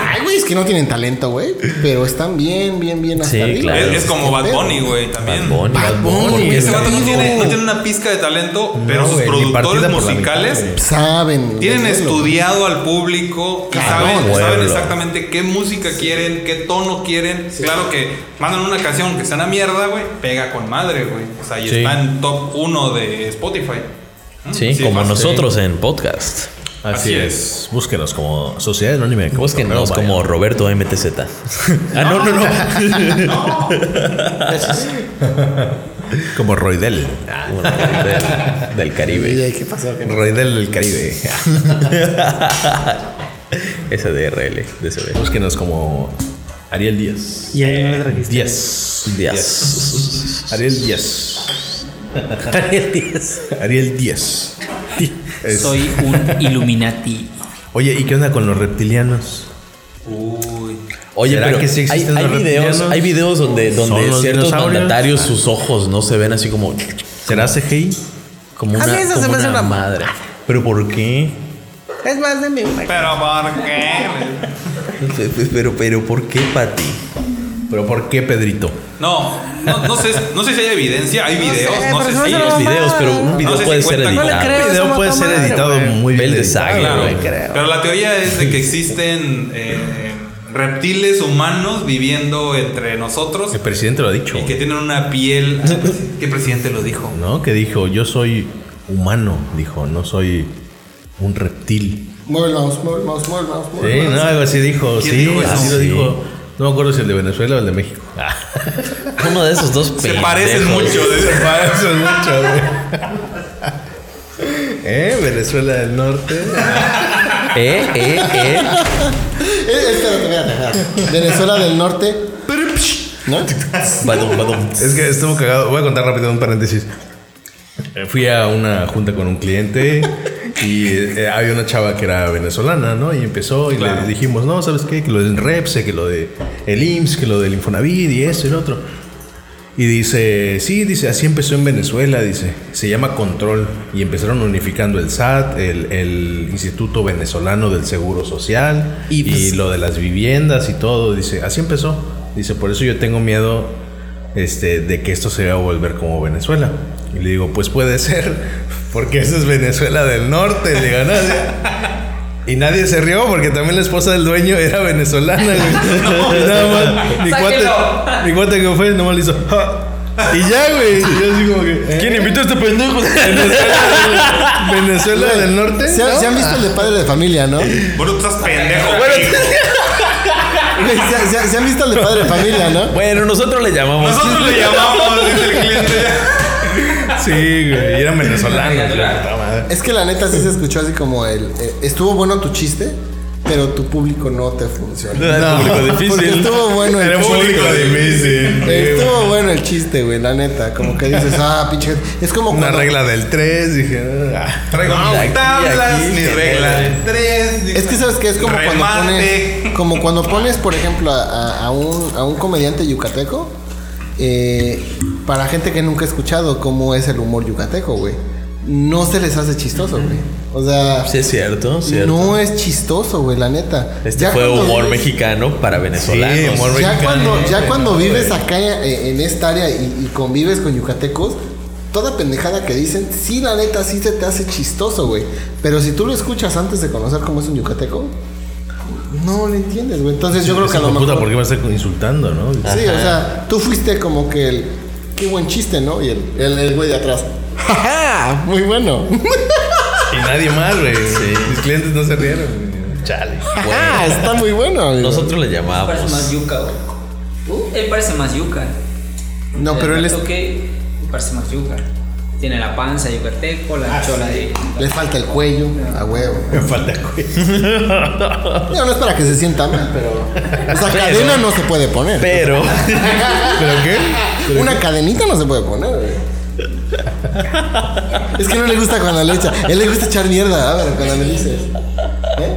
[SPEAKER 4] Ay, güey, es que no tienen talento, güey, pero están bien, bien, bien hasta
[SPEAKER 2] Sí,
[SPEAKER 4] arriba.
[SPEAKER 2] claro.
[SPEAKER 5] Es,
[SPEAKER 4] güey.
[SPEAKER 5] es como
[SPEAKER 4] ¿Qué
[SPEAKER 5] Bad
[SPEAKER 4] pedo?
[SPEAKER 5] Bunny, güey, también.
[SPEAKER 2] Bad Bunny, Bad Bunny.
[SPEAKER 4] Bunny,
[SPEAKER 5] Ese vato no
[SPEAKER 4] Exacto.
[SPEAKER 5] tiene, no tiene una pizca de talento, pero
[SPEAKER 3] güey,
[SPEAKER 5] sus
[SPEAKER 3] ni partida
[SPEAKER 5] productores
[SPEAKER 3] por la mitad,
[SPEAKER 5] musicales
[SPEAKER 3] güey.
[SPEAKER 4] Saben.
[SPEAKER 5] tienen
[SPEAKER 4] güey,
[SPEAKER 5] estudiado al público y
[SPEAKER 4] Cabrón,
[SPEAKER 5] saben,
[SPEAKER 2] pueblo.
[SPEAKER 5] saben exactamente qué música quieren, qué tono quieren. Claro que mandan una canción que sea una mierda, güey, pega con madre, güey. O sea, y
[SPEAKER 3] Sí.
[SPEAKER 5] está en top 1 de Spotify. ¿Mm?
[SPEAKER 2] Sí, como
[SPEAKER 5] fácil.
[SPEAKER 2] nosotros en podcast.
[SPEAKER 5] Así
[SPEAKER 3] Así, es. Búsquenos como Sociedad Anónima. de
[SPEAKER 2] Búsquenos
[SPEAKER 3] Correo,
[SPEAKER 2] como Roberto MTZ. ah, no, no, no.
[SPEAKER 3] vaya. Como Roidel.
[SPEAKER 2] Ah, Como Roberto del, del Caribe.
[SPEAKER 4] güey, ¿Qué pasó? ¿Qué no?
[SPEAKER 3] Roidel del Caribe.
[SPEAKER 2] SDRL, DCB.
[SPEAKER 3] Búsquenos como Ariel Díaz.
[SPEAKER 7] Y ahí no le trajiste.
[SPEAKER 3] Díaz.
[SPEAKER 2] Díaz.
[SPEAKER 3] Ariel Díaz.
[SPEAKER 7] Ariel Díaz.
[SPEAKER 3] Ariel Díaz. Es-
[SPEAKER 6] Soy un Illuminati.
[SPEAKER 3] Oye, ¿y qué onda con los reptilianos?
[SPEAKER 5] Uy.
[SPEAKER 2] Oye,
[SPEAKER 3] ¿Será
[SPEAKER 2] pero
[SPEAKER 3] que sí
[SPEAKER 2] hay,
[SPEAKER 3] existen
[SPEAKER 2] hay
[SPEAKER 3] los
[SPEAKER 2] videos,
[SPEAKER 3] reptilianos?
[SPEAKER 2] hay videos donde,
[SPEAKER 3] ¿Son
[SPEAKER 2] donde
[SPEAKER 3] los
[SPEAKER 2] ciertos
[SPEAKER 3] dinosaurios? Ah.
[SPEAKER 2] mandatarios, sus ojos no se ven así como,
[SPEAKER 3] ¿Será CGI?
[SPEAKER 2] como
[SPEAKER 7] A
[SPEAKER 2] una,
[SPEAKER 7] mí eso
[SPEAKER 2] como
[SPEAKER 7] se me hace
[SPEAKER 2] una
[SPEAKER 7] una
[SPEAKER 2] madre. ¿Pero por qué?
[SPEAKER 7] Es más de mi
[SPEAKER 5] Pero ¿por qué? güey?
[SPEAKER 2] Pero, pero, ¿por qué, Pati?
[SPEAKER 3] ¿Pero por qué, Pedrito?
[SPEAKER 5] No, no, no sé, no sé si hay evidencia, hay videos,
[SPEAKER 7] sé,
[SPEAKER 5] no
[SPEAKER 7] pero
[SPEAKER 5] sé,
[SPEAKER 7] se me
[SPEAKER 5] si.
[SPEAKER 7] hace
[SPEAKER 2] Los
[SPEAKER 7] mamada,
[SPEAKER 2] videos, pero
[SPEAKER 7] ¿no?
[SPEAKER 2] un video
[SPEAKER 5] No sé si
[SPEAKER 2] puede ser
[SPEAKER 5] cuenta como-
[SPEAKER 2] editado.
[SPEAKER 7] No le creo.
[SPEAKER 3] El
[SPEAKER 7] Pero
[SPEAKER 3] video
[SPEAKER 7] eso
[SPEAKER 3] puede
[SPEAKER 7] mató
[SPEAKER 3] ser
[SPEAKER 7] madre,
[SPEAKER 3] editado
[SPEAKER 7] güey.
[SPEAKER 3] muy bien. Ah,
[SPEAKER 2] Pel de
[SPEAKER 3] editado.
[SPEAKER 2] saga,
[SPEAKER 5] Claro.
[SPEAKER 2] güey.
[SPEAKER 7] creo.
[SPEAKER 5] Pero la teoría es de que existen eh, reptiles humanos viviendo entre nosotros
[SPEAKER 3] El presidente lo ha dicho.
[SPEAKER 5] y que tienen una piel. ¿Qué presidente lo dijo?
[SPEAKER 3] ¿No? Que dijo, yo soy humano. Dijo, no soy un reptil.
[SPEAKER 4] Mueve el mouse, mueve el mouse, mueve el mouse, mueve
[SPEAKER 3] Sí,
[SPEAKER 4] el
[SPEAKER 3] no,
[SPEAKER 4] mouse.
[SPEAKER 3] algo así dijo.
[SPEAKER 5] ¿Quién
[SPEAKER 3] Sí,
[SPEAKER 5] dijo eso?
[SPEAKER 3] así lo
[SPEAKER 2] Sí.
[SPEAKER 3] dijo. No me acuerdo si el de Venezuela o el de México.
[SPEAKER 2] Uno de esos dos
[SPEAKER 5] Se
[SPEAKER 2] pendejos.
[SPEAKER 5] parecen mucho. dice.
[SPEAKER 3] Eso es mucho, güey. ¿Eh? Venezuela del Norte.
[SPEAKER 2] Eh, eh, eh.
[SPEAKER 4] Eh, espérate, espérate, espérate. Venezuela del Norte. ¿No?
[SPEAKER 2] Badum, badum.
[SPEAKER 3] Es que estuvo cagado. Voy a contar rápido un paréntesis. Eh, Fui a una junta con un cliente y eh, había una chava que era venezolana, ¿no? Y empezó y
[SPEAKER 5] Claro.
[SPEAKER 3] le dijimos, no, ¿sabes qué? Que lo del Repse, que lo de el IMSS, que lo del Infonavit y eso y lo otro. Y dice, sí, dice, así empezó en Venezuela, dice, se llama Control. Y empezaron unificando el SAT, el, el Instituto Venezolano del Seguro Social
[SPEAKER 7] Y,
[SPEAKER 3] y,
[SPEAKER 7] pues-
[SPEAKER 3] lo de las viviendas y todo. Dice, así empezó. Dice, por eso yo tengo miedo este, de que esto se va a volver como Venezuela. Y le digo, pues puede ser, porque eso es Venezuela del Norte. Le digo, "No, o sea". Y nadie se rió porque también la esposa del dueño era venezolana. güey. Y nada más, mi cuate,
[SPEAKER 6] Sáquenlo.
[SPEAKER 3] mi cuate que fue, nomás le hizo. "Ja". Y ya, güey. Y yo así como que. ¿Quién invitó a este pendejo? Venezuela, Venezuela del Norte.
[SPEAKER 4] ¿Se,
[SPEAKER 3] ¿no?
[SPEAKER 4] se han visto el de padre de familia, no? Güey,
[SPEAKER 5] Bueno, tú estás pendejo. güey.
[SPEAKER 4] ¿Se, se- se han visto el de padre de familia, no?
[SPEAKER 2] Bueno, nosotros le llamamos.
[SPEAKER 5] Nosotros le llamamos, dice el cliente.
[SPEAKER 3] Sí, güey. Y eran venezolanos.
[SPEAKER 6] Venga,
[SPEAKER 3] güey, puta madre.
[SPEAKER 4] Es que la neta sí se escuchó así como el. eh, estuvo bueno tu chiste, pero tu público no te funcionó.
[SPEAKER 3] Era público
[SPEAKER 4] Porque
[SPEAKER 3] difícil.
[SPEAKER 4] estuvo bueno el
[SPEAKER 3] Era
[SPEAKER 4] chiste.
[SPEAKER 3] público difícil.
[SPEAKER 4] Estuvo bueno el chiste, güey, la neta. Como que dices, ah, pinche. Es como
[SPEAKER 3] Una
[SPEAKER 4] cuando.
[SPEAKER 3] regla del 3, dije. ah.
[SPEAKER 5] Traigo mis tablas,
[SPEAKER 3] aquí,
[SPEAKER 5] mi
[SPEAKER 3] que
[SPEAKER 5] regla de tres.
[SPEAKER 4] Es que sabes que es como cuando pones. Como cuando pones, por ejemplo, a, a- a un, a un comediante yucateco. eh, para gente que nunca ha escuchado cómo es el humor yucateco, güey. No se les hace chistoso, güey. O sea.
[SPEAKER 2] Sí, es cierto, cierto.
[SPEAKER 4] No es chistoso, güey, la neta.
[SPEAKER 2] Este
[SPEAKER 4] Ya
[SPEAKER 2] fue
[SPEAKER 4] cuando
[SPEAKER 2] humor
[SPEAKER 4] vives-
[SPEAKER 2] mexicano para venezolanos.
[SPEAKER 3] Sí, humor
[SPEAKER 4] Ya
[SPEAKER 3] mexicano,
[SPEAKER 4] cuando, ya
[SPEAKER 3] güey,
[SPEAKER 4] cuando
[SPEAKER 3] no,
[SPEAKER 4] vives
[SPEAKER 3] güey.
[SPEAKER 4] acá eh, en esta área y, y convives con yucatecos, toda pendejada que dicen, sí, la neta, sí se te hace chistoso, güey. Pero si tú lo escuchas antes de conocer cómo es un yucateco, no lo entiendes, güey. Entonces yo creo que a lo
[SPEAKER 3] Hijo de puta,
[SPEAKER 4] mejor...
[SPEAKER 3] ¿por qué me estás insultando, no?
[SPEAKER 2] Ah.
[SPEAKER 4] Sí, o sea, tú fuiste como que el... Qué buen chiste, ¿no? Y el, el, el güey de atrás. ¡Jaja! Muy bueno.
[SPEAKER 3] Y nadie más, güey. Mis clientes no se rieron. güey. Chale.
[SPEAKER 4] ¡Jaja! Está muy bueno. amigo.
[SPEAKER 2] Nosotros le
[SPEAKER 6] Parece más
[SPEAKER 2] llamamos.
[SPEAKER 6] yuca, güey. Uh, Él parece más yuca.
[SPEAKER 4] No, pero él es...
[SPEAKER 6] que parece más yuca. Tiene la panza yucateco, la chola de.
[SPEAKER 4] Le falta el cuello, a huevo.
[SPEAKER 3] Me falta cuello.
[SPEAKER 4] Digo, no es para que se sienta mal, pero... O sea, cadena no se puede poner.
[SPEAKER 2] Pero,
[SPEAKER 3] ¿Pero qué?
[SPEAKER 4] Una cadenita no se puede poner, güey. Es que no le gusta cuando le echa. Él le gusta echar mierda, a ver, cuando le dices. ¿Eh?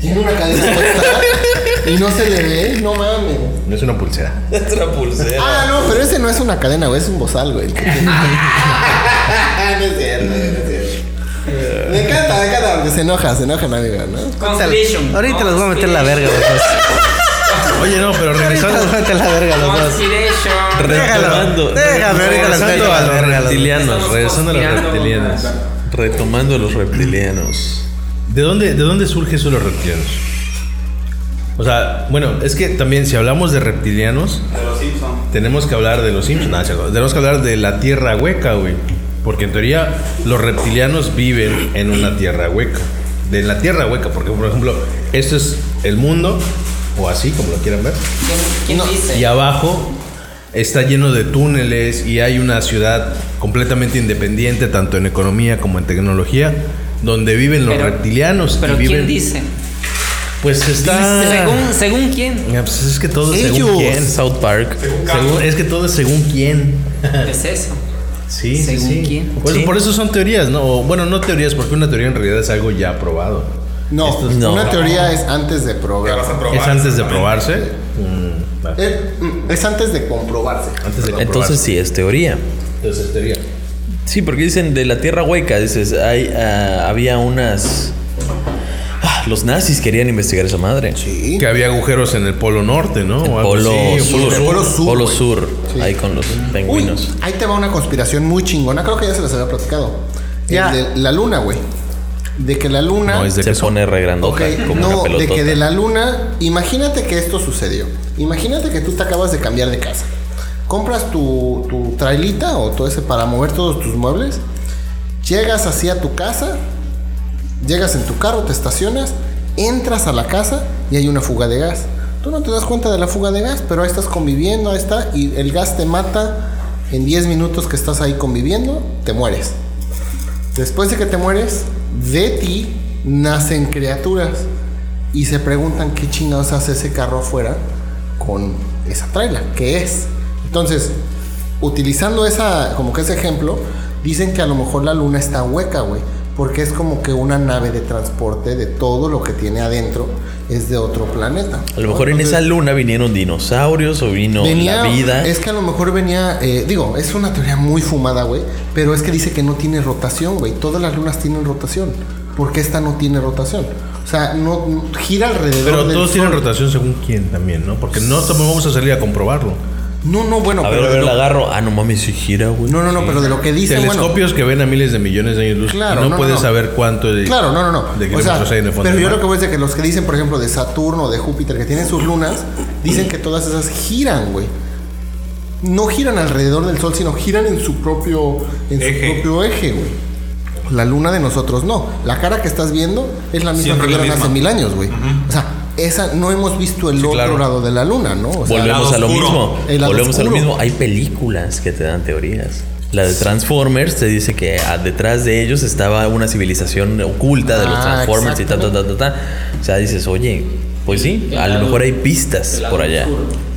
[SPEAKER 4] Tiene una cadena puesta y no se le ve, no mames.
[SPEAKER 3] No es una pulsera.
[SPEAKER 2] Es una pulsera.
[SPEAKER 4] Ah, no, pero ese no es una cadena, güey, es un bozal, güey. el que tiene. no es cierto, no es cierto. Me encanta, me encanta, porque se enoja, se enoja, amigo, ¿no?
[SPEAKER 6] Conclusion.
[SPEAKER 7] Ahorita los voy a meter la verga, pues. los dos.
[SPEAKER 3] Oye, no, pero
[SPEAKER 7] Ahorita
[SPEAKER 3] regresando.
[SPEAKER 7] los voy a meter la verga, los dos.
[SPEAKER 6] Consideration.
[SPEAKER 7] Déjalo,
[SPEAKER 2] Retomando.
[SPEAKER 7] déjalo, ahorita las meto,
[SPEAKER 3] Regresando a los
[SPEAKER 7] las vergas, las-
[SPEAKER 2] reptilianos.
[SPEAKER 6] Estamos
[SPEAKER 2] Regresando a los
[SPEAKER 6] conspirando.
[SPEAKER 2] reptilianos. Retomando a los reptilianos.
[SPEAKER 3] ¿De dónde, ¿De dónde surge eso de los reptilianos? O sea, bueno, es que también si hablamos de reptilianos,
[SPEAKER 5] De los Simpsons.
[SPEAKER 3] tenemos que hablar de los Simpsons. Nada, es cierto. tenemos que hablar de la tierra hueca, güey. Porque en teoría los reptilianos viven en una tierra hueca. De la tierra hueca, porque por ejemplo, esto es el mundo, o así como lo quieran ver.
[SPEAKER 6] ¿Quién, quién dice?
[SPEAKER 3] Y abajo está lleno de túneles y hay una ciudad completamente independiente, tanto en economía como en tecnología, donde viven los
[SPEAKER 6] Pero-
[SPEAKER 3] reptilianos. y
[SPEAKER 6] Pero
[SPEAKER 3] viven,
[SPEAKER 6] ¿quién dice?
[SPEAKER 3] Pues está.
[SPEAKER 6] Según, según quién.
[SPEAKER 3] Ah, pues es que todo es según
[SPEAKER 4] Ellos.
[SPEAKER 3] quién.
[SPEAKER 2] South Park.
[SPEAKER 3] Según- es que todo es según quién.
[SPEAKER 6] es eso?
[SPEAKER 3] Sí, sí,
[SPEAKER 6] Según
[SPEAKER 3] sí.
[SPEAKER 6] quién.
[SPEAKER 3] Por,
[SPEAKER 6] Sí.
[SPEAKER 3] por eso son teorías, ¿no? O, bueno, no teorías, porque una teoría en realidad es algo ya probado.
[SPEAKER 4] No,
[SPEAKER 3] Esto es-
[SPEAKER 2] no.
[SPEAKER 4] una teoría es antes de
[SPEAKER 5] Te vas
[SPEAKER 4] probar.
[SPEAKER 5] a probar.
[SPEAKER 3] Es antes de
[SPEAKER 5] exactamente.
[SPEAKER 3] probarse. Mm, va.
[SPEAKER 4] Eh, mm, Es antes de comprobarse.
[SPEAKER 3] Antes de comprobarse.
[SPEAKER 2] Entonces sí, es teoría.
[SPEAKER 3] Entonces es teoría.
[SPEAKER 2] Sí, porque dicen de la tierra hueca, dices, hay, ah, había unas... Ah, los nazis querían investigar esa madre.
[SPEAKER 4] Sí.
[SPEAKER 3] Que había agujeros en el polo norte, ¿no? O algo
[SPEAKER 2] Polo,
[SPEAKER 3] así, o
[SPEAKER 2] sur,
[SPEAKER 3] polo
[SPEAKER 4] el
[SPEAKER 3] sur.
[SPEAKER 4] polo sur,
[SPEAKER 2] Polo
[SPEAKER 4] güey.
[SPEAKER 2] sur,
[SPEAKER 4] Sí.
[SPEAKER 2] ahí con los
[SPEAKER 4] Uy,
[SPEAKER 2] pingüinos.
[SPEAKER 4] ahí te va una conspiración muy chingona. Creo que ya se las había platicado. El
[SPEAKER 7] Ya.
[SPEAKER 4] de la luna, güey. De que la luna.
[SPEAKER 3] No, es de
[SPEAKER 2] Se
[SPEAKER 3] queso.
[SPEAKER 2] pone re grandota,
[SPEAKER 4] Ok,
[SPEAKER 2] como una
[SPEAKER 4] no, de
[SPEAKER 2] pelotota.
[SPEAKER 4] que de la luna, imagínate que esto sucedió. Imagínate que tú te acabas de cambiar de casa. Compras tu, tu trailita o todo ese para mover todos tus muebles. Llegas así a tu casa, llegas en tu carro, te estacionas, entras a la casa y hay una fuga de gas. Tú no te das cuenta de la fuga de gas, pero ahí estás conviviendo, ahí está, y el gas te mata en 10 minutos que estás ahí conviviendo, te mueres. Después de que te mueres, de ti nacen criaturas y se preguntan qué chingados hace ese carro afuera con esa traila, qué es. Entonces, utilizando esa como que ese ejemplo, dicen que a lo mejor la luna está hueca, güey, porque es como que una nave de transporte de todo lo que tiene adentro es de otro planeta.
[SPEAKER 2] A lo mejor en
[SPEAKER 4] Entonces,
[SPEAKER 2] esa luna vinieron dinosaurios o vino
[SPEAKER 4] venía-
[SPEAKER 2] la vida.
[SPEAKER 4] Es que a lo mejor venía, eh, digo, es una teoría muy fumada, güey, pero es que dice que no tiene rotación, güey. Todas las lunas tienen rotación. ¿Por qué esta no tiene rotación? O sea, no no- gira alrededor
[SPEAKER 3] Pero
[SPEAKER 4] del
[SPEAKER 3] todos
[SPEAKER 4] Sol.
[SPEAKER 3] tienen rotación según quién también, ¿no? Porque no estamos- vamos a salir a comprobarlo.
[SPEAKER 4] No, no, bueno,
[SPEAKER 2] a ver,
[SPEAKER 4] pero
[SPEAKER 2] a
[SPEAKER 4] de
[SPEAKER 2] ver,
[SPEAKER 4] lo-
[SPEAKER 2] la agarro. Ah, no mames, si gira, güey.
[SPEAKER 4] No, no, no, pero de lo que dice, bueno,
[SPEAKER 3] Telescopios que ven a miles de millones de años luz.
[SPEAKER 4] Claro,
[SPEAKER 3] y no,
[SPEAKER 4] no, no,
[SPEAKER 3] puedes
[SPEAKER 4] no.
[SPEAKER 3] saber cuánto de,
[SPEAKER 4] Claro, no, no, no.
[SPEAKER 3] de
[SPEAKER 4] O sea,
[SPEAKER 3] kilómetros hay en el fondo
[SPEAKER 4] pero
[SPEAKER 3] del
[SPEAKER 4] yo
[SPEAKER 3] mar.
[SPEAKER 4] lo que voy es de que los que dicen, por ejemplo, de Saturno, de Júpiter, que tienen sus lunas, dicen que todas esas giran, güey. No giran alrededor del Sol, sino giran en su propio, en
[SPEAKER 5] Eje.
[SPEAKER 4] su propio eje, güey. La luna de nosotros no. La cara que estás viendo es la misma
[SPEAKER 5] Siempre
[SPEAKER 4] que
[SPEAKER 5] la
[SPEAKER 4] vieron hace
[SPEAKER 5] misma.
[SPEAKER 4] mil años, güey. O sea, esa no hemos visto el otro
[SPEAKER 3] claro.
[SPEAKER 4] lado de la luna, ¿no? O sea,
[SPEAKER 2] Volvemos a lo
[SPEAKER 5] oscuro.
[SPEAKER 2] mismo.
[SPEAKER 4] El lado
[SPEAKER 2] Volvemos a lo
[SPEAKER 4] oscuro.
[SPEAKER 2] mismo. Hay películas que te dan teorías. La de Transformers te dice que ah, detrás de ellos estaba una civilización oculta de los
[SPEAKER 4] Ah,
[SPEAKER 2] Transformers y ta, ta, ta, ta, ta. O sea, dices, oye, pues sí,
[SPEAKER 6] El
[SPEAKER 2] a lo
[SPEAKER 6] lado-
[SPEAKER 2] mejor hay pistas
[SPEAKER 6] El lado
[SPEAKER 2] por allá.
[SPEAKER 6] oscuro.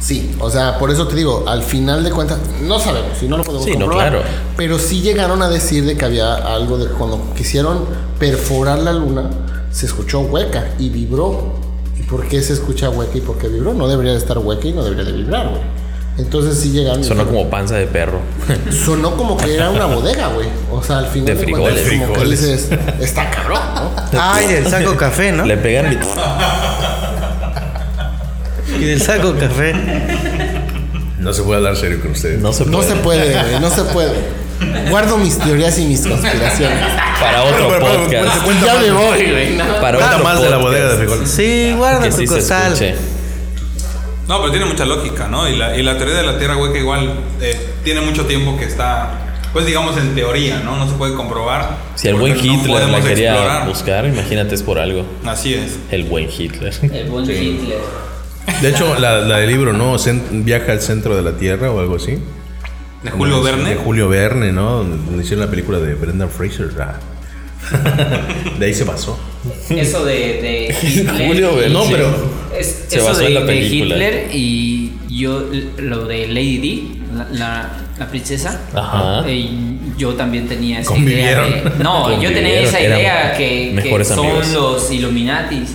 [SPEAKER 4] Sí, o sea, por eso te digo, al final de cuentas, no sabemos, si no lo podemos
[SPEAKER 2] Sí, no,
[SPEAKER 4] comprobar.
[SPEAKER 2] claro.
[SPEAKER 4] Pero sí llegaron a decir de que había algo de cuando quisieron perforar la luna, se escuchó hueca y vibró. ¿Y por qué se escucha hueca y por qué vibró? No debería de estar hueca y no debería de vibrar, güey. Entonces sí llegaron. y
[SPEAKER 2] Sonó
[SPEAKER 4] dijeron-
[SPEAKER 2] como panza de perro.
[SPEAKER 4] sonó como que era una bodega, güey. O sea, al final
[SPEAKER 2] De
[SPEAKER 4] de, cuentas,
[SPEAKER 2] frijoles.
[SPEAKER 4] como que
[SPEAKER 3] Frijoles.
[SPEAKER 4] dices, está cabrón, ¿no?
[SPEAKER 7] Ah, y del saco café, ¿no?
[SPEAKER 2] Le pegan y-
[SPEAKER 7] Y del saco café.
[SPEAKER 3] No se puede hablar serio con ustedes.
[SPEAKER 2] No se puede.
[SPEAKER 4] No se puede, güey, no se puede. Guardo mis teorías y mis conspiraciones.
[SPEAKER 2] Para otro
[SPEAKER 3] Pero, pero, pero,
[SPEAKER 2] podcast.
[SPEAKER 4] Ya me voy, güey. no.
[SPEAKER 2] Para
[SPEAKER 3] Nada
[SPEAKER 2] otro
[SPEAKER 3] más de la
[SPEAKER 2] podcast.
[SPEAKER 3] bodega de frijoles.
[SPEAKER 7] Sí, guarda
[SPEAKER 2] Que
[SPEAKER 7] tu
[SPEAKER 2] sí se
[SPEAKER 7] costal.
[SPEAKER 2] escuche.
[SPEAKER 5] No, pero tiene mucha lógica, ¿no? Y la, y la teoría de la tierra hueca igual eh, tiene mucho tiempo que está, pues digamos en teoría, ¿no? No se puede comprobar.
[SPEAKER 2] Si el
[SPEAKER 5] porque
[SPEAKER 2] buen Hitler la
[SPEAKER 5] podemos
[SPEAKER 2] quería
[SPEAKER 5] explorar.
[SPEAKER 2] buscar, imagínate es por algo.
[SPEAKER 5] Así es.
[SPEAKER 2] El buen Hitler.
[SPEAKER 6] El buen Hitler.
[SPEAKER 3] De hecho, la, la del libro, ¿no? Cen- viaja al centro de la Tierra o algo así.
[SPEAKER 5] De Julio Verne.
[SPEAKER 3] De Julio Verne, ¿no? Donde donde hicieron la película de Brendan Fraser. ah. de ahí se pasó.
[SPEAKER 6] Eso de, de Hitler.
[SPEAKER 2] Julio Verne.
[SPEAKER 3] No, pero
[SPEAKER 6] es,
[SPEAKER 2] Se
[SPEAKER 6] eso
[SPEAKER 2] basó
[SPEAKER 6] de,
[SPEAKER 2] en la
[SPEAKER 6] de
[SPEAKER 2] película.
[SPEAKER 6] Hitler y yo lo de Lady D, la, la- la princesa.
[SPEAKER 2] Ajá.
[SPEAKER 6] eh, yo también tenía esa
[SPEAKER 3] Convivieron.
[SPEAKER 6] idea. de- no, yo tenía esa
[SPEAKER 2] Convivieron,
[SPEAKER 6] idea
[SPEAKER 2] eran
[SPEAKER 6] que, que
[SPEAKER 2] mejores
[SPEAKER 6] son
[SPEAKER 2] amigos.
[SPEAKER 6] los Illuminatis.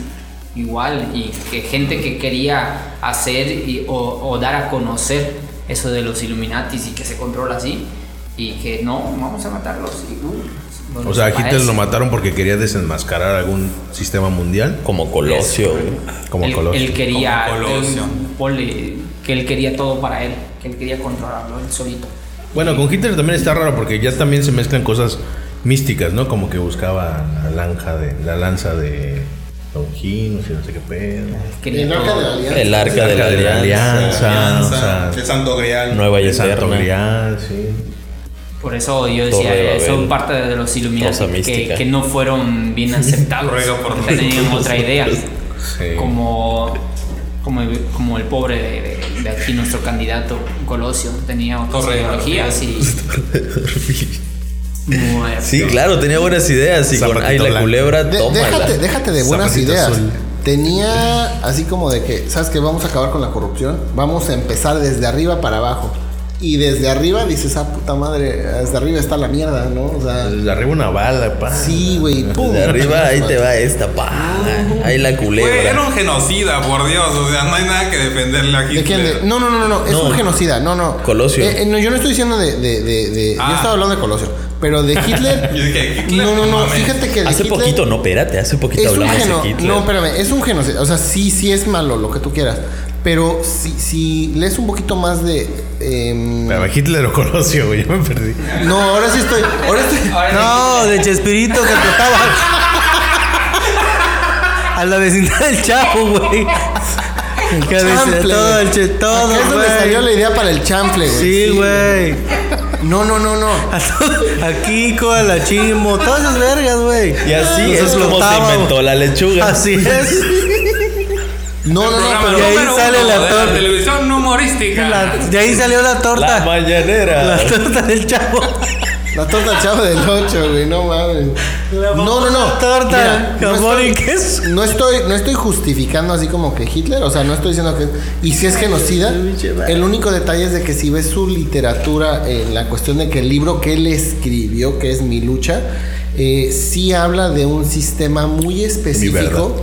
[SPEAKER 6] Igual, y que gente que quería hacer y- o, o dar a conocer eso de los Illuminatis y que se controla así. Y que no, vamos a matarlos. y, uh,
[SPEAKER 3] O sea, a Hitler
[SPEAKER 5] Pues
[SPEAKER 6] parece.
[SPEAKER 3] lo mataron porque quería desenmascarar algún sistema mundial.
[SPEAKER 2] Como Colosio, güey.
[SPEAKER 3] Como
[SPEAKER 6] él,
[SPEAKER 3] Colosio.
[SPEAKER 6] él quería
[SPEAKER 5] Como Colosio.
[SPEAKER 6] él- ponle, que él quería todo para él, que él quería controlarlo él solito.
[SPEAKER 3] Bueno, con Hitler también está raro porque ya también se mezclan cosas místicas, ¿no? Como que buscaba la lanza de la lanza de Longinos y no sé qué pedo.
[SPEAKER 6] Quería
[SPEAKER 4] El arca de la alianza.
[SPEAKER 2] El arca de la
[SPEAKER 3] Arca de la
[SPEAKER 2] alianza.
[SPEAKER 3] alianza, o
[SPEAKER 5] el
[SPEAKER 3] sea,
[SPEAKER 5] Santo Grial.
[SPEAKER 2] Nueva y
[SPEAKER 3] el Santo
[SPEAKER 2] eterna.
[SPEAKER 3] Grial, sí.
[SPEAKER 6] Por eso yo
[SPEAKER 2] Torre de
[SPEAKER 6] decía, eh,
[SPEAKER 2] Babel.
[SPEAKER 6] son parte de los
[SPEAKER 2] Cosa
[SPEAKER 6] Illuminati
[SPEAKER 2] mística.
[SPEAKER 6] que, que no fueron bien aceptados.
[SPEAKER 5] Ruega por
[SPEAKER 6] porque tenían otra idea.
[SPEAKER 3] Sí.
[SPEAKER 6] Como, como, el- como el pobre de, de- de aquí, nuestro candidato Colosio, tenía otras
[SPEAKER 5] Torre de
[SPEAKER 6] ideologías y. Muerto.
[SPEAKER 2] Sí, claro, tenía buenas ideas. Y con
[SPEAKER 3] Zapatito
[SPEAKER 2] ay, la
[SPEAKER 3] blanco.
[SPEAKER 2] culebra,
[SPEAKER 4] De-
[SPEAKER 2] tómala.
[SPEAKER 4] déjate, déjate de buenas
[SPEAKER 3] Zapatito
[SPEAKER 4] ideas.
[SPEAKER 3] azul.
[SPEAKER 4] Tenía así como de que, ¿sabes qué? Vamos a acabar con la corrupción. Vamos a empezar desde arriba para abajo. Y desde arriba dices, ah, puta madre, desde arriba está la mierda, ¿no? O sea,
[SPEAKER 3] Desde arriba una bala, pa.
[SPEAKER 4] sí, güey, pum.
[SPEAKER 2] De arriba, ahí te va esta, pa.
[SPEAKER 4] Uh.
[SPEAKER 2] Ahí la
[SPEAKER 5] Güey, era
[SPEAKER 2] culebra.
[SPEAKER 5] un genocida, por Dios. O sea, no hay nada que defenderle a
[SPEAKER 4] ¿De
[SPEAKER 5] Hitler.
[SPEAKER 4] quién? De- no, no, no, no, no, es
[SPEAKER 2] No.
[SPEAKER 4] un genocida, no, no.
[SPEAKER 2] Colosio.
[SPEAKER 4] Eh, eh, no, yo no estoy diciendo de. de, de, de-
[SPEAKER 5] Ah.
[SPEAKER 4] Yo estaba hablando de Colosio, pero de Hitler.
[SPEAKER 5] Yo dije, Hitler,
[SPEAKER 4] no, no, no,
[SPEAKER 5] mames.
[SPEAKER 4] fíjate que. De
[SPEAKER 2] Hace
[SPEAKER 4] Hitler-
[SPEAKER 2] poquito, no, espérate, hace poquito
[SPEAKER 4] es un
[SPEAKER 2] hablamos
[SPEAKER 4] geno-
[SPEAKER 2] de Hitler.
[SPEAKER 4] No, espérame, es un genocidio. O sea, sí, sí es malo lo que tú quieras. Pero si, si lees un poquito más de. em,
[SPEAKER 3] Pero Hitler o Colosio, güey, yo me perdí.
[SPEAKER 4] no, ahora sí estoy. Ahora estoy.
[SPEAKER 7] No, de Chespirito que tocaba. A la vecindad del Chapo, güey. Que decía
[SPEAKER 4] Chample.
[SPEAKER 7] todo el che, todo,
[SPEAKER 4] Acá es donde salió la
[SPEAKER 7] güey.
[SPEAKER 4] idea para el chample, güey.
[SPEAKER 7] Sí, güey.
[SPEAKER 4] No, no, no, no.
[SPEAKER 7] A, todo- a Kiko, a la Chimo, todas esas vergas, güey.
[SPEAKER 2] Y así
[SPEAKER 7] Los
[SPEAKER 2] es como se
[SPEAKER 7] explotaban,
[SPEAKER 2] inventó la
[SPEAKER 7] güey.
[SPEAKER 2] lechuga.
[SPEAKER 7] Así es.
[SPEAKER 4] No, no, no.
[SPEAKER 5] Programa
[SPEAKER 7] pero- Y ahí
[SPEAKER 5] número
[SPEAKER 7] sale
[SPEAKER 5] uno
[SPEAKER 7] la
[SPEAKER 5] de
[SPEAKER 7] torre.
[SPEAKER 5] televisión humorística.
[SPEAKER 7] La- de ahí salió la
[SPEAKER 2] La
[SPEAKER 7] torta.
[SPEAKER 2] mañanera.
[SPEAKER 7] La torta del Chapo.
[SPEAKER 4] La torta chava del 8, güey, no mames. No, no, no.
[SPEAKER 7] Torta,
[SPEAKER 4] Mira, no
[SPEAKER 7] jamón
[SPEAKER 4] estoy-
[SPEAKER 7] y queso.
[SPEAKER 4] No estoy, no estoy justificando así como que Hitler, o sea, no estoy diciendo que. Y si es genocida, el único detalle es de que si ves su literatura, eh, la cuestión de que el libro que él escribió, que es Mi lucha, eh, sí habla de un sistema muy
[SPEAKER 3] verdad.
[SPEAKER 4] específico.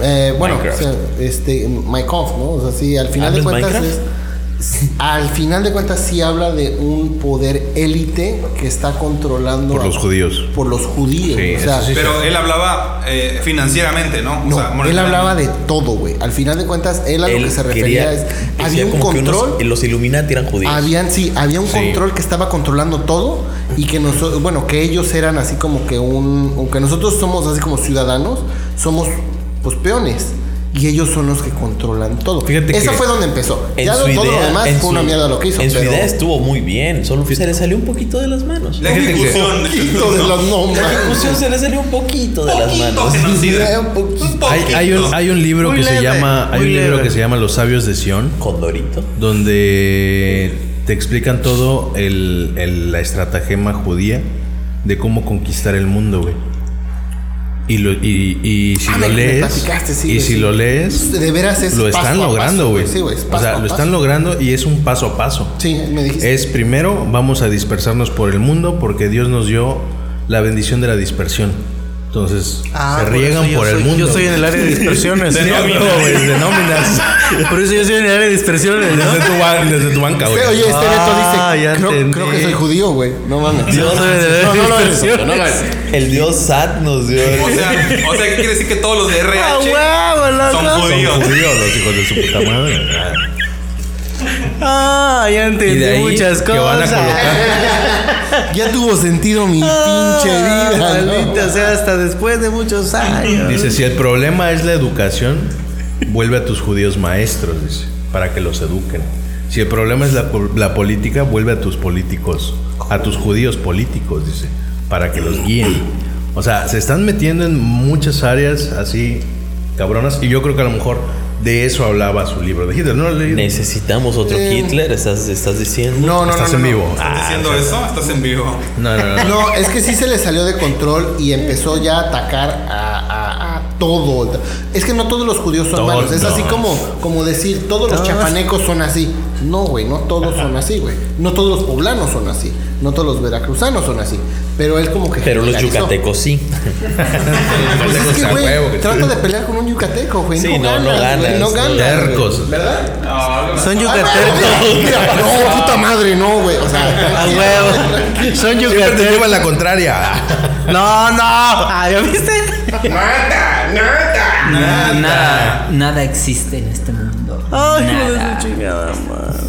[SPEAKER 4] Eh, bueno,
[SPEAKER 2] Minecraft.
[SPEAKER 4] o sea, este, Minecraft, ¿no? O sea, sí, al final de
[SPEAKER 2] ¿Hablas
[SPEAKER 4] cuentas
[SPEAKER 2] Minecraft?
[SPEAKER 4] es- Al final de cuentas sí habla de un poder élite que está controlando
[SPEAKER 3] Por
[SPEAKER 4] a-
[SPEAKER 3] los judíos.
[SPEAKER 4] por los judíos.
[SPEAKER 3] Sí,
[SPEAKER 4] o sea,
[SPEAKER 3] eso sí.
[SPEAKER 5] Pero él hablaba eh, financieramente, ¿no?
[SPEAKER 4] no, él
[SPEAKER 5] monetariamente.
[SPEAKER 4] hablaba de todo, güey. Al final de cuentas, él a lo que se refería
[SPEAKER 2] quería-
[SPEAKER 4] es.
[SPEAKER 2] decía
[SPEAKER 4] Había un
[SPEAKER 2] como que unos-
[SPEAKER 4] control.
[SPEAKER 2] los Illuminati eran judíos.
[SPEAKER 4] Habían, sí, había un
[SPEAKER 3] Sí.
[SPEAKER 4] control que estaba controlando todo y que nosotros, bueno, que ellos eran así como que un, aunque nosotros somos así como ciudadanos, somos pues peones y ellos son los que controlan todo.
[SPEAKER 3] Fíjate
[SPEAKER 4] Eso
[SPEAKER 3] que
[SPEAKER 4] fue donde empezó.
[SPEAKER 2] En
[SPEAKER 4] ya
[SPEAKER 2] su
[SPEAKER 4] lo- todo lo
[SPEAKER 2] idea-
[SPEAKER 4] demás
[SPEAKER 2] en
[SPEAKER 4] fue una
[SPEAKER 2] su-
[SPEAKER 4] mierda lo que hizo.
[SPEAKER 2] En su
[SPEAKER 4] pero-
[SPEAKER 2] idea estuvo muy bien, solo se le salió un poquito de las manos.
[SPEAKER 5] La
[SPEAKER 3] Fíjate que-
[SPEAKER 5] ejecución.
[SPEAKER 4] Hijo de los nombres.
[SPEAKER 2] La ejecución se le salió un poquito de las
[SPEAKER 5] Poquito
[SPEAKER 2] manos.
[SPEAKER 5] genocida.
[SPEAKER 4] Un poquito.
[SPEAKER 3] Hay, hay un, hay un libro
[SPEAKER 7] Muy
[SPEAKER 3] que se
[SPEAKER 7] leve,
[SPEAKER 3] llama. Hay
[SPEAKER 7] muy
[SPEAKER 3] un libro
[SPEAKER 7] leve.
[SPEAKER 3] que se llama Los Sabios de Sion.
[SPEAKER 2] Condorito.
[SPEAKER 3] donde te explican todo el, el- la estratagema judía de cómo conquistar el mundo, güey. Y, lo, y, y si
[SPEAKER 4] Ah,
[SPEAKER 3] lo
[SPEAKER 4] me- me
[SPEAKER 3] lees,
[SPEAKER 4] platicaste, sí,
[SPEAKER 3] y
[SPEAKER 4] güey,
[SPEAKER 3] si
[SPEAKER 4] sí.
[SPEAKER 3] lo lees,
[SPEAKER 4] De veras es
[SPEAKER 3] lo
[SPEAKER 4] paso
[SPEAKER 3] están
[SPEAKER 4] a paso,
[SPEAKER 3] logrando, güey.
[SPEAKER 4] Sí, güey. es
[SPEAKER 3] o
[SPEAKER 4] paso
[SPEAKER 3] sea,
[SPEAKER 4] a
[SPEAKER 3] lo
[SPEAKER 4] paso.
[SPEAKER 3] están logrando y es un paso a paso.
[SPEAKER 4] Sí, me dijiste.
[SPEAKER 3] Es primero vamos a dispersarnos por el mundo porque Dios nos dio la bendición de la dispersión. Entonces,
[SPEAKER 7] Ah,
[SPEAKER 3] se
[SPEAKER 7] por
[SPEAKER 3] riegan
[SPEAKER 7] eso yo
[SPEAKER 3] por el
[SPEAKER 7] soy-
[SPEAKER 3] mundo.
[SPEAKER 7] Yo soy en el área de dispersiones.
[SPEAKER 3] Sí,
[SPEAKER 7] ¿no?
[SPEAKER 3] a huevo, güey, de nóminas.
[SPEAKER 7] Por eso yo soy en el área de dispersiones, ¿no?
[SPEAKER 3] Desde tu, ban- desde tu banca, güey.
[SPEAKER 4] Este- Oye, este Beto
[SPEAKER 7] Ah,
[SPEAKER 4] dice,
[SPEAKER 7] ya
[SPEAKER 4] creo,
[SPEAKER 7] entendí.
[SPEAKER 4] creo que soy judío, güey. No mames.
[SPEAKER 7] Yo soy en el área
[SPEAKER 4] No,
[SPEAKER 7] de
[SPEAKER 4] no lo eres.
[SPEAKER 7] dispersiones.
[SPEAKER 2] El dios Sat nos dio.
[SPEAKER 5] O sea, o sea, ¿qué quiere decir que todos los de
[SPEAKER 7] ¡Ah,
[SPEAKER 5] RH
[SPEAKER 7] huevo,
[SPEAKER 5] son
[SPEAKER 7] loco!
[SPEAKER 5] judíos?
[SPEAKER 3] Son judíos los hijos de su puta madre.
[SPEAKER 7] ¡Ah, ya
[SPEAKER 3] Y
[SPEAKER 7] entendí
[SPEAKER 3] de ahí
[SPEAKER 7] muchas
[SPEAKER 3] que van a
[SPEAKER 7] cosas!
[SPEAKER 3] colocar-
[SPEAKER 4] Ya tuvo sentido mi pinche
[SPEAKER 7] Ah,
[SPEAKER 4] vida. ¿no?
[SPEAKER 7] maldita sea, hasta después de muchos años.
[SPEAKER 3] Dice, si el problema es la educación, vuelve a tus judíos maestros, dice, para que los eduquen. Si el problema es la, po- la política, vuelve a tus políticos, a tus judíos políticos, dice, para que los guíen. O sea, se están metiendo en muchas áreas así cabronas y yo creo que a lo mejor de eso hablaba su libro de Hitler. No lo he leído.
[SPEAKER 2] Necesitamos otro Hitler, estás, estás diciendo.
[SPEAKER 4] No, no, no.
[SPEAKER 3] Estás en
[SPEAKER 4] no, no. Ah.
[SPEAKER 3] vivo. Ah,
[SPEAKER 5] ¿Estás diciendo eso? Estás en vivo.
[SPEAKER 3] No, no, no.
[SPEAKER 4] No, es que sí se le salió de control y empezó ya a atacar a, a- a todo. Es que no todos los judíos son malos. Es así
[SPEAKER 3] Todos.
[SPEAKER 4] como, como decir, todos los
[SPEAKER 7] Todos.
[SPEAKER 4] chapanecos son así. No, güey, no todos son así, güey. No todos los poblanos son así. No todos los veracruzanos son así. Pero él como que...
[SPEAKER 2] Pero los
[SPEAKER 4] generalizó.
[SPEAKER 2] yucatecos sí.
[SPEAKER 4] Pues es
[SPEAKER 3] Yucatecos
[SPEAKER 4] que,
[SPEAKER 3] a
[SPEAKER 4] güey,
[SPEAKER 3] huevo que-
[SPEAKER 4] trata de pelear con un yucateco, güey.
[SPEAKER 2] Sí, no,
[SPEAKER 4] no,
[SPEAKER 2] no
[SPEAKER 4] ganas, güey,
[SPEAKER 2] ganas,
[SPEAKER 4] no ganas.
[SPEAKER 3] tercos.
[SPEAKER 4] güey, ¿Verdad?
[SPEAKER 7] Son
[SPEAKER 4] Ah,
[SPEAKER 7] yucatecos.
[SPEAKER 4] no, mira, no, puta madre, no, güey. O sea,
[SPEAKER 7] A huevo. Son
[SPEAKER 3] Siempre te
[SPEAKER 7] yucatecos.
[SPEAKER 3] lleva la contraria.
[SPEAKER 7] No, no. Ah, ¿Ya viste?
[SPEAKER 6] Nada, nada, nada existe en este mundo.
[SPEAKER 7] Ay, hijo de
[SPEAKER 6] nada.
[SPEAKER 7] su chingada, madre.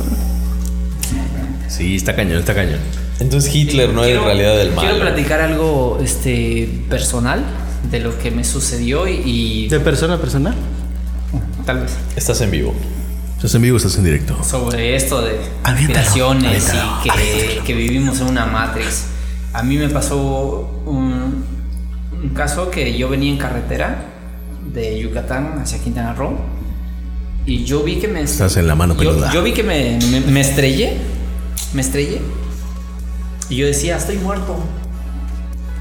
[SPEAKER 3] Sí, está cañón, está cañón.
[SPEAKER 2] Entonces Hitler no era en
[SPEAKER 6] Quiero-
[SPEAKER 2] realidad el
[SPEAKER 6] Quiero
[SPEAKER 2] malo.
[SPEAKER 6] platicar algo este, personal de lo que me sucedió y, y
[SPEAKER 7] ¿De persona a persona?
[SPEAKER 6] tal vez
[SPEAKER 2] Estás en vivo.
[SPEAKER 3] Estás en vivo, estás en directo.
[SPEAKER 6] sobre esto de
[SPEAKER 7] Aviéntalo,
[SPEAKER 6] conspiraciones
[SPEAKER 7] aviéntalo,
[SPEAKER 6] y que, que vivimos en una matrix. A mí me pasó un, un caso que yo venía en carretera de Yucatán hacia Quintana Roo y yo vi que me...
[SPEAKER 3] Estás en la mano
[SPEAKER 6] yo,
[SPEAKER 3] peluda.
[SPEAKER 6] yo vi que me, me, me estrellé, me estrellé y yo decía, estoy muerto.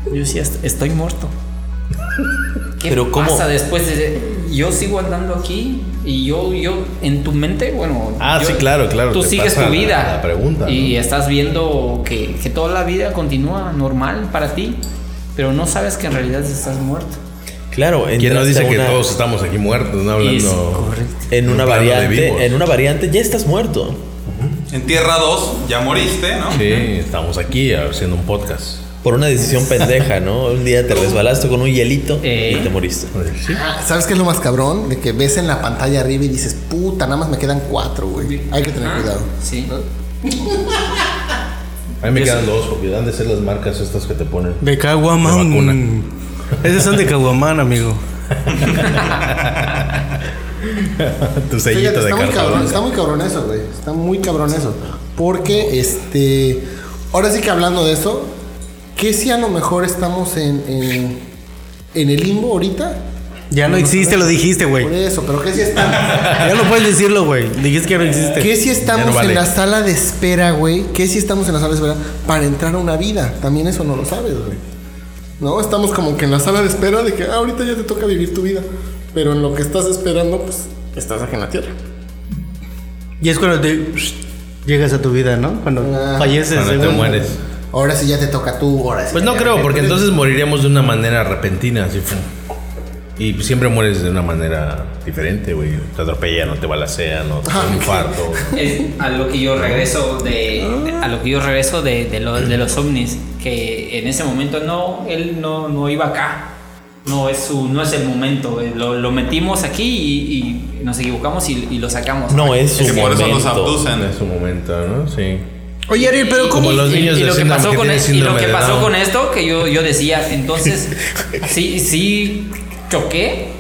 [SPEAKER 6] Yo decía, "Est- estoy muerto. ¿Qué
[SPEAKER 2] Pero ¿cómo?
[SPEAKER 6] pasa después de- Yo sigo andando aquí y yo, yo, en tu mente, bueno...
[SPEAKER 3] Ah,
[SPEAKER 6] yo-
[SPEAKER 3] sí, claro, claro,
[SPEAKER 6] Tú
[SPEAKER 3] te
[SPEAKER 6] sigues
[SPEAKER 3] pasa
[SPEAKER 6] tu
[SPEAKER 3] la-
[SPEAKER 6] vida.
[SPEAKER 3] la pregunta,
[SPEAKER 6] Y estás viendo que, que toda la vida continúa normal para ti, pero no sabes que en realidad estás muerto.
[SPEAKER 2] Claro,
[SPEAKER 3] ¿Quién nos
[SPEAKER 2] entraste
[SPEAKER 3] dice
[SPEAKER 2] a
[SPEAKER 3] que
[SPEAKER 2] una-
[SPEAKER 3] todos estamos aquí muertos, no
[SPEAKER 6] Y es
[SPEAKER 3] hablando?
[SPEAKER 6] correcto.
[SPEAKER 2] en
[SPEAKER 3] en
[SPEAKER 2] una
[SPEAKER 3] un plano de vivos?
[SPEAKER 2] variante, en una variante ya estás muerto.
[SPEAKER 5] En Tierra 2 ya moriste, ¿no?
[SPEAKER 3] Sí, estamos aquí haciendo un podcast.
[SPEAKER 2] Por una decisión pendeja, ¿no? Un día te resbalaste con un hielito
[SPEAKER 6] Eh.
[SPEAKER 2] y te moriste.
[SPEAKER 4] Ah, ¿Sabes qué es lo más cabrón? De que ves en la pantalla arriba y dices, puta, nada más me quedan cuatro, güey. Hay que tener
[SPEAKER 6] Ah,
[SPEAKER 4] cuidado.
[SPEAKER 6] Sí.
[SPEAKER 3] A mí me quedan dos, porque han de ser las marcas estas que te ponen.
[SPEAKER 7] De
[SPEAKER 3] De vacuna.
[SPEAKER 7] Caguamán. Esos son de Caguamán, amigo.
[SPEAKER 3] tu
[SPEAKER 4] Fíjate,
[SPEAKER 3] sellito de
[SPEAKER 4] está muy cabrón,
[SPEAKER 3] cartón.
[SPEAKER 4] está muy cabrón eso, güey. Está muy cabrón eso. Porque, este. Ahora sí que hablando de eso, ¿qué si a lo mejor estamos en, en, en el limbo ahorita?
[SPEAKER 7] Ya no existe, lo dijiste,
[SPEAKER 4] Por
[SPEAKER 7] güey.
[SPEAKER 4] eso, pero ¿qué si estamos?
[SPEAKER 7] Ya no puedes decirlo, güey. Dijiste que Este, no existe.
[SPEAKER 4] ¿Qué si estamos
[SPEAKER 3] Ya no vale.
[SPEAKER 4] en la sala de espera, güey? ¿Qué si estamos en la sala de espera para entrar a una vida? También eso no lo sabes, güey. No, estamos como que en la sala de espera de que ah, ahorita ya te toca vivir tu vida. Pero en lo que estás esperando, pues estás aquí en la tierra.
[SPEAKER 7] Y es cuando te llegas a tu vida, ¿no? Cuando
[SPEAKER 4] Ah.
[SPEAKER 7] falleces.
[SPEAKER 3] Cuando te
[SPEAKER 7] según-
[SPEAKER 3] mueres.
[SPEAKER 4] Ahora sí ya te toca tú, ahora sí.
[SPEAKER 3] Pues no
[SPEAKER 4] ya
[SPEAKER 3] creo,
[SPEAKER 4] te-
[SPEAKER 3] porque entonces moriríamos de una manera repentina, así fum. Y siempre mueres de una manera diferente, güey. Te atropellan, o te balacean, o te da un infarto.
[SPEAKER 6] Es a lo que yo regreso de a lo que yo regreso de, de lo- de los ovnis que en ese momento no él no, no iba acá no es su no es el momento eh, lo, lo metimos aquí y, y nos equivocamos y, y lo sacamos
[SPEAKER 2] No es su
[SPEAKER 5] Que por eso nos
[SPEAKER 2] momento.
[SPEAKER 3] En
[SPEAKER 5] abducen.
[SPEAKER 3] su momento, ¿no? Sí.
[SPEAKER 7] Oye, Ariel, pero ¿cómo?
[SPEAKER 3] Como los
[SPEAKER 6] Y-
[SPEAKER 3] niños
[SPEAKER 6] y,
[SPEAKER 3] de
[SPEAKER 6] lo que
[SPEAKER 3] síndrome
[SPEAKER 6] pasó
[SPEAKER 3] que
[SPEAKER 6] con
[SPEAKER 3] tienen
[SPEAKER 6] e- y lo
[SPEAKER 3] síndrome
[SPEAKER 6] que
[SPEAKER 3] de
[SPEAKER 6] pasó
[SPEAKER 3] Down.
[SPEAKER 6] con esto que yo, yo decía entonces sí sí choqué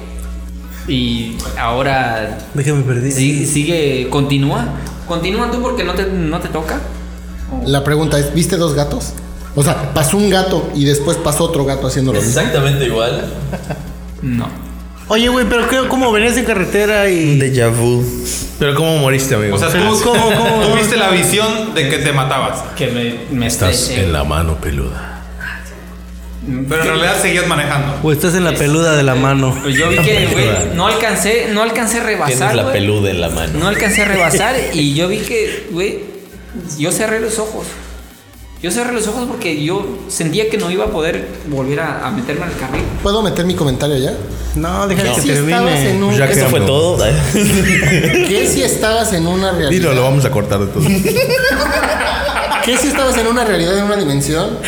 [SPEAKER 6] y ahora
[SPEAKER 7] Déjame perdí.
[SPEAKER 6] sí- sigue continúa continúa tú porque no te, no te toca
[SPEAKER 4] La pregunta es, ¿viste dos gatos? O sea, pasó un gato y después pasó otro gato haciendo lo mismo.
[SPEAKER 2] Exactamente igual.
[SPEAKER 6] no
[SPEAKER 7] Oye, güey, pero qué- ¿cómo venías en carretera y...?
[SPEAKER 2] Déjà vu.
[SPEAKER 3] Pero ¿cómo moriste, amigo?
[SPEAKER 5] O sea, tú,
[SPEAKER 7] ¿Cómo, cómo?
[SPEAKER 5] tú viste la visión de que te matabas.
[SPEAKER 6] que me, me
[SPEAKER 3] Estás
[SPEAKER 6] estrellé.
[SPEAKER 3] en la mano peluda.
[SPEAKER 5] Pero en realidad seguías manejando.
[SPEAKER 7] O estás en la peluda de la mano.
[SPEAKER 6] Pues yo vi que, güey, no alcancé, no alcancé a
[SPEAKER 2] Tienes
[SPEAKER 6] rebasar.
[SPEAKER 2] la
[SPEAKER 6] güey.
[SPEAKER 2] peluda en la mano.
[SPEAKER 6] No alcancé a rebasar y yo vi que, güey, yo cerré los ojos. Yo cerré los ojos porque yo sentía que no iba a poder volver a, a meterme al carril.
[SPEAKER 4] ¿Puedo meter mi comentario ya?
[SPEAKER 7] No, déjame
[SPEAKER 2] No.
[SPEAKER 7] que
[SPEAKER 4] Si estabas
[SPEAKER 7] termine.
[SPEAKER 4] en un-
[SPEAKER 3] Pues ya
[SPEAKER 4] ¿Qué
[SPEAKER 2] Eso
[SPEAKER 3] quedó.
[SPEAKER 2] fue todo.
[SPEAKER 4] ¿Qué si estabas en una realidad?
[SPEAKER 3] Dilo, lo vamos a cortar de todo.
[SPEAKER 4] ¿Qué si estabas en una realidad, en una dimensión?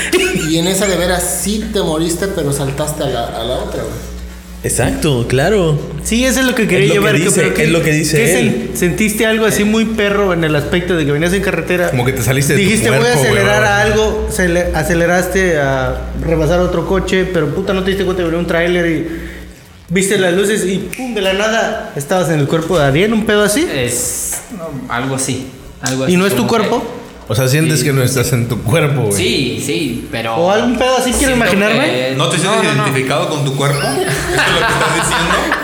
[SPEAKER 4] Y en esa de veras sí te moriste, pero saltaste a la, a la otra, güey.
[SPEAKER 2] Exacto, claro.
[SPEAKER 7] Sí, eso es lo que quería
[SPEAKER 2] Es lo que
[SPEAKER 7] llevar.
[SPEAKER 2] dice-
[SPEAKER 7] pero
[SPEAKER 2] es lo que dice
[SPEAKER 7] ¿qué
[SPEAKER 2] él.
[SPEAKER 7] sen- ¿Sentiste algo así muy perro en el aspecto de que venías en carretera?
[SPEAKER 3] Como que te saliste de tu
[SPEAKER 7] Dijiste,
[SPEAKER 3] cuerpo,
[SPEAKER 7] voy a
[SPEAKER 3] güey,
[SPEAKER 7] acelerar
[SPEAKER 3] ahora".
[SPEAKER 7] a algo, acele- aceleraste a rebasar otro coche, pero puta, no te diste cuenta, venía un tráiler y viste las luces y pum, de la nada estabas en el cuerpo de Ariel, un pedo así.
[SPEAKER 6] Es no, algo así. Algo así
[SPEAKER 7] ¿Y no es tu
[SPEAKER 6] como que-
[SPEAKER 7] cuerpo?
[SPEAKER 3] O sea, sientes que no estás en tu cuerpo, güey.
[SPEAKER 6] Sí, sí, pero.
[SPEAKER 7] ¿O algún pedo así quiero
[SPEAKER 6] siento
[SPEAKER 7] imaginarme?
[SPEAKER 6] que-
[SPEAKER 5] ¿No te sientes
[SPEAKER 6] no, no.
[SPEAKER 5] identificado con tu cuerpo? ¿Eso es lo que estás diciendo?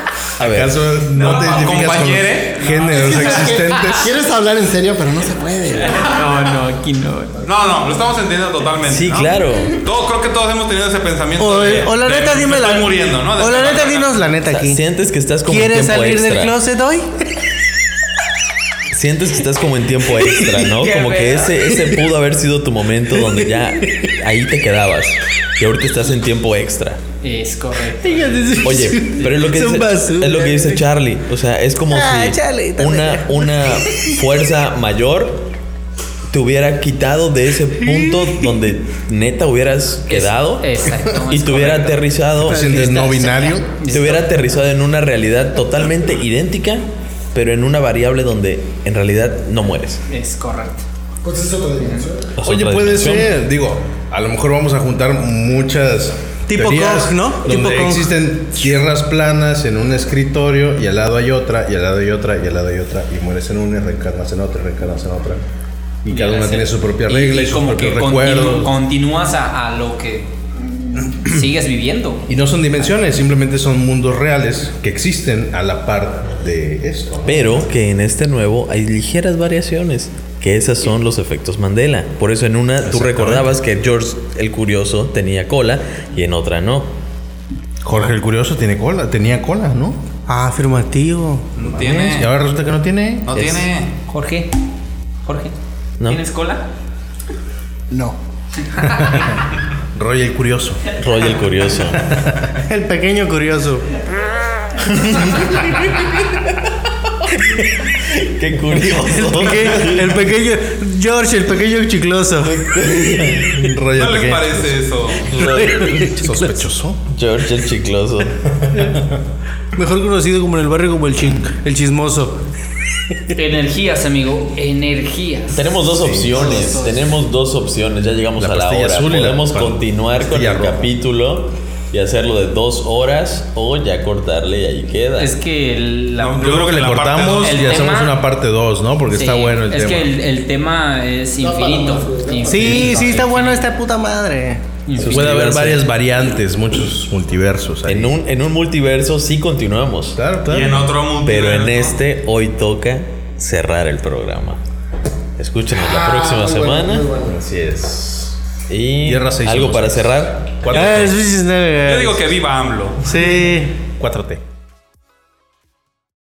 [SPEAKER 2] A ver.
[SPEAKER 3] ¿Acaso no,
[SPEAKER 5] No,
[SPEAKER 3] te identificas con
[SPEAKER 5] compañere.
[SPEAKER 3] los géneros existentes?
[SPEAKER 4] Quieres hablar en serio, pero no se puede. güey.
[SPEAKER 6] No, no, aquí no.
[SPEAKER 5] No, no, lo estamos entendiendo totalmente.
[SPEAKER 2] Sí,
[SPEAKER 5] ¿no?
[SPEAKER 2] claro.
[SPEAKER 5] Todo, creo que todos hemos tenido ese pensamiento.
[SPEAKER 7] O, eh,
[SPEAKER 5] de-
[SPEAKER 7] o la
[SPEAKER 5] de,
[SPEAKER 7] neta,
[SPEAKER 5] me
[SPEAKER 7] dime la.
[SPEAKER 5] Estoy muriendo, ¿no? De-
[SPEAKER 7] O la neta,
[SPEAKER 5] de-
[SPEAKER 7] dinos la neta
[SPEAKER 2] O sea,
[SPEAKER 7] aquí.
[SPEAKER 2] Sientes que estás como en
[SPEAKER 7] ¿Quieres
[SPEAKER 2] tiempo
[SPEAKER 7] salir del
[SPEAKER 2] extra.
[SPEAKER 7] closet hoy?
[SPEAKER 2] Sientes que estás como en tiempo extra, ¿no?
[SPEAKER 6] Qué
[SPEAKER 2] Como que
[SPEAKER 6] feo.
[SPEAKER 2] ese, ese pudo haber sido tu momento donde ya ahí te quedabas. Y ahorita estás en tiempo extra.
[SPEAKER 6] Es correcto.
[SPEAKER 2] Oye, pero es lo que
[SPEAKER 7] Son
[SPEAKER 2] dice,
[SPEAKER 7] basura.
[SPEAKER 2] es lo que dice Charlie. O sea, es como
[SPEAKER 7] Ah,
[SPEAKER 2] si
[SPEAKER 7] Charlie, también.
[SPEAKER 2] una, una fuerza mayor te hubiera quitado de ese punto donde neta hubieras quedado
[SPEAKER 6] Exacto.
[SPEAKER 2] y
[SPEAKER 6] es
[SPEAKER 2] te hubiera
[SPEAKER 6] correcto.
[SPEAKER 2] aterrizado
[SPEAKER 3] Pacientes no binario.
[SPEAKER 2] te hubiera aterrizado en una realidad totalmente idéntica, pero en una variable donde en realidad no mueres.
[SPEAKER 6] Es correcto.
[SPEAKER 4] Pues es otra dimensión.
[SPEAKER 2] Es
[SPEAKER 3] Oye,
[SPEAKER 2] otra
[SPEAKER 3] puede
[SPEAKER 2] dimensión.
[SPEAKER 3] ser. Digo, a lo mejor vamos a juntar muchas.
[SPEAKER 7] Tipo Kong, ¿no?
[SPEAKER 3] Donde
[SPEAKER 7] Tipo Kong.
[SPEAKER 3] existen tierras planas en un escritorio y al lado hay otra, y al lado hay otra, y al lado hay otra, y mueres en una y reencarnas en otra, y reencarnas en otra. Y cada una tiene su propia regla y,
[SPEAKER 6] y
[SPEAKER 3] sus
[SPEAKER 6] como que
[SPEAKER 3] propios
[SPEAKER 6] continu-
[SPEAKER 3] recuerdos.
[SPEAKER 6] continúas a, a lo que sigues viviendo.
[SPEAKER 3] Y no son dimensiones, simplemente son mundos reales que existen a la par de esto.
[SPEAKER 2] Pero que en este nuevo hay ligeras variaciones, que esas son los efectos Mandela. Por eso en una tú
[SPEAKER 3] Exactamente.
[SPEAKER 2] recordabas que George el Curioso tenía cola y en otra no.
[SPEAKER 3] Jorge el Curioso tiene cola, tenía cola, ¿no?
[SPEAKER 7] Ah, afirmativo.
[SPEAKER 5] No tiene.
[SPEAKER 3] Y ahora resulta que no tiene.
[SPEAKER 5] No
[SPEAKER 2] Es-
[SPEAKER 5] tiene.
[SPEAKER 6] Jorge, Jorge,
[SPEAKER 2] No.
[SPEAKER 6] ¿tienes cola?
[SPEAKER 4] No.
[SPEAKER 3] Roy el Curioso.
[SPEAKER 2] Roy el Curioso.
[SPEAKER 7] El pequeño curioso.
[SPEAKER 2] Qué curioso.
[SPEAKER 7] Peque- el pequeño. George, el pequeño chicloso.
[SPEAKER 3] Roy
[SPEAKER 5] ¿No
[SPEAKER 3] el
[SPEAKER 5] les
[SPEAKER 3] Pequeño.
[SPEAKER 5] parece eso?
[SPEAKER 3] Sospechoso.
[SPEAKER 2] George el Chicloso.
[SPEAKER 7] Mejor conocido como en el barrio como el chin, el chismoso.
[SPEAKER 6] Energías, amigo, energías.
[SPEAKER 2] Tenemos dos opciones,
[SPEAKER 6] Dos.
[SPEAKER 2] tenemos dos opciones, ya llegamos
[SPEAKER 3] La
[SPEAKER 2] a la
[SPEAKER 3] pastilla
[SPEAKER 2] hora.
[SPEAKER 3] azul y la
[SPEAKER 2] Podemos
[SPEAKER 3] pa-
[SPEAKER 2] continuar con
[SPEAKER 3] pastilla
[SPEAKER 2] el
[SPEAKER 3] roja.
[SPEAKER 2] capítulo y hacerlo de dos horas o ya cortarle y ahí queda.
[SPEAKER 6] Es que el- la-
[SPEAKER 5] No,
[SPEAKER 3] Yo creo que le
[SPEAKER 5] La parte
[SPEAKER 3] cortamos
[SPEAKER 5] dos.
[SPEAKER 3] y
[SPEAKER 6] El
[SPEAKER 3] hacemos
[SPEAKER 6] tema-
[SPEAKER 3] una parte 2, ¿no? Porque está
[SPEAKER 6] Sí,
[SPEAKER 3] bueno el
[SPEAKER 6] es
[SPEAKER 3] tema.
[SPEAKER 6] que el, el tema es
[SPEAKER 4] No, para
[SPEAKER 6] infinito.
[SPEAKER 4] más, güey, no.
[SPEAKER 7] Sí,
[SPEAKER 6] Infinito,
[SPEAKER 7] sí, está bueno esta puta madre.
[SPEAKER 6] infinito.
[SPEAKER 3] Puede haber
[SPEAKER 2] Multiverso.
[SPEAKER 3] varias variantes, muchos multiversos. ahí.
[SPEAKER 2] en, un, en un multiverso sí continuamos.
[SPEAKER 3] Claro, claro.
[SPEAKER 5] Y en otro mundo.
[SPEAKER 2] Pero en este hoy toca cerrar el programa. Escúchenos la próxima
[SPEAKER 4] muy bueno,
[SPEAKER 2] semana.
[SPEAKER 4] muy bueno.
[SPEAKER 3] Así es.
[SPEAKER 2] Y
[SPEAKER 3] Tierra seis
[SPEAKER 2] algo para
[SPEAKER 3] cosas.
[SPEAKER 2] cerrar.
[SPEAKER 7] Ah, es- es- es-
[SPEAKER 5] Yo digo que viva AMLO.
[SPEAKER 7] Sí.
[SPEAKER 3] 4T.